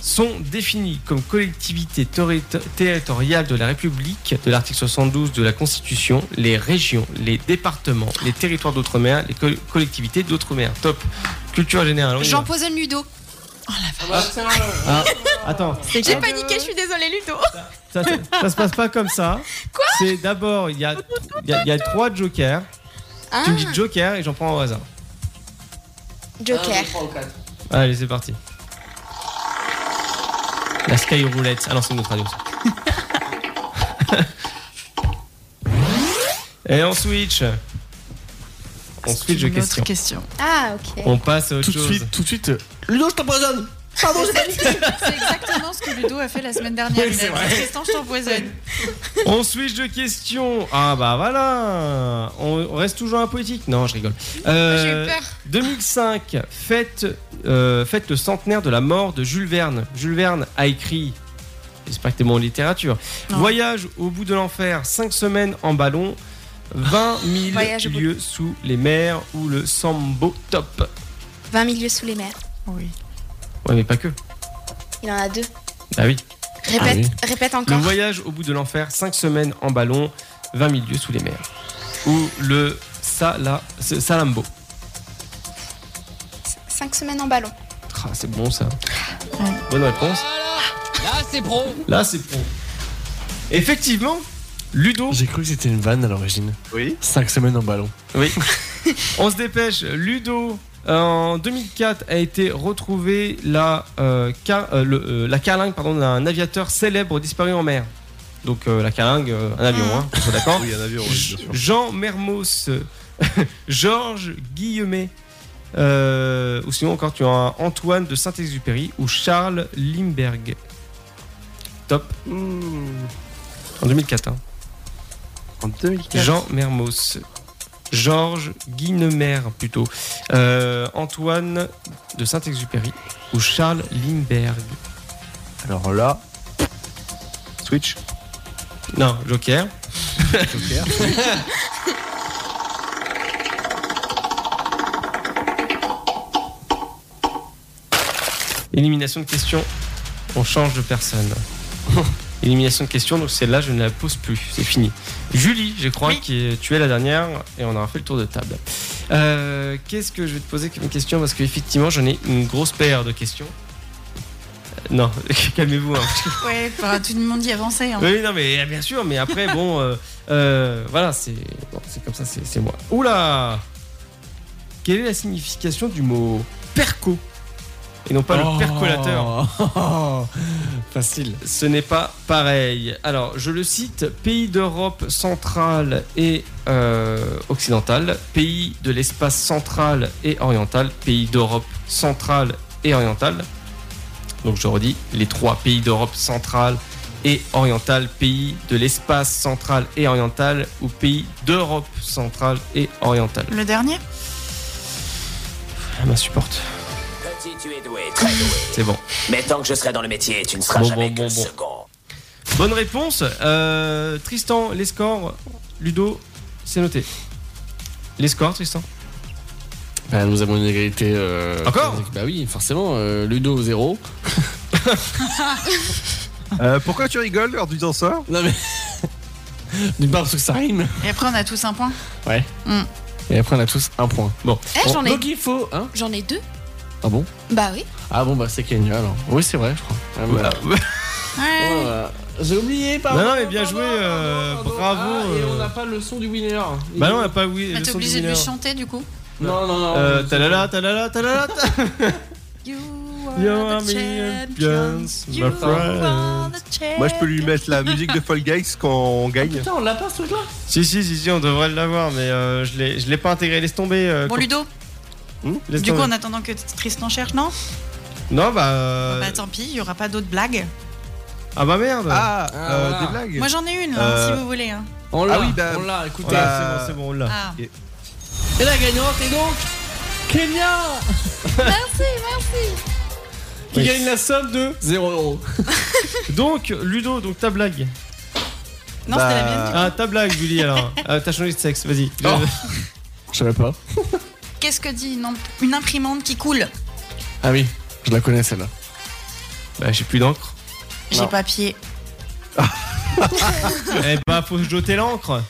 Speaker 2: sont définis comme collectivité terri- territoriale de la République de l'article 72 de la Constitution les régions, les départements, les territoires d'outre-mer, les co- collectivités d'outre-mer. Top. Culture générale. on y va.
Speaker 4: J'empoisonne Ludo.
Speaker 2: Ah, attends,
Speaker 4: J'ai paniqué, je suis désolée Ludo.
Speaker 2: ça, ça- ça se passe pas comme ça. C'est d'abord, il y, a- il y a- il y a trois jokers.
Speaker 4: Ah,
Speaker 2: Tu me dis joker et j'en prends au hasard.
Speaker 4: Joker.
Speaker 2: Allez, c'est parti. La Sky Roulette. Ah non, c'est une autre radio. ça. [LAUGHS] Et on switch. On switch de
Speaker 5: Une autre
Speaker 2: question.
Speaker 5: question.
Speaker 4: Ah ok.
Speaker 2: On passe à autre
Speaker 7: Tout de
Speaker 2: chose.
Speaker 7: suite, tout de suite. euh, Ludo, je t'empoisonne Pardon, c'est pas-
Speaker 5: C'est exactement ce que Ludo a fait la semaine dernière.
Speaker 2: Oui,
Speaker 5: Il a
Speaker 2: c'est
Speaker 5: dit,
Speaker 2: vrai.
Speaker 5: Tristan, je t'empoisonne.
Speaker 2: On switch de question. Ah bah voilà. On reste toujours un politique. Non, je rigole. Euh,
Speaker 4: J'ai eu peur.
Speaker 2: 2005, fête, euh, fête le centenaire de la mort de Jules Verne. Jules Verne a écrit. J'espère que t'es bon en littérature.
Speaker 5: Non.
Speaker 2: Voyage au bout de l'enfer, 5 semaines en ballon,
Speaker 4: [LAUGHS]
Speaker 2: 20 000
Speaker 4: Voyage au bout-
Speaker 2: lieux sous les mers ou le Sambo Top.
Speaker 4: 20 milieux sous les mers.
Speaker 5: Oui.
Speaker 2: Ouais, mais pas que.
Speaker 4: Il en a deux.
Speaker 2: Bah oui.
Speaker 4: Répète, ah oui. répète encore.
Speaker 2: Le voyage au bout de l'enfer, 5 semaines en ballon, 20 000 lieux sous les mers. Ou le Sala, Salambo.
Speaker 4: 5 semaines en ballon.
Speaker 2: Ah, c'est bon ça. Bonne réponse.
Speaker 17: Là, c'est pro.
Speaker 2: Là, c'est pro. Effectivement, Ludo.
Speaker 7: J'ai cru que c'était une vanne à l'origine.
Speaker 2: Oui.
Speaker 7: 5 semaines en ballon.
Speaker 2: Oui. On se dépêche. Ludo, euh, en 2004, a été retrouvé la, euh, ca, euh, le, euh, la carlingue d'un aviateur célèbre disparu en mer. Donc euh, la carlingue, un avion, mmh. hein, d'accord
Speaker 9: Ah. [LAUGHS] Oui, un avion, oui, bien sûr.
Speaker 2: Jean Mermos, euh, [LAUGHS] Georges Guillemet, euh, ou sinon encore tu as Antoine de Saint-Exupéry ou Charles Limberg. Top. Mmh.
Speaker 9: Hmm.
Speaker 2: En 2004. Hein.
Speaker 9: [LAUGHS] En 2004.
Speaker 2: Jean Mermos. Georges Guinemer plutôt. Euh, Antoine de Saint-Exupéry ou Charles Lindbergh.
Speaker 9: Alors là. Switch
Speaker 2: Non, Joker.
Speaker 9: Joker.
Speaker 2: [LAUGHS] Élimination de question. On change de personne. Élimination de question, donc celle-là, je ne la pose plus. C'est fini. Julie, je crois
Speaker 5: Oui.
Speaker 2: que tu es la dernière et on aura fait le tour de table. Euh, Qu'est-ce que je vais te poser comme question Parce qu'effectivement, j'en ai une grosse paire de questions. Euh, Non, [LAUGHS] calmez-vous. hein.
Speaker 5: Ouais, faudra tout le monde y avancer. hein.
Speaker 2: Oui, non, mais euh, bien sûr, mais après, bon, euh, euh, voilà, c'est bon, c'est comme ça, c'est c'est moi. Oula Quelle est la signification du mot perco Et non pas
Speaker 7: Oh.
Speaker 2: le percolateur. [LAUGHS]
Speaker 7: Facile.
Speaker 2: Ce n'est pas pareil. Alors, je le cite pays d'Europe centrale et euh, occidentale, pays de l'espace central et oriental, pays d'Europe centrale et orientale. Donc, je redis les trois pays d'Europe centrale et orientale, pays de l'espace central et oriental ou pays d'Europe centrale et orientale.
Speaker 5: Le dernier
Speaker 2: Elle m'insupporte.
Speaker 13: Petit, tu es doué, très doué.
Speaker 2: Ah, C'est bon.
Speaker 13: Mais tant que je serai dans le métier, tu ne seras
Speaker 2: Bon,
Speaker 13: jamais
Speaker 2: bon,
Speaker 13: que
Speaker 2: bon,
Speaker 13: le
Speaker 2: bon.
Speaker 13: second.
Speaker 2: Bonne réponse. Euh, Tristan, les scores. Ludo, c'est noté. Les scores, Tristan
Speaker 7: Bah, nous avons une égalité. euh,
Speaker 2: Encore
Speaker 7: avec- Bah oui, forcément. euh, Ludo 0.
Speaker 9: Euh, pourquoi tu rigoles en disant ça
Speaker 7: Non mais. D'une part parce que ça rime.
Speaker 5: Et après, on a tous un point.
Speaker 7: Ouais.
Speaker 5: Mm.
Speaker 7: Et après on a tous un point. Bon.
Speaker 4: Eh,
Speaker 7: Bon,
Speaker 4: j'en ai-
Speaker 7: Donc il faut. Hein
Speaker 4: J'en ai deux.
Speaker 7: Oh, ah bon
Speaker 4: Bah oui.
Speaker 7: Ah bon bah c'est Kenya alors. Oui c'est vrai je crois. Ah, bah,
Speaker 5: Ouais.
Speaker 7: voilà. J'ai oublié
Speaker 2: Non,
Speaker 7: pardon.
Speaker 2: non, mais bien joué. euh, bravo.
Speaker 7: Ah, et on
Speaker 2: euh.
Speaker 7: n'a pas le son du winner.
Speaker 2: Bah non, on n'a pas oui,
Speaker 5: Mais
Speaker 2: le
Speaker 5: t'es
Speaker 2: son du
Speaker 5: obligé de lui
Speaker 2: winner.
Speaker 5: chanter du coup.
Speaker 7: Non non non.
Speaker 2: Euh, talala, talala, talala,
Speaker 5: [LAUGHS]
Speaker 2: ta-
Speaker 5: You
Speaker 2: You
Speaker 5: are
Speaker 2: are
Speaker 5: the
Speaker 2: my
Speaker 5: champions.
Speaker 2: champions,
Speaker 5: You
Speaker 2: my friends.
Speaker 5: are the
Speaker 9: [LAUGHS]
Speaker 5: champions.
Speaker 9: Moi, je peux lui mettre la musique de Fall Guys quand on gagne.
Speaker 7: Putain on l'a pas ce truc là.
Speaker 2: Si, si, si, si, on devrait l'avoir, mais euh, je l'ai- je l'ai pas intégré. Laisse tomber. euh,
Speaker 5: Bon,
Speaker 2: quand-
Speaker 5: Ludo,
Speaker 2: laisse
Speaker 5: du coup,
Speaker 2: tomber.
Speaker 5: en attendant que Tristan cherche, non
Speaker 2: Non, bah. euh,
Speaker 5: Bah tant pis, il y aura pas d'autres blagues.
Speaker 2: Ah bah merde.
Speaker 9: Ah,
Speaker 7: Ah,
Speaker 9: euh,
Speaker 7: voilà.
Speaker 9: des blagues
Speaker 5: Moi, j'en ai une, là,
Speaker 9: Euh,
Speaker 5: si vous voulez. hein.
Speaker 7: On l'a.
Speaker 9: Ah oui, bah,
Speaker 7: on l'a. Écoutez.
Speaker 2: Ouais,
Speaker 9: bah,
Speaker 2: c'est bon, c'est bon, on l'a.
Speaker 5: Ah.
Speaker 7: Et la gagnante est donc Kenya.
Speaker 4: Merci, merci.
Speaker 2: Qui
Speaker 7: Oui.
Speaker 2: gagne la somme de.
Speaker 7: 0 euros.
Speaker 2: Donc, Ludo, donc ta blague.
Speaker 5: Non, c'était la mienne.
Speaker 9: Bah,
Speaker 2: Ah, ta blague, Julie, [LAUGHS] alors. Ah, T'as changé de sexe, vas-y. Euh,
Speaker 7: Oh. Je savais pas.
Speaker 5: Qu'est-ce que dit une, imp- une imprimante qui coule
Speaker 7: Ah oui je la connais celle-là.
Speaker 2: Bah, j'ai plus d'encre.
Speaker 5: J'ai papier.
Speaker 2: eh bah, faut jeter l'encre.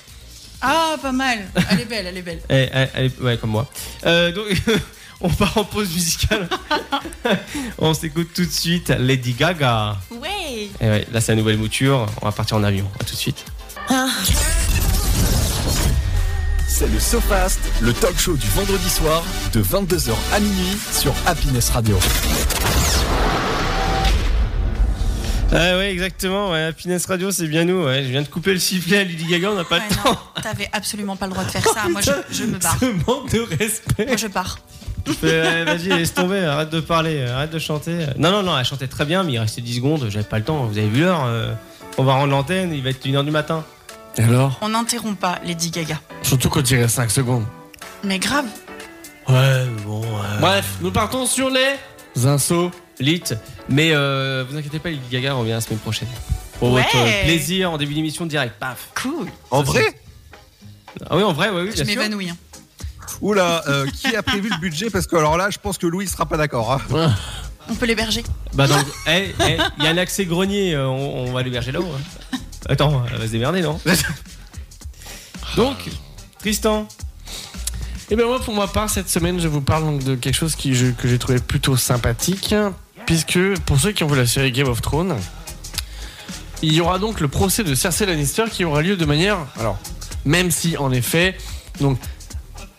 Speaker 5: Ah, pas mal. Elle est belle, elle est belle.
Speaker 2: Eh, eh, elle est- ouais, comme moi. Euh, donc, [LAUGHS] on part en pause musicale. [LAUGHS] on s'écoute tout de suite Lady Gaga.
Speaker 5: Ouais.
Speaker 2: Et ouais, là, c'est la nouvelle mouture. On va partir en avion. À tout de suite.
Speaker 1: C'est le SoFast, le talk show du vendredi soir de 22h à minuit sur Happiness Radio.
Speaker 2: Ah ouais, exactement. Ouais, Happiness Radio, c'est bien nous. Ouais. Je viens de couper le sifflet à Lady Gaga. On n'a pas
Speaker 5: Ouais,
Speaker 2: le
Speaker 5: non,
Speaker 2: temps.
Speaker 5: t'avais absolument pas le
Speaker 2: [LAUGHS]
Speaker 5: droit de faire ça. Moi, je, je me barre.
Speaker 2: Ce manque de respect.
Speaker 5: Moi, je pars.
Speaker 2: Euh, Vas-y, laisse tomber, arrête de parler, arrête de chanter. Non, non, non, elle chantait très bien, mais il restait 10 secondes, j'avais pas le temps, vous avez vu l'heure. euh, on va rendre l'antenne, il va être 1h du matin.
Speaker 7: Et alors
Speaker 5: On n'interrompt pas Lady Gaga.
Speaker 7: Surtout quand il reste 5 secondes.
Speaker 5: Mais grave.
Speaker 2: Ouais, bon.
Speaker 7: Bref nous partons sur les Zinso.
Speaker 2: Lit, mais euh, vous inquiétez pas, Lady Gaga revient la semaine prochaine. Pour
Speaker 5: Ouais.
Speaker 2: votre euh, plaisir, en début d'émission direct, paf.
Speaker 5: Cool.
Speaker 9: En vrai
Speaker 2: Ah oui, en vrai, oui, oui,
Speaker 5: Je
Speaker 2: bien sûr.
Speaker 5: m'évanouis. hein.
Speaker 9: Oula, euh, qui a prévu le budget Parce que alors là, je pense que Louis sera pas d'accord. hein.
Speaker 5: On peut l'héberger.
Speaker 2: Bah donc, [LAUGHS] il y a un accès grenier, euh, on, on va l'héberger là-haut. hein. Attends, elle va se démerder,
Speaker 5: [LAUGHS]
Speaker 2: non Donc, Tristan,
Speaker 7: Et bien Eh ben, moi pour ma part cette semaine je vous parle donc de quelque chose qui, je- que j'ai trouvé plutôt sympathique puisque pour ceux qui ont vu la série Game of Thrones il y aura donc le procès de Cersei Lannister qui aura lieu de manière alors même si en effet donc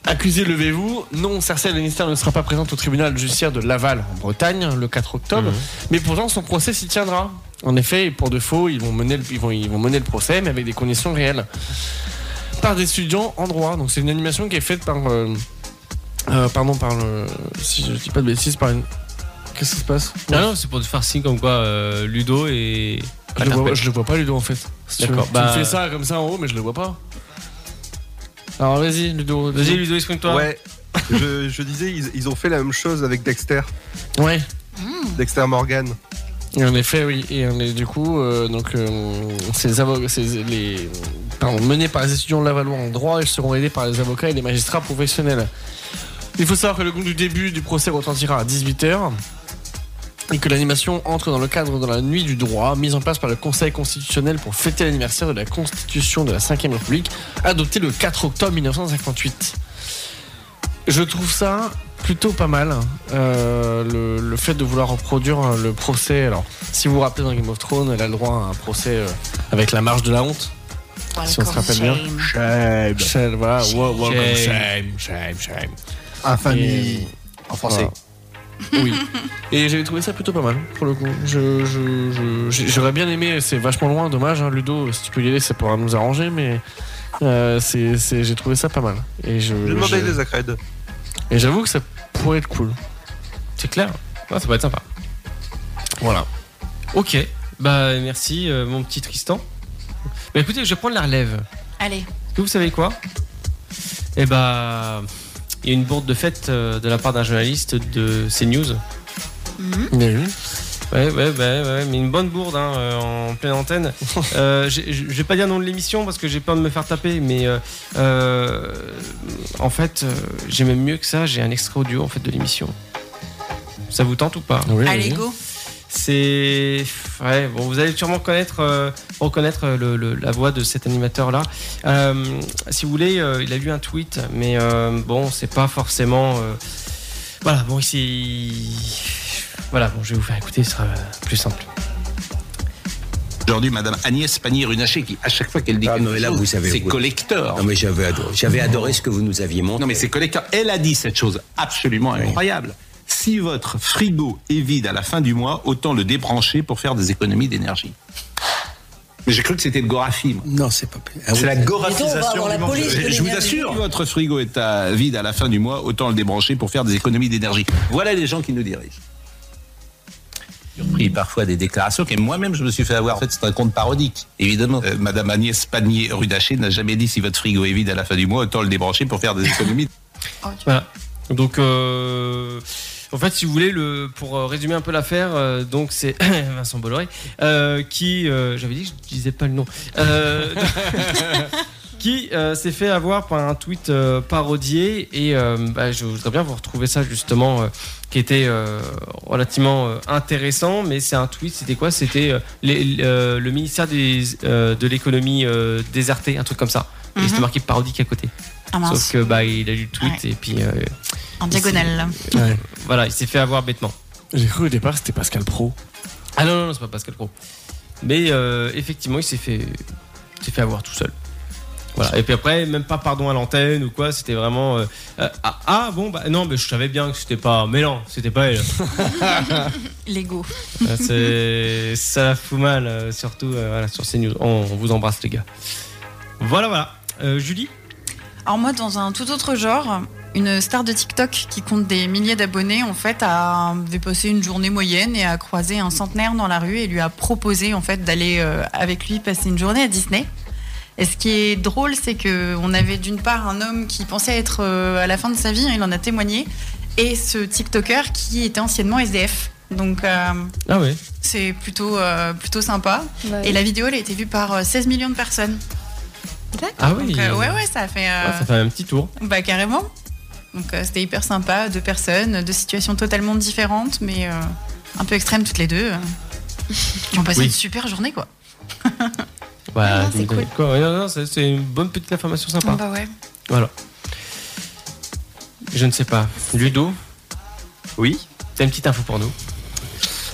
Speaker 7: accusé levez-vous non Cersei Lannister ne sera pas présente au tribunal judiciaire de Laval en Bretagne le 4 octobre mais pourtant son procès s'y tiendra en effet et pour de faux ils vont mener le, ils vont, ils vont mener le procès mais avec des conditions réelles par des étudiants en droit. Donc c'est une animation qui est faite par, euh, euh, pardon, par le, si je dis pas de bêtises, par une. Qu'est-ce qui se passe
Speaker 2: Ah non, c'est pour te faire signe comme quoi euh, Ludo et.
Speaker 7: je le, vois, je le vois pas Ludo en fait. Si tu veux.
Speaker 2: D'accord,
Speaker 7: Tu
Speaker 2: bah-
Speaker 7: me fais ça comme ça en haut, mais je le vois pas. Alors vas-y Ludo.
Speaker 2: Vas-y, Ludo, exprime-toi.
Speaker 9: Ouais. je, je disais, ils, ils ont fait la même chose avec Dexter.
Speaker 7: Ouais.
Speaker 9: Dexter Morgan.
Speaker 7: Et en effet, oui. Et on est, du coup, euh, donc, euh, ces avocats, ces- les, pardon, menés par les étudiants de Lavallois en droit, ils seront aidés par les avocats et les magistrats professionnels. Il faut savoir que le goût du début du procès retentira à 18h et que l'animation entre dans le cadre de la nuit du droit, mise en place par le Conseil constitutionnel pour fêter l'anniversaire de la Constitution de la Ve République, adoptée le 4 octobre 1958. Je trouve ça plutôt pas mal, hein. euh, le, le fait de vouloir reproduire euh, le procès. Alors, si vous vous rappelez dans Game of Thrones, elle a le droit à un procès euh, avec la marge de la honte. si on se rappelle bien. Shame. Shame, voilà. Wo- welcome, shame, shame, shame.
Speaker 6: Infamie.
Speaker 7: en
Speaker 6: français.
Speaker 7: Oui. Et j'avais trouvé ça plutôt pas mal, pour le coup. Je- je- je- j'ai- J'aurais bien aimé, c'est vachement loin, dommage, hein, Ludo, si tu peux y aller, ça pourra nous arranger, mais euh, c'est- c'est- j'ai trouvé ça pas mal. Et je,
Speaker 9: J'ai demandé
Speaker 7: je-
Speaker 9: les accrèdes.
Speaker 7: et j'avoue que ça pourrait être cool.
Speaker 2: C'est clair. Ouais, Ah, ça va être sympa.
Speaker 7: Voilà.
Speaker 2: Ok, bah merci, euh, mon petit Tristan. Bah écoutez, je vais prendre la relève.
Speaker 5: Allez.
Speaker 2: Est-ce que vous savez quoi Eh bah, il y a une bourde de fête euh, de la part d'un journaliste de CNews.
Speaker 7: Bien vu.
Speaker 2: Ouais, ouais, ouais, ouais, mais une bonne bourde hein, euh, en pleine antenne. Euh, j'ai- j'ai- je vais pas dire le nom de l'émission parce que j'ai peur de me faire taper, mais euh, euh, en fait, euh, j'ai même mieux que ça, j'ai un extrait audio en fait de l'émission. Ça vous tente ou pas
Speaker 7: Oui,
Speaker 5: Allez, go.
Speaker 2: c'est. Ouais, bon, vous allez sûrement connaître, euh, reconnaître euh, le- le- la voix de cet animateur-là. Euh, si vous voulez, euh, il a vu un tweet, mais euh, bon, c'est pas forcément. euh, Voilà, bon, ici. Voilà, bon, je vais vous faire écouter, ce sera euh, plus simple.
Speaker 17: Aujourd'hui, Madame Agnès Pannier-Runacher, qui à chaque fois qu'elle dit
Speaker 18: Ah,
Speaker 17: quelque
Speaker 18: mais là,
Speaker 17: chose,
Speaker 18: vous savez,
Speaker 17: c'est
Speaker 18: vous-
Speaker 17: collector.
Speaker 18: Non, mais j'avais adoré, j'avais adoré ce que vous nous aviez montré.
Speaker 17: Non, mais c'est collector. Elle a dit cette chose absolument incroyable. Si votre frigo est vide à la fin du mois, autant le débrancher pour faire des économies d'énergie. Mais j'ai cru que c'était le Gorafi. Non, c'est pas.
Speaker 18: Ah oui.
Speaker 17: C'est la
Speaker 18: Dis donc, on va
Speaker 17: gorafisation.
Speaker 18: avoir la
Speaker 17: du monde.
Speaker 18: police de
Speaker 17: Je- Je vous
Speaker 18: l'énergie.
Speaker 17: assure, si votre frigo est à vide à la fin du mois, autant le débrancher pour faire des économies d'énergie. Voilà les gens qui nous dirigent. surpris parfois des déclarations que moi-même je me suis fait avoir. En fait, c'est un compte parodique, évidemment. Euh, Madame Agnès Pannier-Rudaché n'a jamais dit si votre frigo est vide à la fin du mois, autant le débrancher pour faire des économies.
Speaker 2: Voilà. Donc, euh, en fait, si vous voulez, le, pour euh, résumer un peu l'affaire, euh, donc c'est [COUGHS] Vincent Bolloré euh, qui, euh, j'avais dit que je disais pas le nom, euh, [LAUGHS] qui euh, s'est fait avoir par un tweet euh, parodié et euh, bah, je voudrais bien vous retrouver ça justement, euh, qui était euh, relativement euh, intéressant, mais c'est un tweet, c'était quoi C'était euh, les- euh, le ministère des, euh, de l'économie euh, déserté, un truc comme ça. Et
Speaker 5: Mhm.
Speaker 2: c'était marqué parodique à côté.
Speaker 5: Ah mince.
Speaker 2: Sauf que bah il a lu le tweet et puis euh,
Speaker 5: En diagonale.
Speaker 2: voilà, il s'est fait avoir bêtement.
Speaker 7: J'ai cru au départ que c'était Pascal Pro.
Speaker 2: Ah non non, non c'est pas Pascal Pro. Mais euh, effectivement, il s'est fait il s'est fait avoir tout seul. Voilà. Et puis après, même pas pardon à l'antenne ou quoi, c'était vraiment euh, euh, ah, ah, bon bah non mais je savais bien que c'était pas mais non, c'était pas [LAUGHS] elle.
Speaker 5: L'ego.
Speaker 2: Euh, c'est ça fout mal euh, surtout euh, voilà, sur CNews. On, on vous embrasse les gars. Voilà voilà. Euh, Julie
Speaker 5: Alors moi, dans un tout autre genre, une star de TikTok qui compte des milliers d'abonnés, en fait, a dépassé une journée moyenne et a croisé un centenaire dans la rue et lui a proposé, en fait, d'aller euh, avec lui passer une journée à Disney. Et ce qui est drôle, c'est que on avait d'une part un homme qui pensait être euh, à la fin de sa vie, hein, il en a témoigné, et ce TikToker qui était anciennement SDF. Donc euh,
Speaker 2: Ah ouais.
Speaker 5: c'est plutôt, euh, plutôt sympa.
Speaker 2: Ouais.
Speaker 5: Et la vidéo, elle a été vue par euh, 16 millions de personnes. D'accord.
Speaker 2: Ah oui.
Speaker 5: ouais, ouais, ça a fait. euh,
Speaker 2: Ah, ça fait un petit tour.
Speaker 5: bah carrément. Donc euh, c'était hyper sympa, deux personnes, deux situations totalement différentes, mais euh, un peu extrêmes toutes
Speaker 2: [LAUGHS]
Speaker 5: les deux. Qui ont passé
Speaker 2: Oui.
Speaker 5: une super journée, quoi.
Speaker 2: Bah,
Speaker 5: Ah, Non, c'est
Speaker 2: donc,
Speaker 5: cool.
Speaker 2: quoi, ouais, non, non, c'est c'est une bonne petite information sympa.
Speaker 5: Bah ouais.
Speaker 2: Voilà. Je ne sais pas. Ludo
Speaker 9: Oui
Speaker 2: T'as une petite info pour nous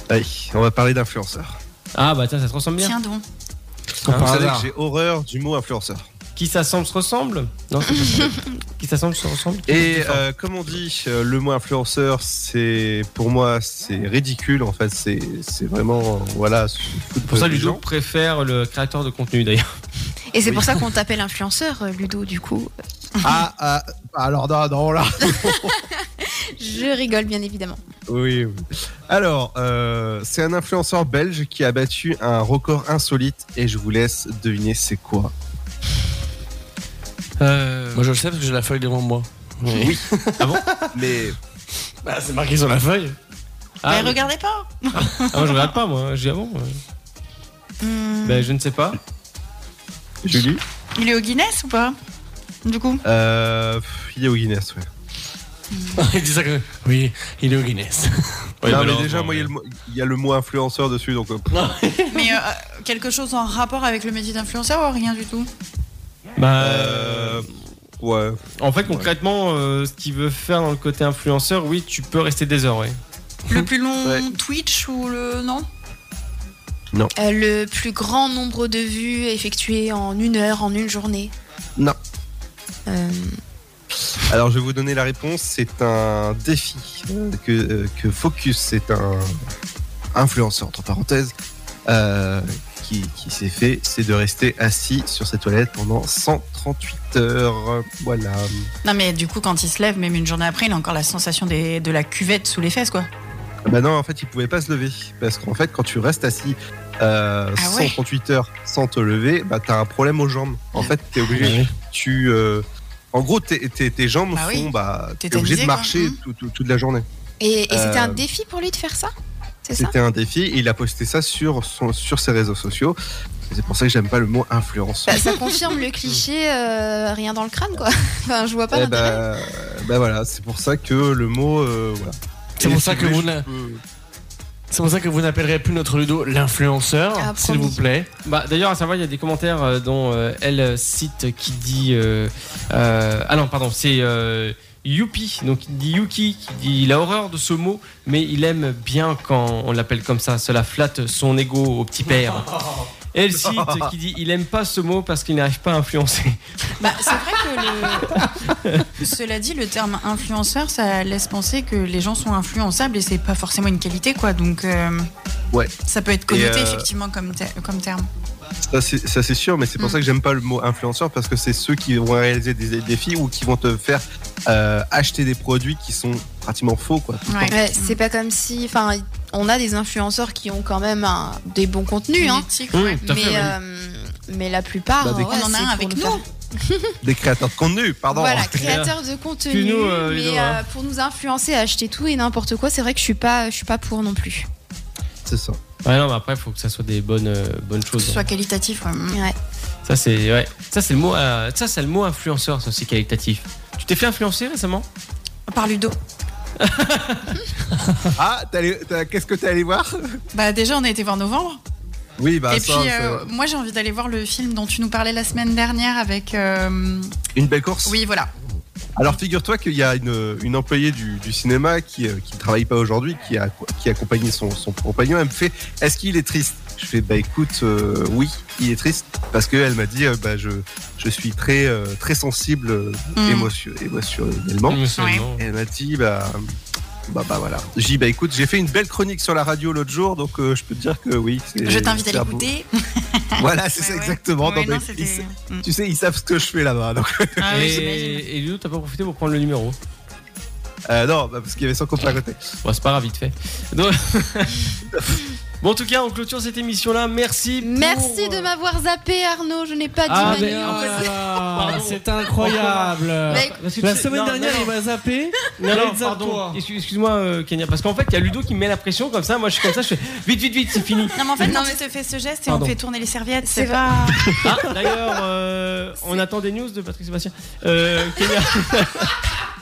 Speaker 9: Allez, on va parler d'influenceurs.
Speaker 2: Ah bah tiens, ça se ressemble bien.
Speaker 5: Tiens donc.
Speaker 9: Ah, Vous
Speaker 2: par
Speaker 9: savez que
Speaker 2: hasard.
Speaker 9: j'ai horreur du mot influenceur.
Speaker 2: Qui s'assemble se ressemble Non, c'est pas ça. [LAUGHS] Qui s'assemble se ressemble
Speaker 9: Et euh, comme on dit, euh, le mot influenceur, c'est pour moi, c'est ridicule. En fait, c'est c'est vraiment euh, voilà. se foutre
Speaker 2: Pour ça,
Speaker 9: des
Speaker 2: Ludo
Speaker 9: gens.
Speaker 2: préfère le créateur de contenu d'ailleurs.
Speaker 10: Et c'est
Speaker 9: Oui.
Speaker 10: pour ça qu'on t'appelle influenceur, euh, Ludo, du coup.
Speaker 6: Ah, ah, alors non, non, là.
Speaker 10: Je rigole, bien évidemment.
Speaker 9: [LAUGHS] Oui. oui. Alors, euh, c'est un influenceur belge qui a battu un record insolite et je vous laisse deviner c'est quoi.
Speaker 7: Euh, Moi je le sais parce que j'ai la feuille devant moi.
Speaker 9: Oui.
Speaker 2: ah bon
Speaker 9: Mais.
Speaker 7: Bah, c'est marqué sur la feuille.
Speaker 5: Mais
Speaker 2: oui.
Speaker 5: regardez pas
Speaker 2: Ah, moi, Ah, je regarde pas, moi. J'ai avant. euh,
Speaker 5: Mm.
Speaker 2: Ben, je ne sais pas.
Speaker 9: [LAUGHS] Julie
Speaker 5: Hmm. Il est au Guinness ou pas
Speaker 10: [LAUGHS]
Speaker 5: Du coup
Speaker 9: euh, pff, Il est au Guinness, ouais.
Speaker 7: [LAUGHS] il dit ça que. Oui, il est au Guinness.
Speaker 9: non, mais déjà, moi, il y a le mot- il y, a le mot influenceur dessus, donc. euh, pff.
Speaker 5: Mais euh, quelque chose en rapport avec le métier d'influenceur ou rien du tout
Speaker 2: Bah,
Speaker 9: euh, ouais.
Speaker 2: En fait, concrètement, euh, ce qu'il veut faire dans le côté influenceur, oui, tu peux rester des heures, oui. [LAUGHS]
Speaker 5: Le plus long Twitch ou le. Non
Speaker 9: Non.
Speaker 10: Euh, le plus grand nombre de vues effectuées en une heure, en une journée.
Speaker 9: Non.
Speaker 10: Euh,
Speaker 9: Alors, je vais vous donner la réponse. C'est un défi que, euh, que Focus, c'est un influenceur, entre parenthèses, euh, qui, qui s'est fait, c'est de rester assis sur ses toilettes pendant 138 heures. Voilà.
Speaker 5: Non, mais du coup, quand il se lève, même une journée après, il a encore la sensation des- de la cuvette sous les fesses, quoi.
Speaker 9: Ah Bah non, en fait, il pouvait pas se lever. Parce qu'en fait, quand tu restes assis euh,
Speaker 5: Ah ouais.
Speaker 9: 138 heures sans te lever, bah t'as un problème aux jambes. En fait, t'es obligé.
Speaker 7: Ah
Speaker 9: Tu. euh, en gros, t'es- t'es- tes jambes
Speaker 10: Bah oui.
Speaker 9: font. Bah,
Speaker 10: T'es
Speaker 9: t'es obligé de
Speaker 10: tétanisé, quoi. Mmh.
Speaker 9: marcher tout- tout- toute la journée.
Speaker 10: Et, et c'était un
Speaker 9: Euh,
Speaker 10: défi pour lui de faire ça C'est ça
Speaker 9: C'était un défi et il a posté ça sur, son- sur ses réseaux sociaux. Et C'est pour ça que j'aime pas le mot influence.
Speaker 10: Bah, Ça confirme le cliché, euh, rien dans le crâne, quoi. [LAUGHS] Enfin, je vois pas
Speaker 9: Eh
Speaker 10: l'intérêt.
Speaker 9: bah, bah voilà, c'est pour ça que le mot. euh, voilà.
Speaker 7: C'est
Speaker 9: Et
Speaker 7: pour
Speaker 9: si
Speaker 7: ça que
Speaker 9: voulez,
Speaker 7: vous
Speaker 9: je
Speaker 7: n'a-
Speaker 9: peux-
Speaker 7: C'est pour ça que vous n'appellerez plus notre Ludo l'influenceur,
Speaker 10: Ah,
Speaker 7: s'il vous plaît.
Speaker 2: Bah, D'ailleurs, à savoir, il y a des commentaires euh, dont euh, elle cite qui dit. euh, euh, ah non, pardon, c'est euh, Yupi, donc il dit Yuki, qui dit il a horreur de ce mot, mais il aime bien quand on l'appelle comme ça. Cela flatte son ego au petit père. Elle cite qui dit il aime pas ce mot parce qu'il n'arrive pas à influencer. [LAUGHS]
Speaker 5: Bah, c'est vrai que le- [LAUGHS] cela dit, le terme influenceur, ça laisse penser que les gens sont influençables et c'est pas forcément une qualité, quoi. Donc, euh,
Speaker 9: Ouais.
Speaker 5: ça peut être
Speaker 9: Et,
Speaker 5: connoté
Speaker 9: euh,
Speaker 5: effectivement comme, ter- comme terme.
Speaker 9: Ça, c'est ça, c'est sûr, mais c'est pour
Speaker 5: Mm.
Speaker 9: ça que j'aime pas le mot influenceur parce que c'est ceux qui vont réaliser des des défis ou qui vont te faire euh, acheter des produits qui sont pratiquement faux. Quoi, tout le temps.
Speaker 10: Ouais, c'est pas comme si. Enfin, on a des influenceurs qui ont quand même un- des bons contenus.
Speaker 5: Une
Speaker 10: hein.
Speaker 5: éthique,
Speaker 10: mais,
Speaker 5: Oui, ouais. tout à fait, oui.
Speaker 10: euh, mais la plupart.
Speaker 9: Bah, des-
Speaker 10: ouais,
Speaker 5: On en a
Speaker 10: c'est
Speaker 5: un
Speaker 10: pour
Speaker 5: avec
Speaker 10: le
Speaker 5: nous.
Speaker 9: Des créateurs de contenu,
Speaker 2: [LAUGHS]
Speaker 9: pardon. hein,
Speaker 10: Voilà, créateur de contenu,
Speaker 9: Excuse-nous, euh,
Speaker 10: mais
Speaker 9: Ludo,
Speaker 10: euh,
Speaker 9: hein.
Speaker 10: pour nous influencer à acheter tout et n'importe quoi, c'est vrai que je suis pas, je suis pas pour non plus.
Speaker 9: C'est ça.
Speaker 2: Ouais, non, mais après, il faut que ça soit des bonnes, euh, bonnes
Speaker 5: Que
Speaker 2: choses.
Speaker 5: ce soit qualitatif, ouais. Mm.
Speaker 9: Mm.
Speaker 2: Ça, c'est ouais. Ça, c'est le mot. euh, ça, c'est le mot influenceur. Ça, c'est qualitatif. Tu t'es fait influencer récemment
Speaker 5: Par Ludo.
Speaker 9: Ah, t'es allé- t'as- qu'est-ce que t'es allé voir
Speaker 5: Bah, déjà, on a été voir novembre.
Speaker 9: Oui, bah
Speaker 5: et
Speaker 9: ça.
Speaker 5: puis,
Speaker 9: c'est-
Speaker 5: euh, moi, j'ai envie d'aller voir le film dont tu nous parlais la semaine dernière avec. euh,
Speaker 9: Une belle course
Speaker 5: Oui, voilà.
Speaker 9: Alors figure-toi qu'il y a une, une employée du, du cinéma qui euh, qui ne travaille pas aujourd'hui, qui a qui a accompagné son, son compagnon. Elle me fait Est-ce qu'il est triste Je fais Bah écoute, euh, oui, il est triste parce qu'elle m'a dit euh, Bah je je suis très euh, très sensible euh,
Speaker 17: Mm.
Speaker 9: émotio- émotionnellement.
Speaker 17: Émotionnellement.
Speaker 9: Et Elle m'a dit Bah bah, bah voilà. J'ai dit, bah écoute, j'ai fait une belle chronique sur la radio l'autre jour, donc euh, je peux te dire que oui. c'est-
Speaker 5: Je t'invite à
Speaker 9: c'est un beau-
Speaker 5: l'écouter.
Speaker 9: Voilà, c'est ça
Speaker 5: Ouais, ouais.
Speaker 9: exactement.
Speaker 5: Ouais,
Speaker 9: Non,
Speaker 5: non,
Speaker 9: mais
Speaker 5: c'était-
Speaker 9: ils sa- Tu sais, ils savent ce que je fais là-bas. donc.
Speaker 5: Ah oui, j'imagine.
Speaker 2: Et, et Ludo, t'as pas profité pour prendre le numéro
Speaker 9: Euh, non, bah, parce qu'il y avait son copain à côté.
Speaker 2: Bon, c'est pas grave, vite fait. Donc- [LAUGHS] bon, en tout cas, on clôture cette émission-là. Merci. pour-
Speaker 10: Merci de m'avoir zappé, Arnaud. Je n'ai pas dit
Speaker 2: euh, Ah,
Speaker 10: ma Bah,
Speaker 2: mais-
Speaker 10: nuit.
Speaker 8: oh
Speaker 2: ah,
Speaker 10: Pardon.
Speaker 8: Ah,
Speaker 3: C'est incroyable.
Speaker 4: Bah,
Speaker 10: Mais-
Speaker 2: Parce que tu
Speaker 3: La
Speaker 2: sais-
Speaker 3: semaine
Speaker 2: non,
Speaker 3: dernière,
Speaker 2: non,
Speaker 3: il
Speaker 2: non.
Speaker 3: m'a zappé.
Speaker 2: Non,
Speaker 3: Allez,
Speaker 2: non,
Speaker 3: zappe-toi.
Speaker 2: pardon. Excuse- Excuse-moi, euh, Kenya. Parce qu'en fait, il y a Ludo qui me met la pression comme ça. Moi, je suis comme ça. Je fais vite, vite, vite, c'est [LAUGHS] fini.
Speaker 5: Non, mais en fait,
Speaker 10: Non,
Speaker 5: quand
Speaker 10: mais
Speaker 5: tu te fais ce geste et
Speaker 2: Pardon.
Speaker 5: on fait tourner les serviettes, c'est pas.
Speaker 2: Ah, d'ailleurs, euh, on attend des news de Patrick Sébastien. Euh, Kenya.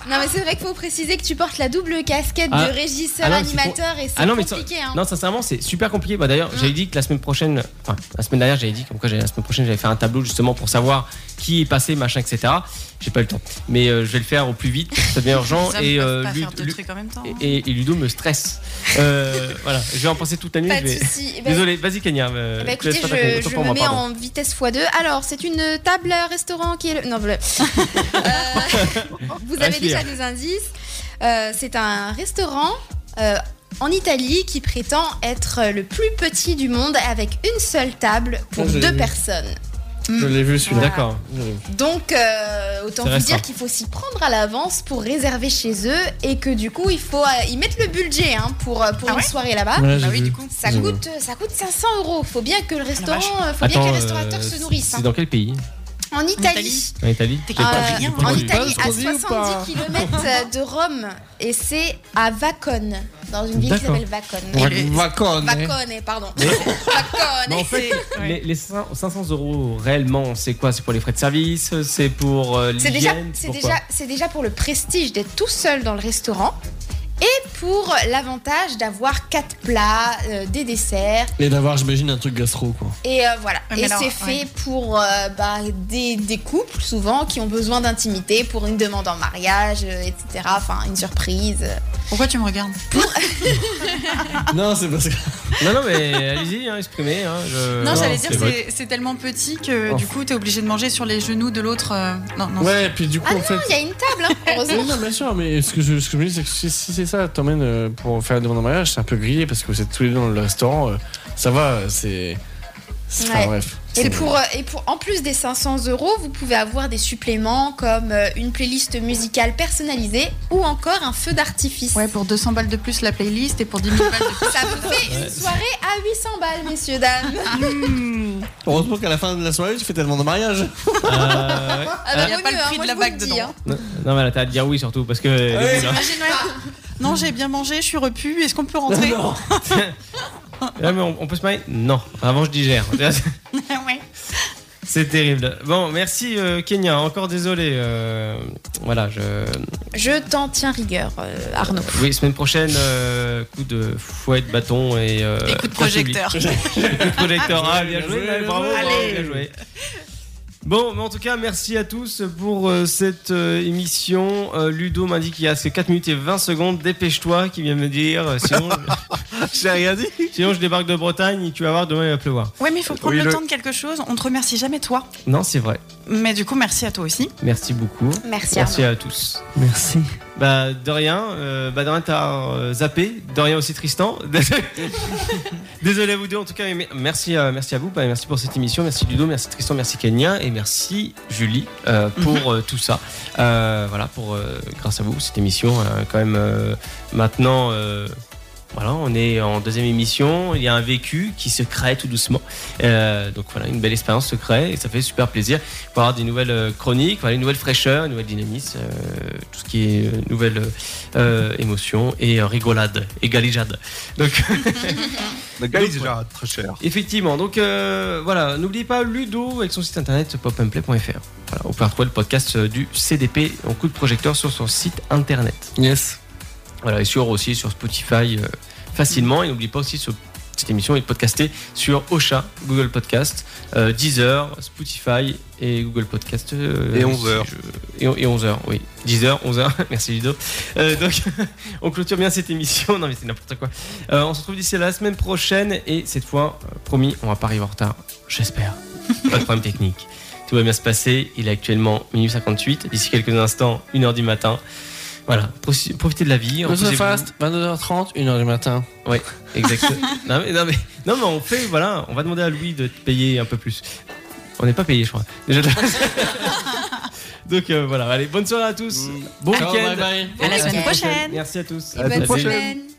Speaker 4: Non, mais c'est vrai qu'il faut préciser que tu portes la double casquette
Speaker 2: Ah.
Speaker 4: de régisseur,
Speaker 2: Ah non, mais c'est
Speaker 4: animateur
Speaker 2: con-
Speaker 4: et c'est
Speaker 2: Ah non, mais
Speaker 4: compliqué.
Speaker 2: ça-
Speaker 4: hein.
Speaker 2: Non, sincèrement, c'est super compliqué. Bah, D'ailleurs, j'avais dit que la semaine prochaine, enfin, la semaine dernière, j'avais dit comme quoi j'allais- la semaine prochaine, j'allais faire un tableau justement pour savoir qui est passé, machin, etc. J'ai pas eu le temps, mais euh, je vais le faire au plus vite. Ça devient urgent
Speaker 5: Les hommes
Speaker 2: et,
Speaker 5: peuvent
Speaker 2: euh,
Speaker 5: pas
Speaker 2: Lu-
Speaker 5: faire deux
Speaker 2: Lu-
Speaker 5: trucs en même temps.
Speaker 2: et, et Ludo me stresse. Euh, voilà, je vais en penser toute la nuit.
Speaker 4: Pas
Speaker 2: je
Speaker 4: de
Speaker 2: vais-
Speaker 4: souci. Eh
Speaker 10: Bah,
Speaker 4: ben-
Speaker 2: Désolé, vas-y, Kenya. euh,
Speaker 4: Eh ben,
Speaker 2: je te laisse
Speaker 4: écoutez,
Speaker 2: pas ta-
Speaker 4: je,
Speaker 2: autant
Speaker 4: je
Speaker 2: pour
Speaker 4: me
Speaker 2: moi,
Speaker 4: mets
Speaker 2: pardon.
Speaker 4: en vitesse x2. Alors, c'est une table euh, restaurant qui est. le- Non, voilà. Euh, [LAUGHS] vous avez
Speaker 19: Respire.
Speaker 4: déjà des indices. Euh, c'est un restaurant euh, en Italie qui prétend être le plus petit du monde avec une seule table pour
Speaker 15: Ah, je l'ai
Speaker 4: deux
Speaker 15: vu.
Speaker 4: personnes.
Speaker 15: Je l'ai vu
Speaker 4: Voilà.
Speaker 15: celui-là.
Speaker 2: D'accord.
Speaker 4: Donc, euh,
Speaker 2: C'est
Speaker 4: autant vous
Speaker 2: restreint.
Speaker 4: dire qu'il faut s'y prendre à l'avance pour réserver chez eux et que du coup, il faut euh, y mettre le budget hein, pour, euh, pour une soirée là-bas.
Speaker 2: Ouais, j'ai Bah oui, vu. du coup.
Speaker 4: Ça
Speaker 2: J'ai
Speaker 4: coûte, euh, ça coûte 500 euros. Faut bien que le restaurant, euh, faut bien
Speaker 2: Attends,
Speaker 4: que les
Speaker 2: euh,
Speaker 4: restaurateurs se
Speaker 2: c'est-
Speaker 4: nourrissent. hein.
Speaker 2: C'est dans quel pays
Speaker 4: En Italie.
Speaker 2: En Italie
Speaker 4: Euh,
Speaker 2: J'ai pas- j'ai pas
Speaker 4: en
Speaker 2: entendu.
Speaker 4: Italie, à
Speaker 19: Scrosi ou pas
Speaker 4: 70 km de Rome, et c'est à Vacone, dans une ville qui
Speaker 2: D'accord.
Speaker 4: s'appelle Vacone.
Speaker 2: Ouais, Vacone. hein.
Speaker 4: Vacone, eh, pardon.
Speaker 2: Mais-
Speaker 4: [LAUGHS] Vacone.
Speaker 2: Mais en fait, les, les 500 500 euros réellement, c'est quoi C'est pour les frais de service C'est pour euh,
Speaker 4: C'est déjà,
Speaker 2: l'hygiène
Speaker 4: c'est
Speaker 2: pour
Speaker 4: déjà,
Speaker 2: quoi
Speaker 4: c'est déjà pour le prestige d'être tout seul dans le restaurant et pour l'avantage d'avoir quatre plats, euh, des desserts.
Speaker 7: Et d'avoir, j'imagine, un truc gastro, quoi.
Speaker 4: Et euh, voilà.
Speaker 5: Ouais, mais
Speaker 4: et
Speaker 5: alors,
Speaker 4: c'est
Speaker 5: ouais.
Speaker 4: fait pour euh, bah, des, des couples souvent qui ont besoin d'intimité pour une demande en mariage, euh, etc. Enfin, une surprise.
Speaker 5: Pourquoi tu me regardes
Speaker 7: Non, c'est parce que.
Speaker 2: Non, non, mais allez-y, hein, exprimez. hein, je-
Speaker 5: Non, j'allais dire,
Speaker 2: vrai.
Speaker 5: c'est c'est tellement petit que
Speaker 2: Oh.
Speaker 5: du coup, t'es obligé de manger sur les genoux de l'autre. euh, Non, non.
Speaker 7: Ouais, puis du coup, Ah en non, fait- il y
Speaker 4: a une table, hein, [LAUGHS]
Speaker 7: Oui, non, bien sûr, mais ce que je, ce que je me dis, c'est que si, si c'est ça, t'emmènes euh, pour faire la demande en mariage, c'est un peu grillé parce que vous êtes tous les deux dans le restaurant. euh, ça va, euh, c'est. c'est- enfin,
Speaker 4: Ouais.
Speaker 7: bref.
Speaker 4: Et pour, euh, et pour en plus des 500 euros, vous pouvez avoir des suppléments comme euh, une playlist musicale personnalisée ou encore un feu d'artifice.
Speaker 5: Ouais, pour 200 balles de plus la playlist et pour 10 000 balles [LAUGHS] de
Speaker 4: [LAUGHS]
Speaker 5: plus.
Speaker 4: Ça vous fait une soirée à 800 balles, messieurs, dames.
Speaker 7: Heureusement qu'à la fin de la soirée, tu fais ta demande en mariage.
Speaker 2: Euh, ouais.
Speaker 4: Ah bah,
Speaker 5: Il y a
Speaker 4: vaut
Speaker 5: pas le
Speaker 4: mieux, hein,
Speaker 5: prix
Speaker 4: moi,
Speaker 5: de la
Speaker 4: je vous
Speaker 5: bague
Speaker 4: le dis,
Speaker 5: dedans.
Speaker 4: hein.
Speaker 2: Non, non, mais là, t'as à dire oui surtout parce que. les boules, hein.
Speaker 5: J'imagine, ouais. Non, j'ai bien mangé, je suis repu. Est-ce qu'on peut rentrer
Speaker 2: Là, mais on, on peut se marier Non, avant je digère.
Speaker 5: [LAUGHS] Ouais.
Speaker 2: C'est terrible. Bon, merci euh, Kenya, encore désolé. euh, voilà, je.
Speaker 4: Je t'en tiens rigueur, euh, Arnaud.
Speaker 2: Oui, semaine prochaine, euh, coup de fouet de bâton et. euh,
Speaker 4: Et coup de projecteur.
Speaker 2: Coup de projecteur, ah, bien joué,
Speaker 4: Bien joué,
Speaker 2: bravo,
Speaker 4: bien joué.
Speaker 2: bravo,
Speaker 4: Allez.
Speaker 2: bien joué. Bon, mais en tout cas, merci à tous pour euh, cette euh, émission. Euh, Ludo m'a dit qu'il y a 4 minutes et 20 secondes. Dépêche-toi, qui vient me dire. euh, Sinon, [LAUGHS] j'ai rien dit. Sinon, je débarque de Bretagne. Tu vas voir, demain il va pleuvoir.
Speaker 5: Ouais, mais il faut prendre
Speaker 2: Oui,
Speaker 5: le,
Speaker 2: le-
Speaker 5: temps de quelque chose. On te remercie jamais, toi.
Speaker 2: Non, c'est vrai.
Speaker 5: Mais du coup, merci à toi aussi.
Speaker 2: Merci beaucoup.
Speaker 5: Merci,
Speaker 2: Merci
Speaker 5: Arnaud.
Speaker 2: à tous.
Speaker 7: Merci.
Speaker 2: Bah, de rien. euh, bah, de rien, t'as euh, zappé. De rien aussi, Tristan. [LAUGHS] Désolé à vous deux, en tout cas. mais Merci, euh, merci à vous. bah, merci pour cette émission. Merci Ludo, merci Tristan, merci Kenya. Et merci Julie euh, pour euh, tout ça. Euh, voilà, pour, euh, grâce à vous, cette émission. euh, quand même, euh, maintenant. euh, voilà, on est en deuxième émission. Il y a un vécu qui se crée tout doucement. Euh, donc voilà, une belle expérience se crée et ça fait super plaisir. On va avoir des nouvelles euh, chroniques, voilà, une nouvelle fraîcheur, une nouvelle dynamisme, euh, tout ce qui est euh, nouvelle euh, émotion et euh, rigolade et galijade. Donc, [LAUGHS]
Speaker 9: Le gars, il est déjà très cher.
Speaker 2: effectivement, donc euh, voilà, n'oubliez pas Ludo avec son site internet popandplay.fr. Voilà, on peut retrouver le podcast euh, du CDP en coup de projecteur sur son site internet.
Speaker 7: Yes.
Speaker 2: Voilà, et sur aussi sur Spotify euh, facilement. Et n'oubliez pas aussi ce- cette émission est podcastée sur Ocha, Google Podcast, euh, Deezer, Spotify et Google Podcast. euh,
Speaker 9: Et
Speaker 2: si
Speaker 9: 11h.
Speaker 2: je- Et, on- et 11h, oui. 10h, 11h. [LAUGHS] Merci Ludo. Euh, donc, [LAUGHS] on clôture bien cette émission. Non, mais c'est n'importe quoi. Euh, on se retrouve d'ici à la semaine prochaine. Et cette fois, euh, promis, on va pas arriver en retard. J'espère. Pas de problème technique. Tout va bien se passer. Il est actuellement minuit 58. D'ici quelques instants, 1h du matin. Voilà, Profi- profitez de la vie.
Speaker 7: Le
Speaker 2: reposez-vous.
Speaker 7: Fast, 22h30, 1h du matin.
Speaker 2: Ouais, exact.
Speaker 7: [LAUGHS]
Speaker 2: non, mais, non, mais, non, mais on fait, voilà, on va demander à Louis de te payer un peu plus. On n'est pas payé, je crois. Déjà
Speaker 7: [LAUGHS]
Speaker 2: de- Donc euh, voilà, allez, bonne soirée à tous. Bon
Speaker 7: Mm. Ciao,
Speaker 2: week-end.
Speaker 7: bye bye.
Speaker 2: Et
Speaker 5: À la semaine prochaine.
Speaker 2: Merci à tous.
Speaker 5: Et bonne semaine.